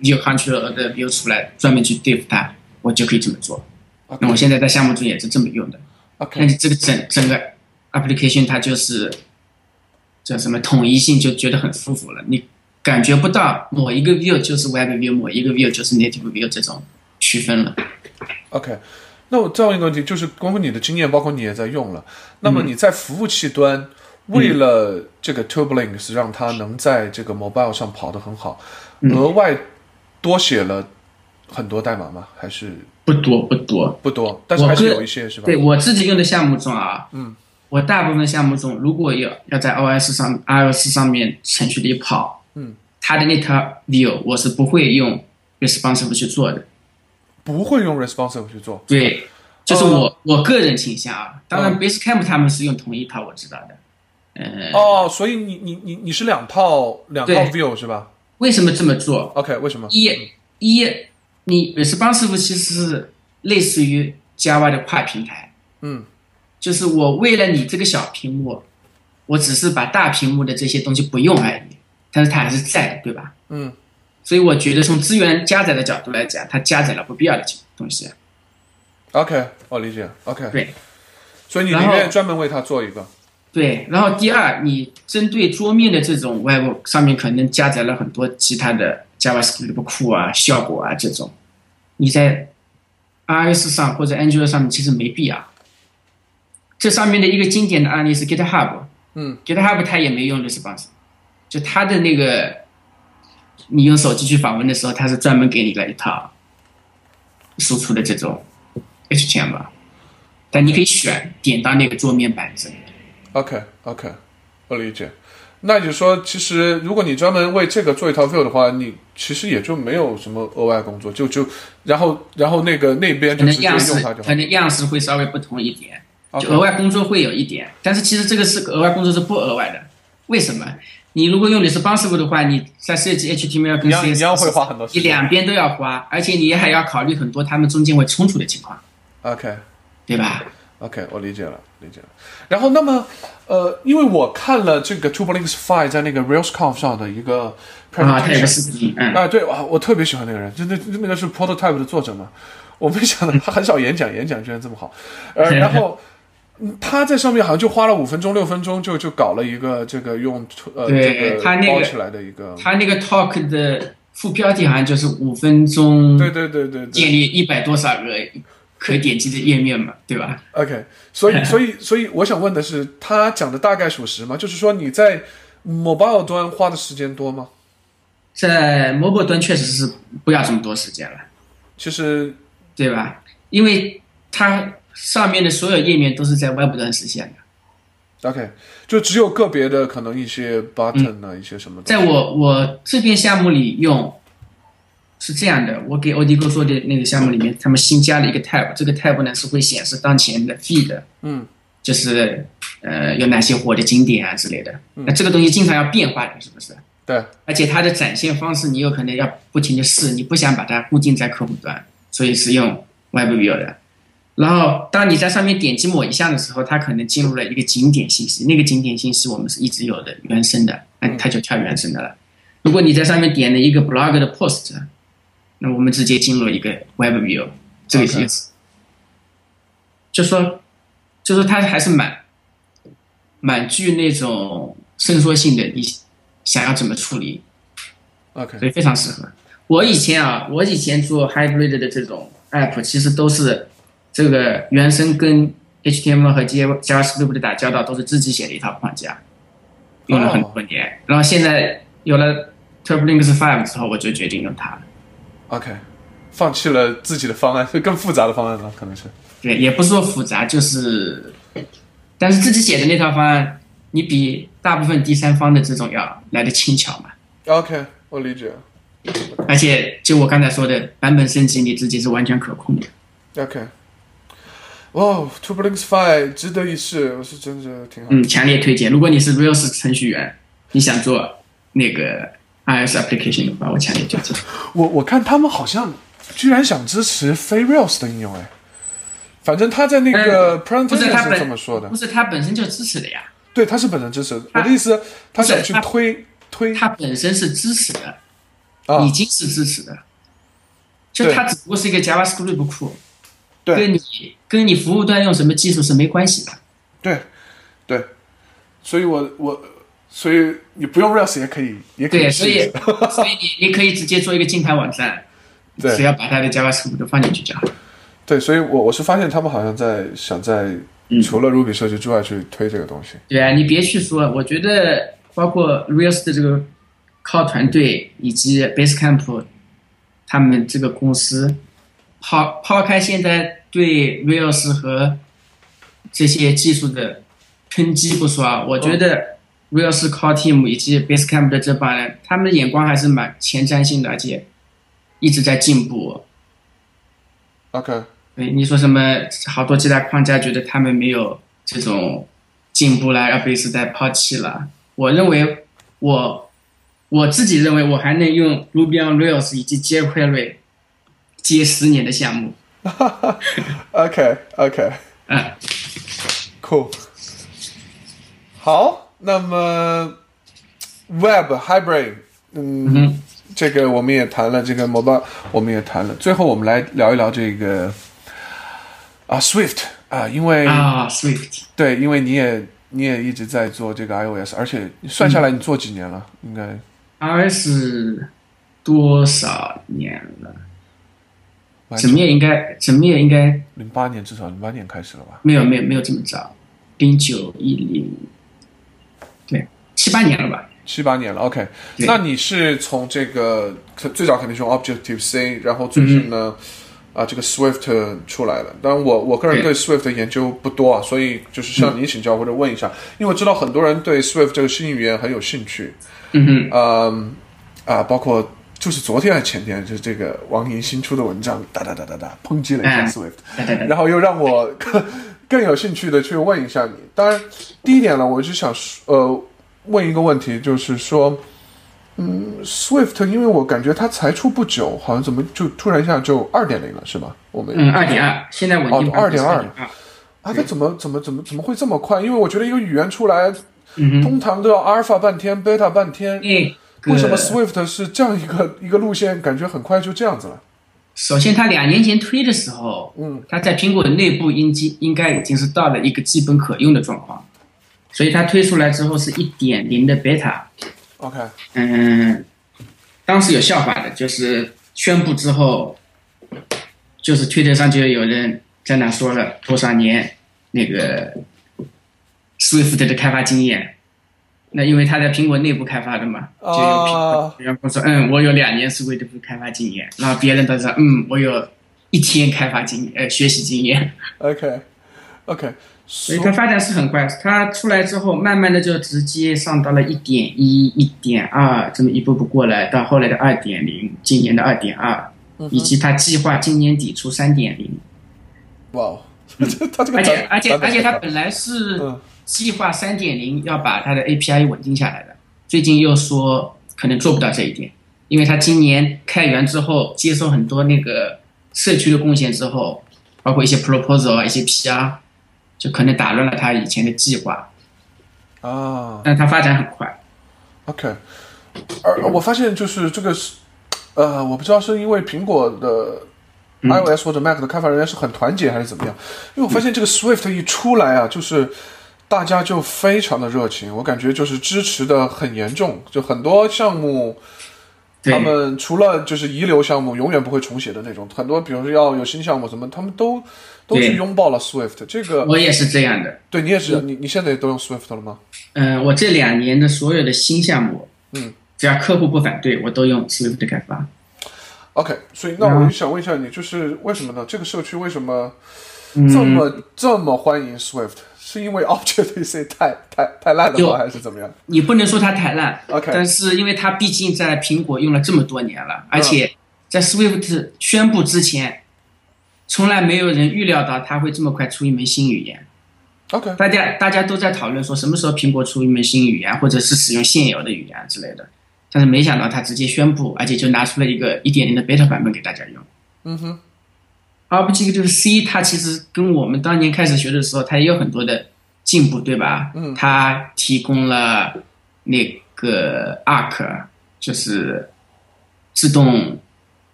Speaker 2: view control 的 view 出来，专门去对付它，我就可以这么做。那我现在在项目中也是这么用的。那
Speaker 1: OK，
Speaker 2: 你这个整整个 application 它就是叫什么统一性，就觉得很舒服了。你感觉不到某一个 view 就是 web view，某一个 view 就是 native view 这种区分了。
Speaker 1: OK，那我再问一个问题，就是光顾你的经验，包括你也在用了，那
Speaker 2: 嗯
Speaker 1: 么你在服务器端。为了这个 Turbolinks 让它能在这个 mobile 上跑得很好，
Speaker 2: 嗯
Speaker 1: 额外多写了很多代码吗？还是
Speaker 2: 不多不多，
Speaker 1: 不多？但是还是有一些是吧
Speaker 2: 对？我自己用的项目中啊，嗯，我大部分项目中如果有要在 OS 上 iOS 上面程序里跑，
Speaker 1: 嗯，
Speaker 2: 它的那套 view 我是不会用 responsive 去做的。
Speaker 1: 不会用 responsive 去做。
Speaker 2: 对，就是
Speaker 1: 哦
Speaker 2: 我、我个人倾向啊。当
Speaker 1: 哦
Speaker 2: 然，Basecamp 他们是用同一套，我知道的。
Speaker 1: 哦，所以你你你你是两套两套
Speaker 2: 哎对
Speaker 1: view 是吧
Speaker 2: 为什么这么做？
Speaker 1: ？OK，为什么？
Speaker 2: 一一，你 responsive 其实是类似于 Java 的跨平台，
Speaker 1: 嗯，
Speaker 2: 就是我为了你这个小屏幕，我只是把大屏幕的这些东西不用而已，但是它还是在的，对吧？
Speaker 1: 嗯，
Speaker 2: 所以我觉得从资源加载的角度来讲，它加载了不必要的东西。
Speaker 1: OK，我理解。OK，
Speaker 2: 对，
Speaker 1: 所以你
Speaker 2: 然
Speaker 1: 宁
Speaker 2: 后
Speaker 1: 愿专门为它做一个。
Speaker 2: 对，然后第二，你针对桌面的这种 Web 上面可能加载了很多其他的 JavaScript 库啊、效果啊这种，你在 iOS 上或者 Android 上面其实没必要。这上面的一个经典的案例是 GitHub，
Speaker 1: 嗯
Speaker 2: ，GitHub 它也没用 response，就它的那个，你用手机去访问的时候，它是专门给你了一套输出的这种 HTML，但你可以选点到那个桌面版上。
Speaker 1: OK，OK，、我理解。那也就是说，其实如果你专门为这个做一套 view 的话，你其实也就没有什么额外工作，就就然后然后那个那边
Speaker 2: 可
Speaker 1: 就直接
Speaker 2: 能样式
Speaker 1: 用它就好
Speaker 2: 可。能样式会稍微不同一点，
Speaker 1: OK，
Speaker 2: 就额外工作会有一点，但是其实这个是额外工作是不额外的。为什么？你如果用 responsible 的话，你在设计 HTML
Speaker 1: 一
Speaker 2: 跟
Speaker 1: 样
Speaker 2: CSS
Speaker 1: 一样会花很多时
Speaker 2: 你
Speaker 1: 间。
Speaker 2: 两边都要花，而且你还要考虑很多他们中间会冲突的情况，
Speaker 1: OK，
Speaker 2: 对吧？
Speaker 1: OK，我理解了，理解了。然后，那么，呃，因为我看了这个 Tuberlinks Five 在那个 RailsConf 上的一个
Speaker 2: 啊，他有个
Speaker 1: presentation
Speaker 2: 视频，嗯，
Speaker 1: 啊，对，哇，我特别喜欢那个人，就那那个是 Prototype 的作者嘛。我没想到他很少演讲，演讲居然这么好。呃，然后嗯他在上面好像就花了五分钟、六分钟就就搞了一个这个用呃
Speaker 2: 对
Speaker 1: 这
Speaker 2: 他那个
Speaker 1: 包起来的一个，
Speaker 2: 他那个 talk 的副标题好像就是五分钟
Speaker 1: 对对对对对，
Speaker 2: 建立一百多少个可点击的页面嘛，对吧？
Speaker 1: OK，所以所以所以我想问的是，他讲的大概属实吗？就是说你在 mobile 端花的时间多吗？
Speaker 2: 在 mobile 端确实是不要这么多时间了，
Speaker 1: 其实
Speaker 2: 对吧？因为它上面的所有页面都是在 web 端实现的。
Speaker 1: OK，就只有个别的可能一些 button 啊，一些什么的。
Speaker 2: 嗯在我我这边项目里用是这样的，我给 ODGO 做的那个项目里面，他们新加了一个 tab，这个 tab 呢是会显示当前的 feed，
Speaker 1: 嗯，
Speaker 2: 就是呃有哪些火的景点啊之类的。那这个东西经常要变化的，是不是？
Speaker 1: 对
Speaker 2: 而且它的展现方式你有可能要不停的试，你不想把它固定在客户端，所以是用 Web View 的。然后当你在上面点击某一项的时候，它可能进入了一个景点信息，那个景点信息我们是一直有的原生的，那它就跳原生的了。如果你在上面点了一个 blog 的 post，那我们直接进入一个 Web View，这个
Speaker 1: OK
Speaker 2: 意思。就说，就说它还是蛮蛮具那种伸缩性的，你想要怎么处理，
Speaker 1: ，OK，
Speaker 2: 所以非常适合。我以前啊，我以前做 hybrid 的这种 app，其实都是这个原生跟 HTML 和 J- JavaScript 的打交道，都是自己写的一套框架，用了很多年。然后现在有了 Turbolinks Five 之后，我就决定用它了。
Speaker 1: OK，放弃了自己的方案，更复杂的方案了，可能是。
Speaker 2: 对，也不是说复杂，就是，但是自己写的那套方案，你比大部分第三方的这种要来的轻巧嘛。
Speaker 1: OK，我理解。
Speaker 2: 而且就我刚才说的，版本升级你自己是完全可控的。
Speaker 1: OK，哦 t u b e r l i n k s Five 值得一试，我是真的挺好。
Speaker 2: 嗯，强烈推荐。如果你是 Rails 程序员，你想做那个 iOS application 的话，我强烈推荐。
Speaker 1: 我我看他们好像居然想支持非 Rails 的应用，哎，反正他在那个
Speaker 2: 不是
Speaker 1: presentation
Speaker 2: 它
Speaker 1: 嗯是
Speaker 2: 本
Speaker 1: 这么说的
Speaker 2: 哎不。是它本身就支持的呀，
Speaker 1: 对，他是本人支持。我的意思，他想去
Speaker 2: 他
Speaker 1: 推推
Speaker 2: 它本身是支持的，
Speaker 1: 啊
Speaker 2: 已，经是支持的。就
Speaker 1: 对
Speaker 2: 它只不过是一个 JavaScript 库，
Speaker 1: 对
Speaker 2: 跟你跟你服务端用什么技术是没关系的。
Speaker 1: 对对，所以我我所以你不用 Rails 也可以，也可
Speaker 2: 对，
Speaker 1: 以
Speaker 2: 所
Speaker 1: 试一
Speaker 2: 以
Speaker 1: 试。
Speaker 2: 所以你你可以直接做一个静态网站，
Speaker 1: 对
Speaker 2: 只要把它的 JavaScript 放进去就好。
Speaker 1: 对，所以我我是发现他们好像在想在除了 Ruby 设计之外去推这个东西。
Speaker 2: 对啊，你别去说，我觉得包括 Reels 的这个靠团队以及 Basecamp 他们这个公司，抛抛开现在对 Reels 和这些技术的抨击不说啊，我觉得 Reels Core Team 以及 Basecamp 的这帮人，他们的眼光还是蛮前瞻性的，而且一直在进步。
Speaker 1: OK，
Speaker 2: 对，你说什么？好多其他框架觉得他们没有这种进步啦，要被时代抛弃了。我认为我我自己认为我还能用 Ruby on Rails 以及 jQuery 接十年的项目
Speaker 1: OK OK，
Speaker 2: 啊、
Speaker 1: cool。好，那么 Web Hybrid，嗯，
Speaker 2: 嗯，
Speaker 1: 这个我们也谈了，这个 mobile 我们也谈了，最后我们来聊一聊这个啊 Swift 啊，因为、
Speaker 2: 啊，Swift
Speaker 1: 对，因为你也你也一直在做这个 iOS，而且算下来你做几年了？应该
Speaker 2: RS 多少年了？
Speaker 1: 蛮
Speaker 2: 怎么也应该怎么也应该
Speaker 1: 零八年至少零八年开始了吧？
Speaker 2: 没有没有没有这么早，零九一零，对，七八年了吧？
Speaker 1: 七八年了，OK。
Speaker 2: 对
Speaker 1: 那你是从这个可最早肯定是用 Objective C，然后最近呢，
Speaker 2: 嗯
Speaker 1: 啊，这个 Swift 出来了。当然我，我个人对 Swift 的研究不多啊，所以就是
Speaker 2: 嗯
Speaker 1: 向你请教或者问一下，因为我知道很多人对 Swift 这个新语言很有兴趣。
Speaker 2: 嗯哼。
Speaker 1: 嗯，啊，包括就是昨天还是前天，就是这个王莹新出的文章，哒哒哒哒哒，抨击了一下
Speaker 2: 嗯
Speaker 1: Swift。
Speaker 2: 对对对
Speaker 1: 然后又让我更 更有兴趣的去问一下你。当然，第一点呢，我就想说呃问一个问题，就是说，嗯，Swift，因为我感觉它才出不久，好像怎么就突然一下就二点零了，是吧？我们、
Speaker 2: 嗯嗯，二点二，现在稳
Speaker 1: 哦
Speaker 2: 定
Speaker 1: 2.2
Speaker 2: 二。
Speaker 1: 啊，它怎么怎么怎么怎么会这么快？因为我觉得一个语言出来，
Speaker 2: 嗯哼，
Speaker 1: 通常都要阿尔法半天、贝塔半天。
Speaker 2: 那个
Speaker 1: 为什么 Swift 是这样一个一个路线？感觉很快就这样子了。
Speaker 2: 首先，它两年前推的时候，
Speaker 1: 嗯，
Speaker 2: 它在苹果内部应经应该已经是到了一个基本可用的状况，所以它推出来之后是一点零的 beta，
Speaker 1: OK，
Speaker 2: 嗯，当时有笑话的，就是宣布之后，就是推特上就有人在那说了多少年那个 Swift 的开发经验。那因为他在苹果内部开发的嘛，就有苹
Speaker 1: 啊
Speaker 2: 果员工说，嗯，我有两年 Swift 的开发经验，然后别人都说，嗯，我有一天开发经呃学习经验，
Speaker 1: OK OK，
Speaker 2: 所以哎它发展是很快，它出来之后，慢慢的就直接上到了一点一、一点二，这么一步步过来，到后来的二点零，今年的二点二，以及它计划今年底出三点零，
Speaker 1: 哇哦， 它这个
Speaker 2: 而且
Speaker 1: 展
Speaker 2: 而且
Speaker 1: 展览
Speaker 2: 而且它
Speaker 1: 很快
Speaker 2: 本来是
Speaker 1: 嗯
Speaker 2: 计划三点零要把它的 API 稳定下来的，最近又说可能做不到这一点，因为它今年开源之后，接受很多那个社区的贡献之后，包括一些 proposal 啊，一些 PR，就可能打乱了它以前的计划。
Speaker 1: 啊
Speaker 2: 但它发展很快。
Speaker 1: OK，而而我发现就是这个是，呃，我不知道是因为苹果的
Speaker 2: 嗯
Speaker 1: iOS 或者 Mac 的开发人员是很团结还是怎么样，因为我发现这个 Swift 一出来啊，就是大家就非常的热情，我感觉就是支持的很严重，就很多项目。
Speaker 2: 对
Speaker 1: 他们除了就是遗留项目，永远不会重写的那种，很多，比如说要有新项目什么，他们都都去
Speaker 2: 对
Speaker 1: 拥抱了 Swift。这个
Speaker 2: 我也是这样的。
Speaker 1: 对你也是，你你现在也都用 Swift 了吗？
Speaker 2: 嗯、我这两年的所有的新项目，
Speaker 1: 嗯，
Speaker 2: 只要客户不反对，我都用 Swift 的开发。
Speaker 1: OK，所以那我就想问一下你，就是为什么呢？这个社区为什么这么、这么欢迎 Swift？是因为 Object C 太太太烂了
Speaker 2: 就
Speaker 1: 吗？还是怎么样？
Speaker 2: 你不能说它太烂
Speaker 1: OK
Speaker 2: 但是因为它毕竟在苹果用了这么多年了，
Speaker 1: 嗯
Speaker 2: 而且在 Swift 宣布之前，从来没有人预料到它会这么快出一门新语言。
Speaker 1: OK
Speaker 2: 大家大家都在讨论说什么时候苹果出一门新语言，或者是使用现有的语言之类的，但是没想到它直接宣布，而且就拿出了一个1.0的 beta 版本给大家用。
Speaker 1: 嗯哼
Speaker 2: Objective C 它其实跟我们当年开始学的时候，它也有很多的进步，对吧？
Speaker 1: 嗯
Speaker 2: 它提供了那个 Arc，就是自动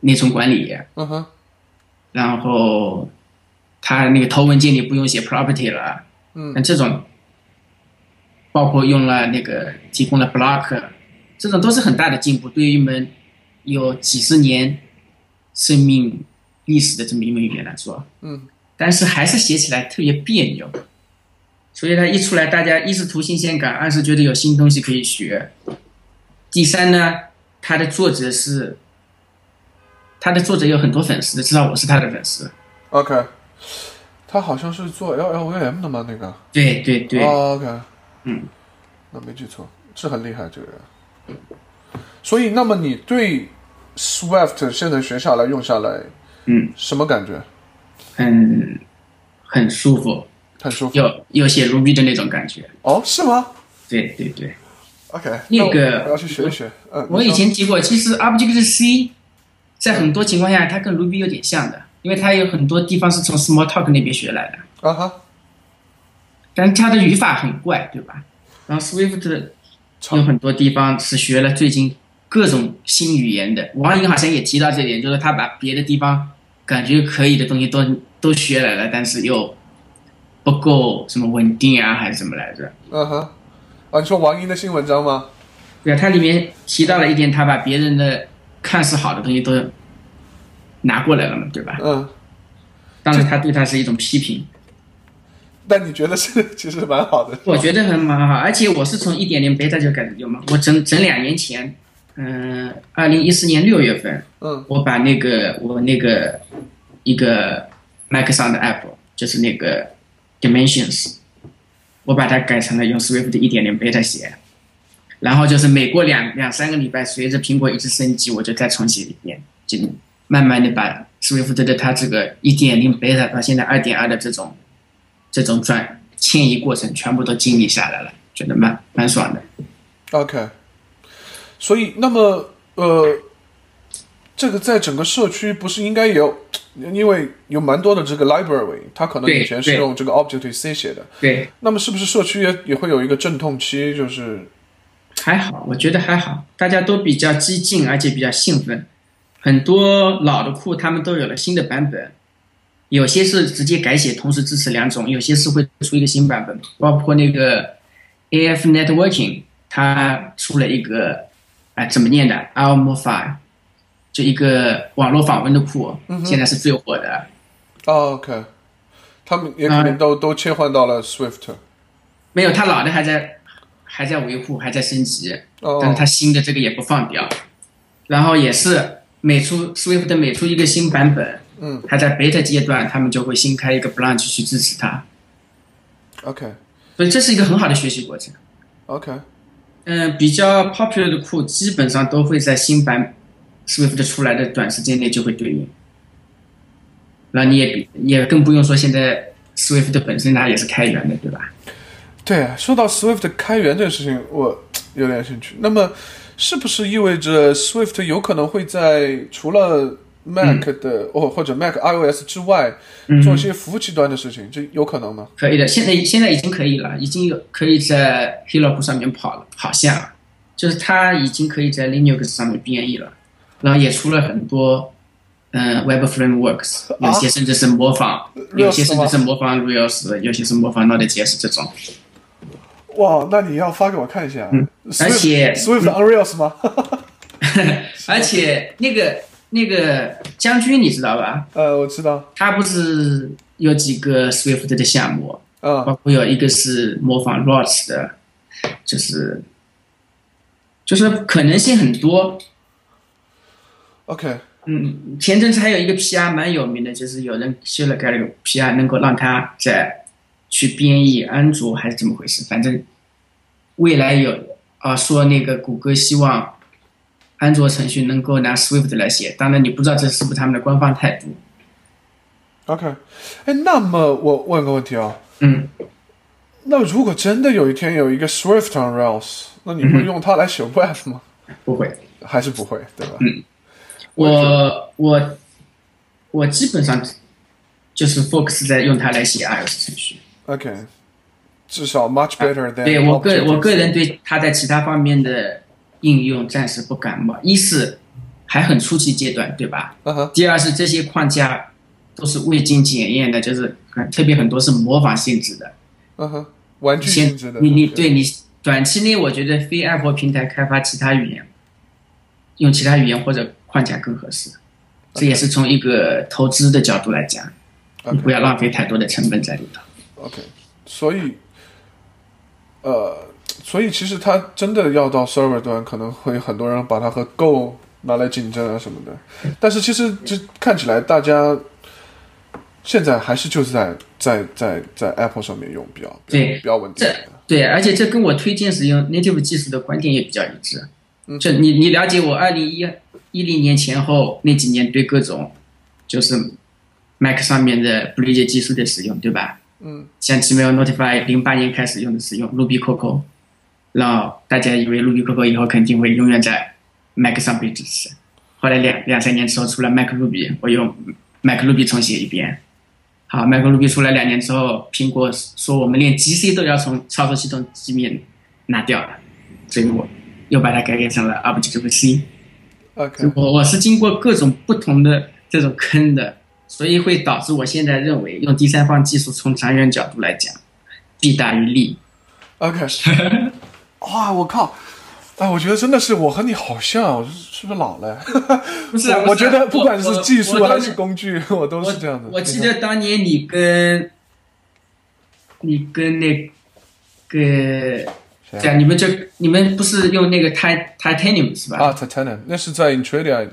Speaker 2: 内存管理，
Speaker 1: 嗯哼
Speaker 2: 然后它那个头文件里不用写 property 了，
Speaker 1: 嗯
Speaker 2: 那这种包括用了那个提供了 block，这种都是很大的进步，对于一门有几十年生命历史的这么一门语言来说，
Speaker 1: 嗯
Speaker 2: 但是还是写起来特别别扭，所以它一出来，大家一是图新鲜感，二是觉得有新东西可以学，第三呢，它的作者是。它的作者有很多粉丝，至少我是他的粉丝。
Speaker 1: OK，他好像是做 LLVM 的吗？那个
Speaker 2: 对对对，
Speaker 1: 哦 OK，
Speaker 2: 嗯，
Speaker 1: 那没记错，是很厉害这个人。所以，那么你对 Swift 现在学下来用下来，
Speaker 2: 嗯，
Speaker 1: 什么感觉？
Speaker 2: 很很舒服，
Speaker 1: 很舒服
Speaker 2: 有有写 Ruby 的那种感觉。
Speaker 1: 哦？是吗
Speaker 2: 对对对，
Speaker 1: ？OK，
Speaker 2: 那
Speaker 1: 我
Speaker 2: 个
Speaker 1: 我要去学一学。嗯，
Speaker 2: 我
Speaker 1: 你
Speaker 2: 以
Speaker 1: 说
Speaker 2: 前提过，其实 Object C 在很多情况下它跟 Ruby 有点像的，因为它有很多地方是从 Smalltalk 那边学来的，
Speaker 1: 啊哈，
Speaker 2: 但是它的语法很怪，对吧？然后 Swift
Speaker 1: 长
Speaker 2: 有很多地方是学了最近各种新语言的。王颖好像也提到这点，就是他把别的地方感觉可以的东西都都学来了，但是又不够什么稳定啊，还是什么来着？
Speaker 1: 嗯哼，啊，你说王英的新文章吗？
Speaker 2: 对啊，它里面提到了一点，他把别人的看似好的东西都拿过来了嘛，对吧？
Speaker 1: 嗯，
Speaker 2: 当然，他对他是一种批评，
Speaker 1: 但你觉得是 其实蛮好的
Speaker 2: 我觉得很蛮好。而且我是从一点零 beta 就开始用嘛，我整整两年前，嗯、2二零一四年六月份，
Speaker 1: 嗯，
Speaker 2: 我把那个我那个一个 Mac 上的 app，就是那个 Dimensions，我把它改成了用 Swift 一点零 beta 写，然后就是每过两两三个礼拜，随着苹果一直升级，我就再重写一遍，就慢慢的把 Swift 的它这个一点零 beta 到现在二点二的这种这种转迁移过程全部都经历下来了，觉得蛮蛮爽的。
Speaker 1: ，OK。所以，那么呃，这个在整个社区不是应该也有，因为有蛮多的这个 library，它可能
Speaker 2: 对
Speaker 1: 以前是
Speaker 2: 对
Speaker 1: 用这个 Objective C 写的，
Speaker 2: 对，
Speaker 1: 那么是不是社区也也会有一个阵痛期？就是
Speaker 2: 还好，我觉得还好，大家都比较激进，而且比较兴奋。很多老的库他们都有了新的版本，有些是直接改写，同时支持两种；有些是会出一个新版本，包括那个 AF Networking，它出了一个啊、怎么念的 a l m o f i 就一个网络访问的库，现在是最火的。
Speaker 1: 哦 OK，他们也
Speaker 2: 啊
Speaker 1: 可能都、都切换到了 Swift，
Speaker 2: 没有，它老的还在还在维护，还在升级。
Speaker 1: 哦
Speaker 2: 但是它新的这个也不放掉。然后也是每出 Swift 每出一个新版本，
Speaker 1: 嗯，
Speaker 2: 还在 beta 阶段，他们就会新开一个 branch 去支持它，
Speaker 1: OK
Speaker 2: 所以这是一个很好的学习过程。
Speaker 1: OK
Speaker 2: 嗯，比较 popular 的库基本上都会在新版 Swift 出来的短时间内就会对应，然后你也比也更不用说现在 Swift 本身它也是开源的，对吧？
Speaker 1: 对，啊说到 Swift 开源这个事情，我有点兴趣。那么，是不是意味着 Swift 有可能会在除了 Mac
Speaker 2: 嗯
Speaker 1: 的、哦或者 Mac iOS 之外，做一些服务器端的事情？这有可能吗？
Speaker 2: 可以的，现在现在已经可以了，已经有可以在 Hillock 上面跑了，好像啊就是它已经可以在 Linux 上面编译了，然后也出了很多嗯、呃 Web Frameworks，有些甚至是模仿，有些甚至是模仿 Rails，有些是模仿 Node.js 这种。
Speaker 1: 哇，那你要发给我看一下。啊
Speaker 2: 嗯而
Speaker 1: Swift
Speaker 2: 且
Speaker 1: Swift on Rails 吗？
Speaker 2: 而且那个那个将军你知道吧？
Speaker 1: 呃，我知道。
Speaker 2: 他不是有几个 Swift 的项目，
Speaker 1: 啊、
Speaker 2: 包括有一个是模仿 Ross 的，就是就是可能性很多。
Speaker 1: o k
Speaker 2: 嗯，前阵子还有一个 PR 蛮有名的，就是有人修了改了个 PR，能够让他在去编译安卓还是怎么回事？反正未来有啊，说那个谷歌希望安卓程序能够拿 Swift 来写，当然你不知道这是不是他们的官方态度。
Speaker 1: OK。哎，那么我问个问题啊，
Speaker 2: 嗯，
Speaker 1: 那如果真的有一天有一个 Swift on Rails，那
Speaker 2: 嗯
Speaker 1: 你会用它来写 Web 吗？
Speaker 2: 不会，
Speaker 1: 还是不会，对吧？
Speaker 2: 我我我基本上就是 Fox 在用它来写 iOS 程序。
Speaker 1: OK，至少 much better than
Speaker 2: 啊对我个
Speaker 1: Objective-C
Speaker 2: 我个人对它在其他方面的应用暂时不感冒，一是还很初期阶段，对吧？
Speaker 1: 嗯哼
Speaker 2: 第二是这些框架都是未经检验的，就是很特别很多是模仿性质的。
Speaker 1: 嗯哼，玩具
Speaker 2: 先
Speaker 1: 性质的，
Speaker 2: 你你对你短期内，我觉得非 Apple 平台开发其他语言，用其他语言或者框架更合适。这也是从一个投资的角度来讲，你不
Speaker 1: OK
Speaker 2: 要浪费太多的成本在里头。
Speaker 1: OK，所以呃，所以其实它真的要到 server 端，可能会很多人把它和 Go 拿来竞争啊什么的，但是其实就看起来大家现在还是就是在在在在 Apple 上面用比较
Speaker 2: 对
Speaker 1: 比较稳定
Speaker 2: 这
Speaker 1: 的，
Speaker 2: 对，而且这跟我推荐使用 Native 技术的观点也比较一致。就你你了解我二零一一零年前后那几年对各种就是 Mac 上面的不理解技术的使用，对吧？
Speaker 1: 嗯，
Speaker 2: 像 Gmail Notify 零八年开始用的使用 Ruby Coco，然后大家以为 Ruby Coco 以后肯定会永远在 Mac 上被支持，后来两两三年之后出了 Mac Ruby，我用 Mac Ruby 重写一遍。好，Mac Ruby 出来两年之后，苹果说我们连 GC 都要从操作系统界面拿掉了，所以我又把它改变成了 Objective C。
Speaker 1: OK
Speaker 2: 我我是经过各种不同的这种坑的，所以会导致我现在认为用第三方技术从长远角度来讲，弊大于利。
Speaker 1: OK，哇，我靠！哎，我觉得真的是我和你好像，我是是不是老了？
Speaker 2: 不是啊
Speaker 1: 我我
Speaker 2: 不是
Speaker 1: 觉
Speaker 2: 啊
Speaker 1: 得
Speaker 2: 我
Speaker 1: 不管是
Speaker 2: 我
Speaker 1: 技
Speaker 2: 我
Speaker 1: 术
Speaker 2: 都
Speaker 1: 还
Speaker 2: 是
Speaker 1: 是工具， 我都
Speaker 2: 我
Speaker 1: 是这样的。
Speaker 2: 我记
Speaker 1: 你看
Speaker 2: 得当年你跟，你跟那个，
Speaker 1: 谁啊
Speaker 2: 对啊，你们就你们不是用那个 Ti- Titanium 是吧？
Speaker 1: 啊，Titanium 那是在 Intradia，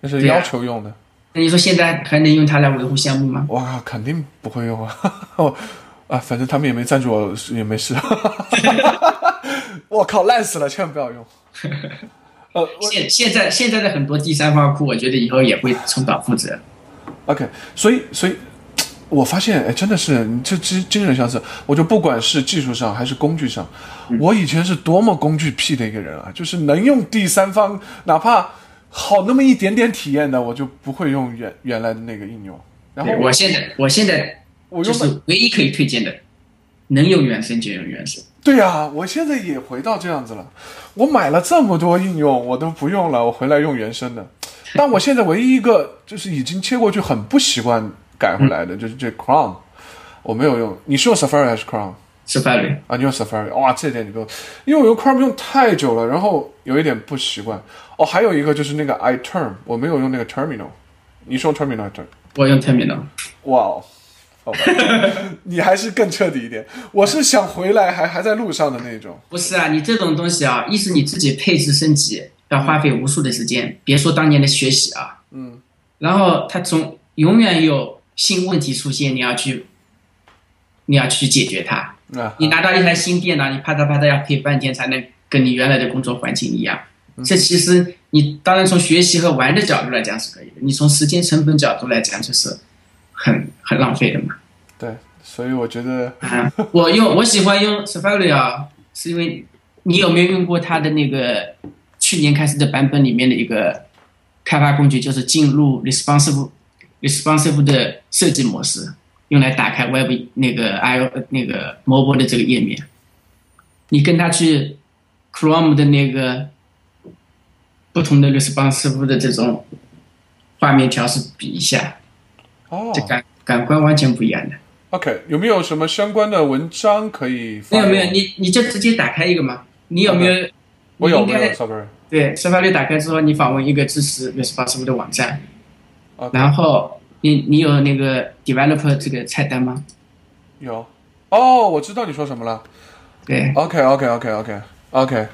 Speaker 1: 那是
Speaker 2: 对啊
Speaker 1: 要求用的。
Speaker 2: 那你说现在还能用它来维护项目吗？
Speaker 1: 我靠，肯定不会用啊！ 我啊，反正他们也没赞助我，也没事。 我靠，烂死了，千万不要 用。呃我
Speaker 2: 现现在现在的很多第三方库，我觉得以后也会重蹈覆辙。
Speaker 1: ，OK，所以所以。我发现，哎，真的是，你这精精神相似。我就不管是技术上还是工具上，
Speaker 2: 嗯
Speaker 1: 我以前是多么工具屁的一个人啊！就是能用第三方，哪怕好那么一点点体验的，我就不会用原原来的那个应用。然后
Speaker 2: 对，我现在我现在
Speaker 1: 我
Speaker 2: 就
Speaker 1: 用的
Speaker 2: 是唯一可以推荐的，能用原生就用原生。
Speaker 1: 对呀、我现在也回到这样子了。我买了这么多应用，我都不用了，我回来用原生的。但我现在唯一一个就是已经切过去很不习惯改回来的，就是这 Chrome，我没有用。你是用 Safari 还是 Chrome？
Speaker 2: Safari，
Speaker 1: 啊，你用 Safari，哇，这点你不用，因为我用 Chrome 用太久了，然后有一点不习惯。哦，还有一个就是那个 iTerm，我没有用那个 Terminal，你是用 Terminal 还是 Term？
Speaker 2: 我用 Terminal。
Speaker 1: 哇哦，好吧，你还是更彻底一点。我是想回来还还在路上的那种。
Speaker 2: 不是啊，你这种东西啊，一是你自己配置升级要花费无数的时间，别说当年的学习啊，
Speaker 1: 嗯，
Speaker 2: 然后它总永远有新问题出现，你要去，你要去解决它。
Speaker 1: 啊，
Speaker 2: 你拿到一台新电脑，你啪嗒啪嗒要配半天才能跟你原来的工作环境一样。这其实你当然从学习和玩的角度来讲是可以的，你从时间成本角度来讲就是很很浪费的嘛。
Speaker 1: 对，所以我觉得
Speaker 2: 啊， 我用我喜欢用 Safari 啊，是因为你有没有用过它的那个去年开始的版本里面的一个开发工具，就是进入 responsive responsive 的设计模式，用来打开 Web 那个 I O 那个 mobile 的这个页面。你跟它去 Chrome 的那个不同的 responsive 的这种画面调试比一下，
Speaker 1: 哦
Speaker 2: 这感感官完全不一样的。
Speaker 1: ，OK，有没有什么相关的文章可以发给
Speaker 2: 没
Speaker 1: 我？
Speaker 2: 有没有，你你就直接打开一个嘛。你有没有？
Speaker 1: 我
Speaker 2: 你
Speaker 1: 有我有
Speaker 2: 应该
Speaker 1: Safari，
Speaker 2: 对 Safari 打开之后，你访问一个支持 Responsible 的网站，
Speaker 1: OK
Speaker 2: 然后你你有那个 Developer 这个菜单吗？
Speaker 1: 有。哦，我知道你说什么了。
Speaker 2: 对
Speaker 1: OK OK OK OK OK，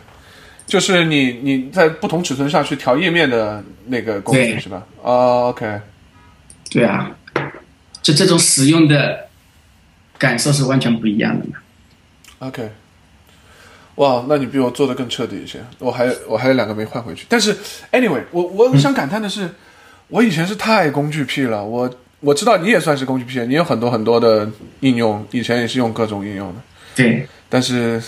Speaker 1: 就是你你在不同尺寸上去调页面的那个工具
Speaker 2: 对
Speaker 1: 是吧？哦 OK，
Speaker 2: 对啊，就这种使用的感受是完全不一样的嘛。
Speaker 1: OK，哇，那你比我做的更彻底一些，我还我还有两个没换回去。但是，anyway，我我想感叹的是，我以前是太工具癖了。我我知道你也算是工具癖，你有很多很多的应用，以前也是用各种应用的，
Speaker 2: 对，
Speaker 1: 但是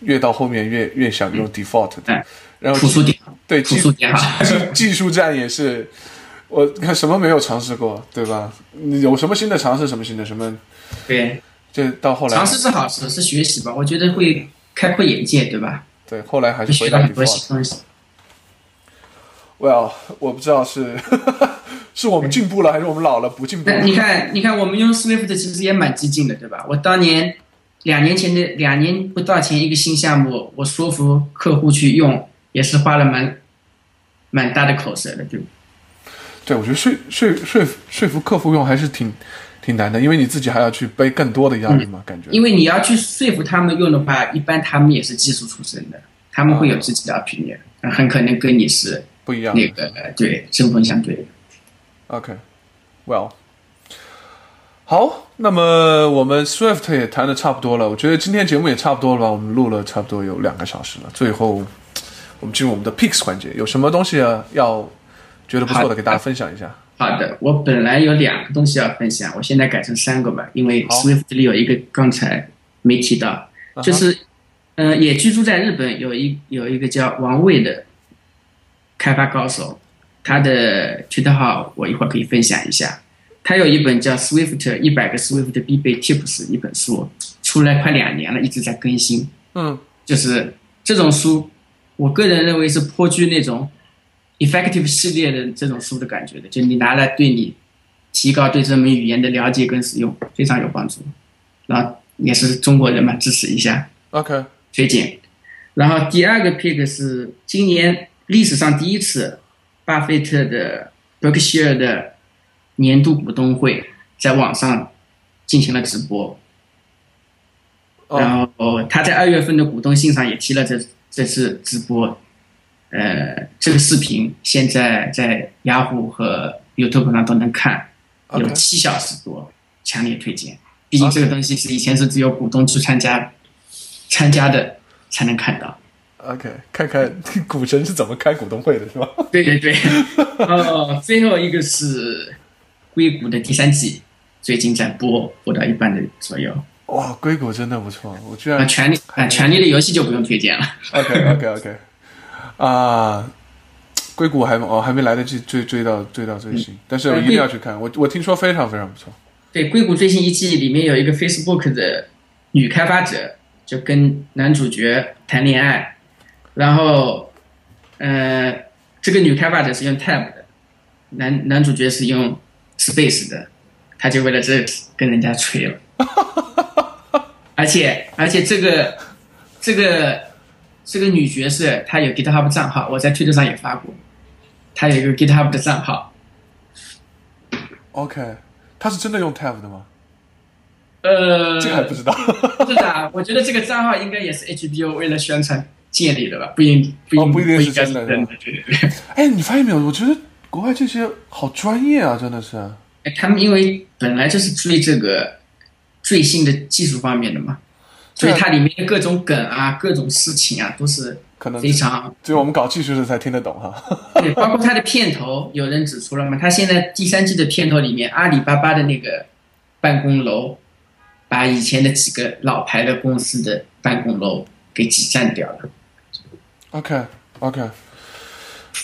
Speaker 1: 越到后面越越想用 default 的
Speaker 2: 哎，
Speaker 1: 然后
Speaker 2: 朴素点，
Speaker 1: 对
Speaker 2: 朴
Speaker 1: 技
Speaker 2: 素点啊。
Speaker 1: 技技术战也是。我看什么没有尝试过，对吧？你有什么新的尝试，什么新的什么，
Speaker 2: 对，
Speaker 1: 这到后来
Speaker 2: 尝试是好事，是学习吧？我觉得会开阔眼界，对吧？
Speaker 1: 对，后来还
Speaker 2: 会
Speaker 1: 是回
Speaker 2: 学
Speaker 1: 到
Speaker 2: 到很多
Speaker 1: default。
Speaker 2: 新东西。
Speaker 1: Well，我不知道是 是我们进步了，还是我们老了不进步
Speaker 2: 那你看，你看，我们用 Swift 其实也蛮激进的，对吧？我当年两年前的两年不到前一个新项目，我说服客户去用，也是花了蛮蛮大的口舌的，对吧？
Speaker 1: 对，我觉得说说说服说服客户用还是挺挺难的，因为你自己还要去背更多的压力嘛，感觉。
Speaker 2: 嗯因为你要去说服他们用的话，一般他们也是技术出身的，他们会有自己的 opinion，很可能跟你是
Speaker 1: 不一样。
Speaker 2: 那个呃对针锋相对的。
Speaker 1: OK，Well，、好，那么我们 Swift 也谈的差不多了，我觉得今天节目也差不多了吧，我们录了差不多有两个小时了，最后我们进入我们的 Picks 环节，有什么东西啊要觉得不错
Speaker 2: 好
Speaker 1: 的
Speaker 2: 的
Speaker 1: 给大家分享一下？
Speaker 2: 好的，我本来有两个东西要分享，我现在改成三个吧，因为
Speaker 1: 好
Speaker 2: Swift 里有一个刚才没提到，
Speaker 1: 哈
Speaker 2: 就是，呃，也居住在日本有一有一个叫王卫的开发高手，他的 Twitter 号我一会儿可以分享一下。他有一本叫《Swift 一百个 Swift 必备 Tips》一本书，出来快两年了，一直在更新。
Speaker 1: 嗯
Speaker 2: 就是这种书，我个人认为是颇具那种 effective 系列的这种书的感觉的，就你拿来对你提高对这门语言的了解跟使用非常有帮助。然后也是中国人嘛，支持一下，
Speaker 1: ，OK，
Speaker 2: 推荐。然后第二个 pick 是今年历史上第一次，巴菲特的 Berkshire 的年度股东会在网上进行了直播，
Speaker 1: 哦、
Speaker 2: 然后他在二月份的股东信上也提了这这次直播，呃，这个视频现在在雅虎和 YouTube 上都能看，有
Speaker 1: OK
Speaker 2: 七小时多，强烈推荐。毕竟这个东西是以前是只有股东去参加参加的才能看到。
Speaker 1: OK，看看 股神是怎么开股东会的，是吧？
Speaker 2: 对对对， 哦，最后一个是硅谷的第三季，最近在播，播到一半的左右。
Speaker 1: 哇，硅谷真的不错，我居
Speaker 2: 啊，
Speaker 1: 然
Speaker 2: 权力 啊，权力的游戏就不用推荐了。
Speaker 1: OK OK OK，啊，硅谷还哦还没来得及追追到追到最
Speaker 2: 嗯
Speaker 1: 新，但是我一定要去看。我我听说非常非常不错。
Speaker 2: 对，硅谷最新一季里面有一个 Facebook 的女开发者，就跟男主角谈恋爱，然后，呃，这个女开发者是用 Tab 的，男男主角是用 Space 的，他就为了这跟人家吹了，而且而且这个这个这个女爵士她有 GitHub 账号，我在推特上也发过，她有一个 GitHub 的账号，
Speaker 1: OK，他是真的用 Tab 的吗？
Speaker 2: 呃，
Speaker 1: 这个还不知道。
Speaker 2: 是的，我觉得这个账号应该也是 HBO 为了宣传建立的吧，不应不应、
Speaker 1: 哦不一定是
Speaker 2: 应该是
Speaker 1: 真的
Speaker 2: 真的，对对对。
Speaker 1: 哎，你发现没有？我觉得国外这些好专业啊，真的是。
Speaker 2: 哎 他们因为本来就是追这个最新的技术方面的嘛，所
Speaker 1: 对
Speaker 2: 以
Speaker 1: 啊
Speaker 2: 它里面的各种梗啊、各种事情啊，都是
Speaker 1: 可能
Speaker 2: 非常
Speaker 1: 只有我们搞技术的才听得懂哈。
Speaker 2: 对，包括它的片头，有人指出了嘛，它现在第三季的片头里面，阿里巴巴的那个办公楼，把以前的几个老牌的公司的办公楼给挤占掉了。
Speaker 1: OK OK，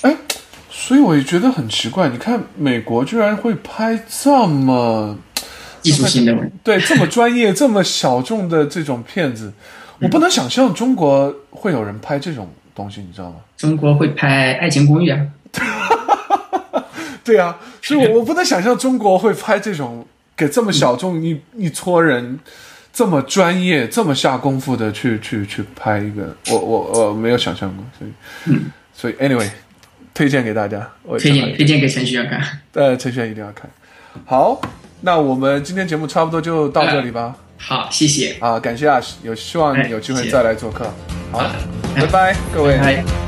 Speaker 1: 哎，所以我也觉得很奇怪，你看美国居然会拍这么
Speaker 2: 技术性的问题。
Speaker 1: 对这么专业、这么小众的这种片子，我不能想象中国会有人拍这种东西，你知道吗？
Speaker 2: 中国会拍《爱情公寓》啊，
Speaker 1: 对啊，所以我我不能想象中国会拍这种给这么小众一一撮人这么专业、这么下功夫的去去去拍一个，我我我没有想象过，所以、所以 anyway，推荐给大家，我
Speaker 2: 推荐推荐给程序员看。
Speaker 1: 呃陈轩一定要看。好，那我们今天节目差不多就到这里吧。
Speaker 2: 好，谢谢，
Speaker 1: 啊，感谢啊，有希望
Speaker 2: 哎
Speaker 1: 有机
Speaker 2: 谢
Speaker 1: 会
Speaker 2: 谢
Speaker 1: 再来做客。好
Speaker 2: 好的，
Speaker 1: 拜拜，各位。
Speaker 2: 拜。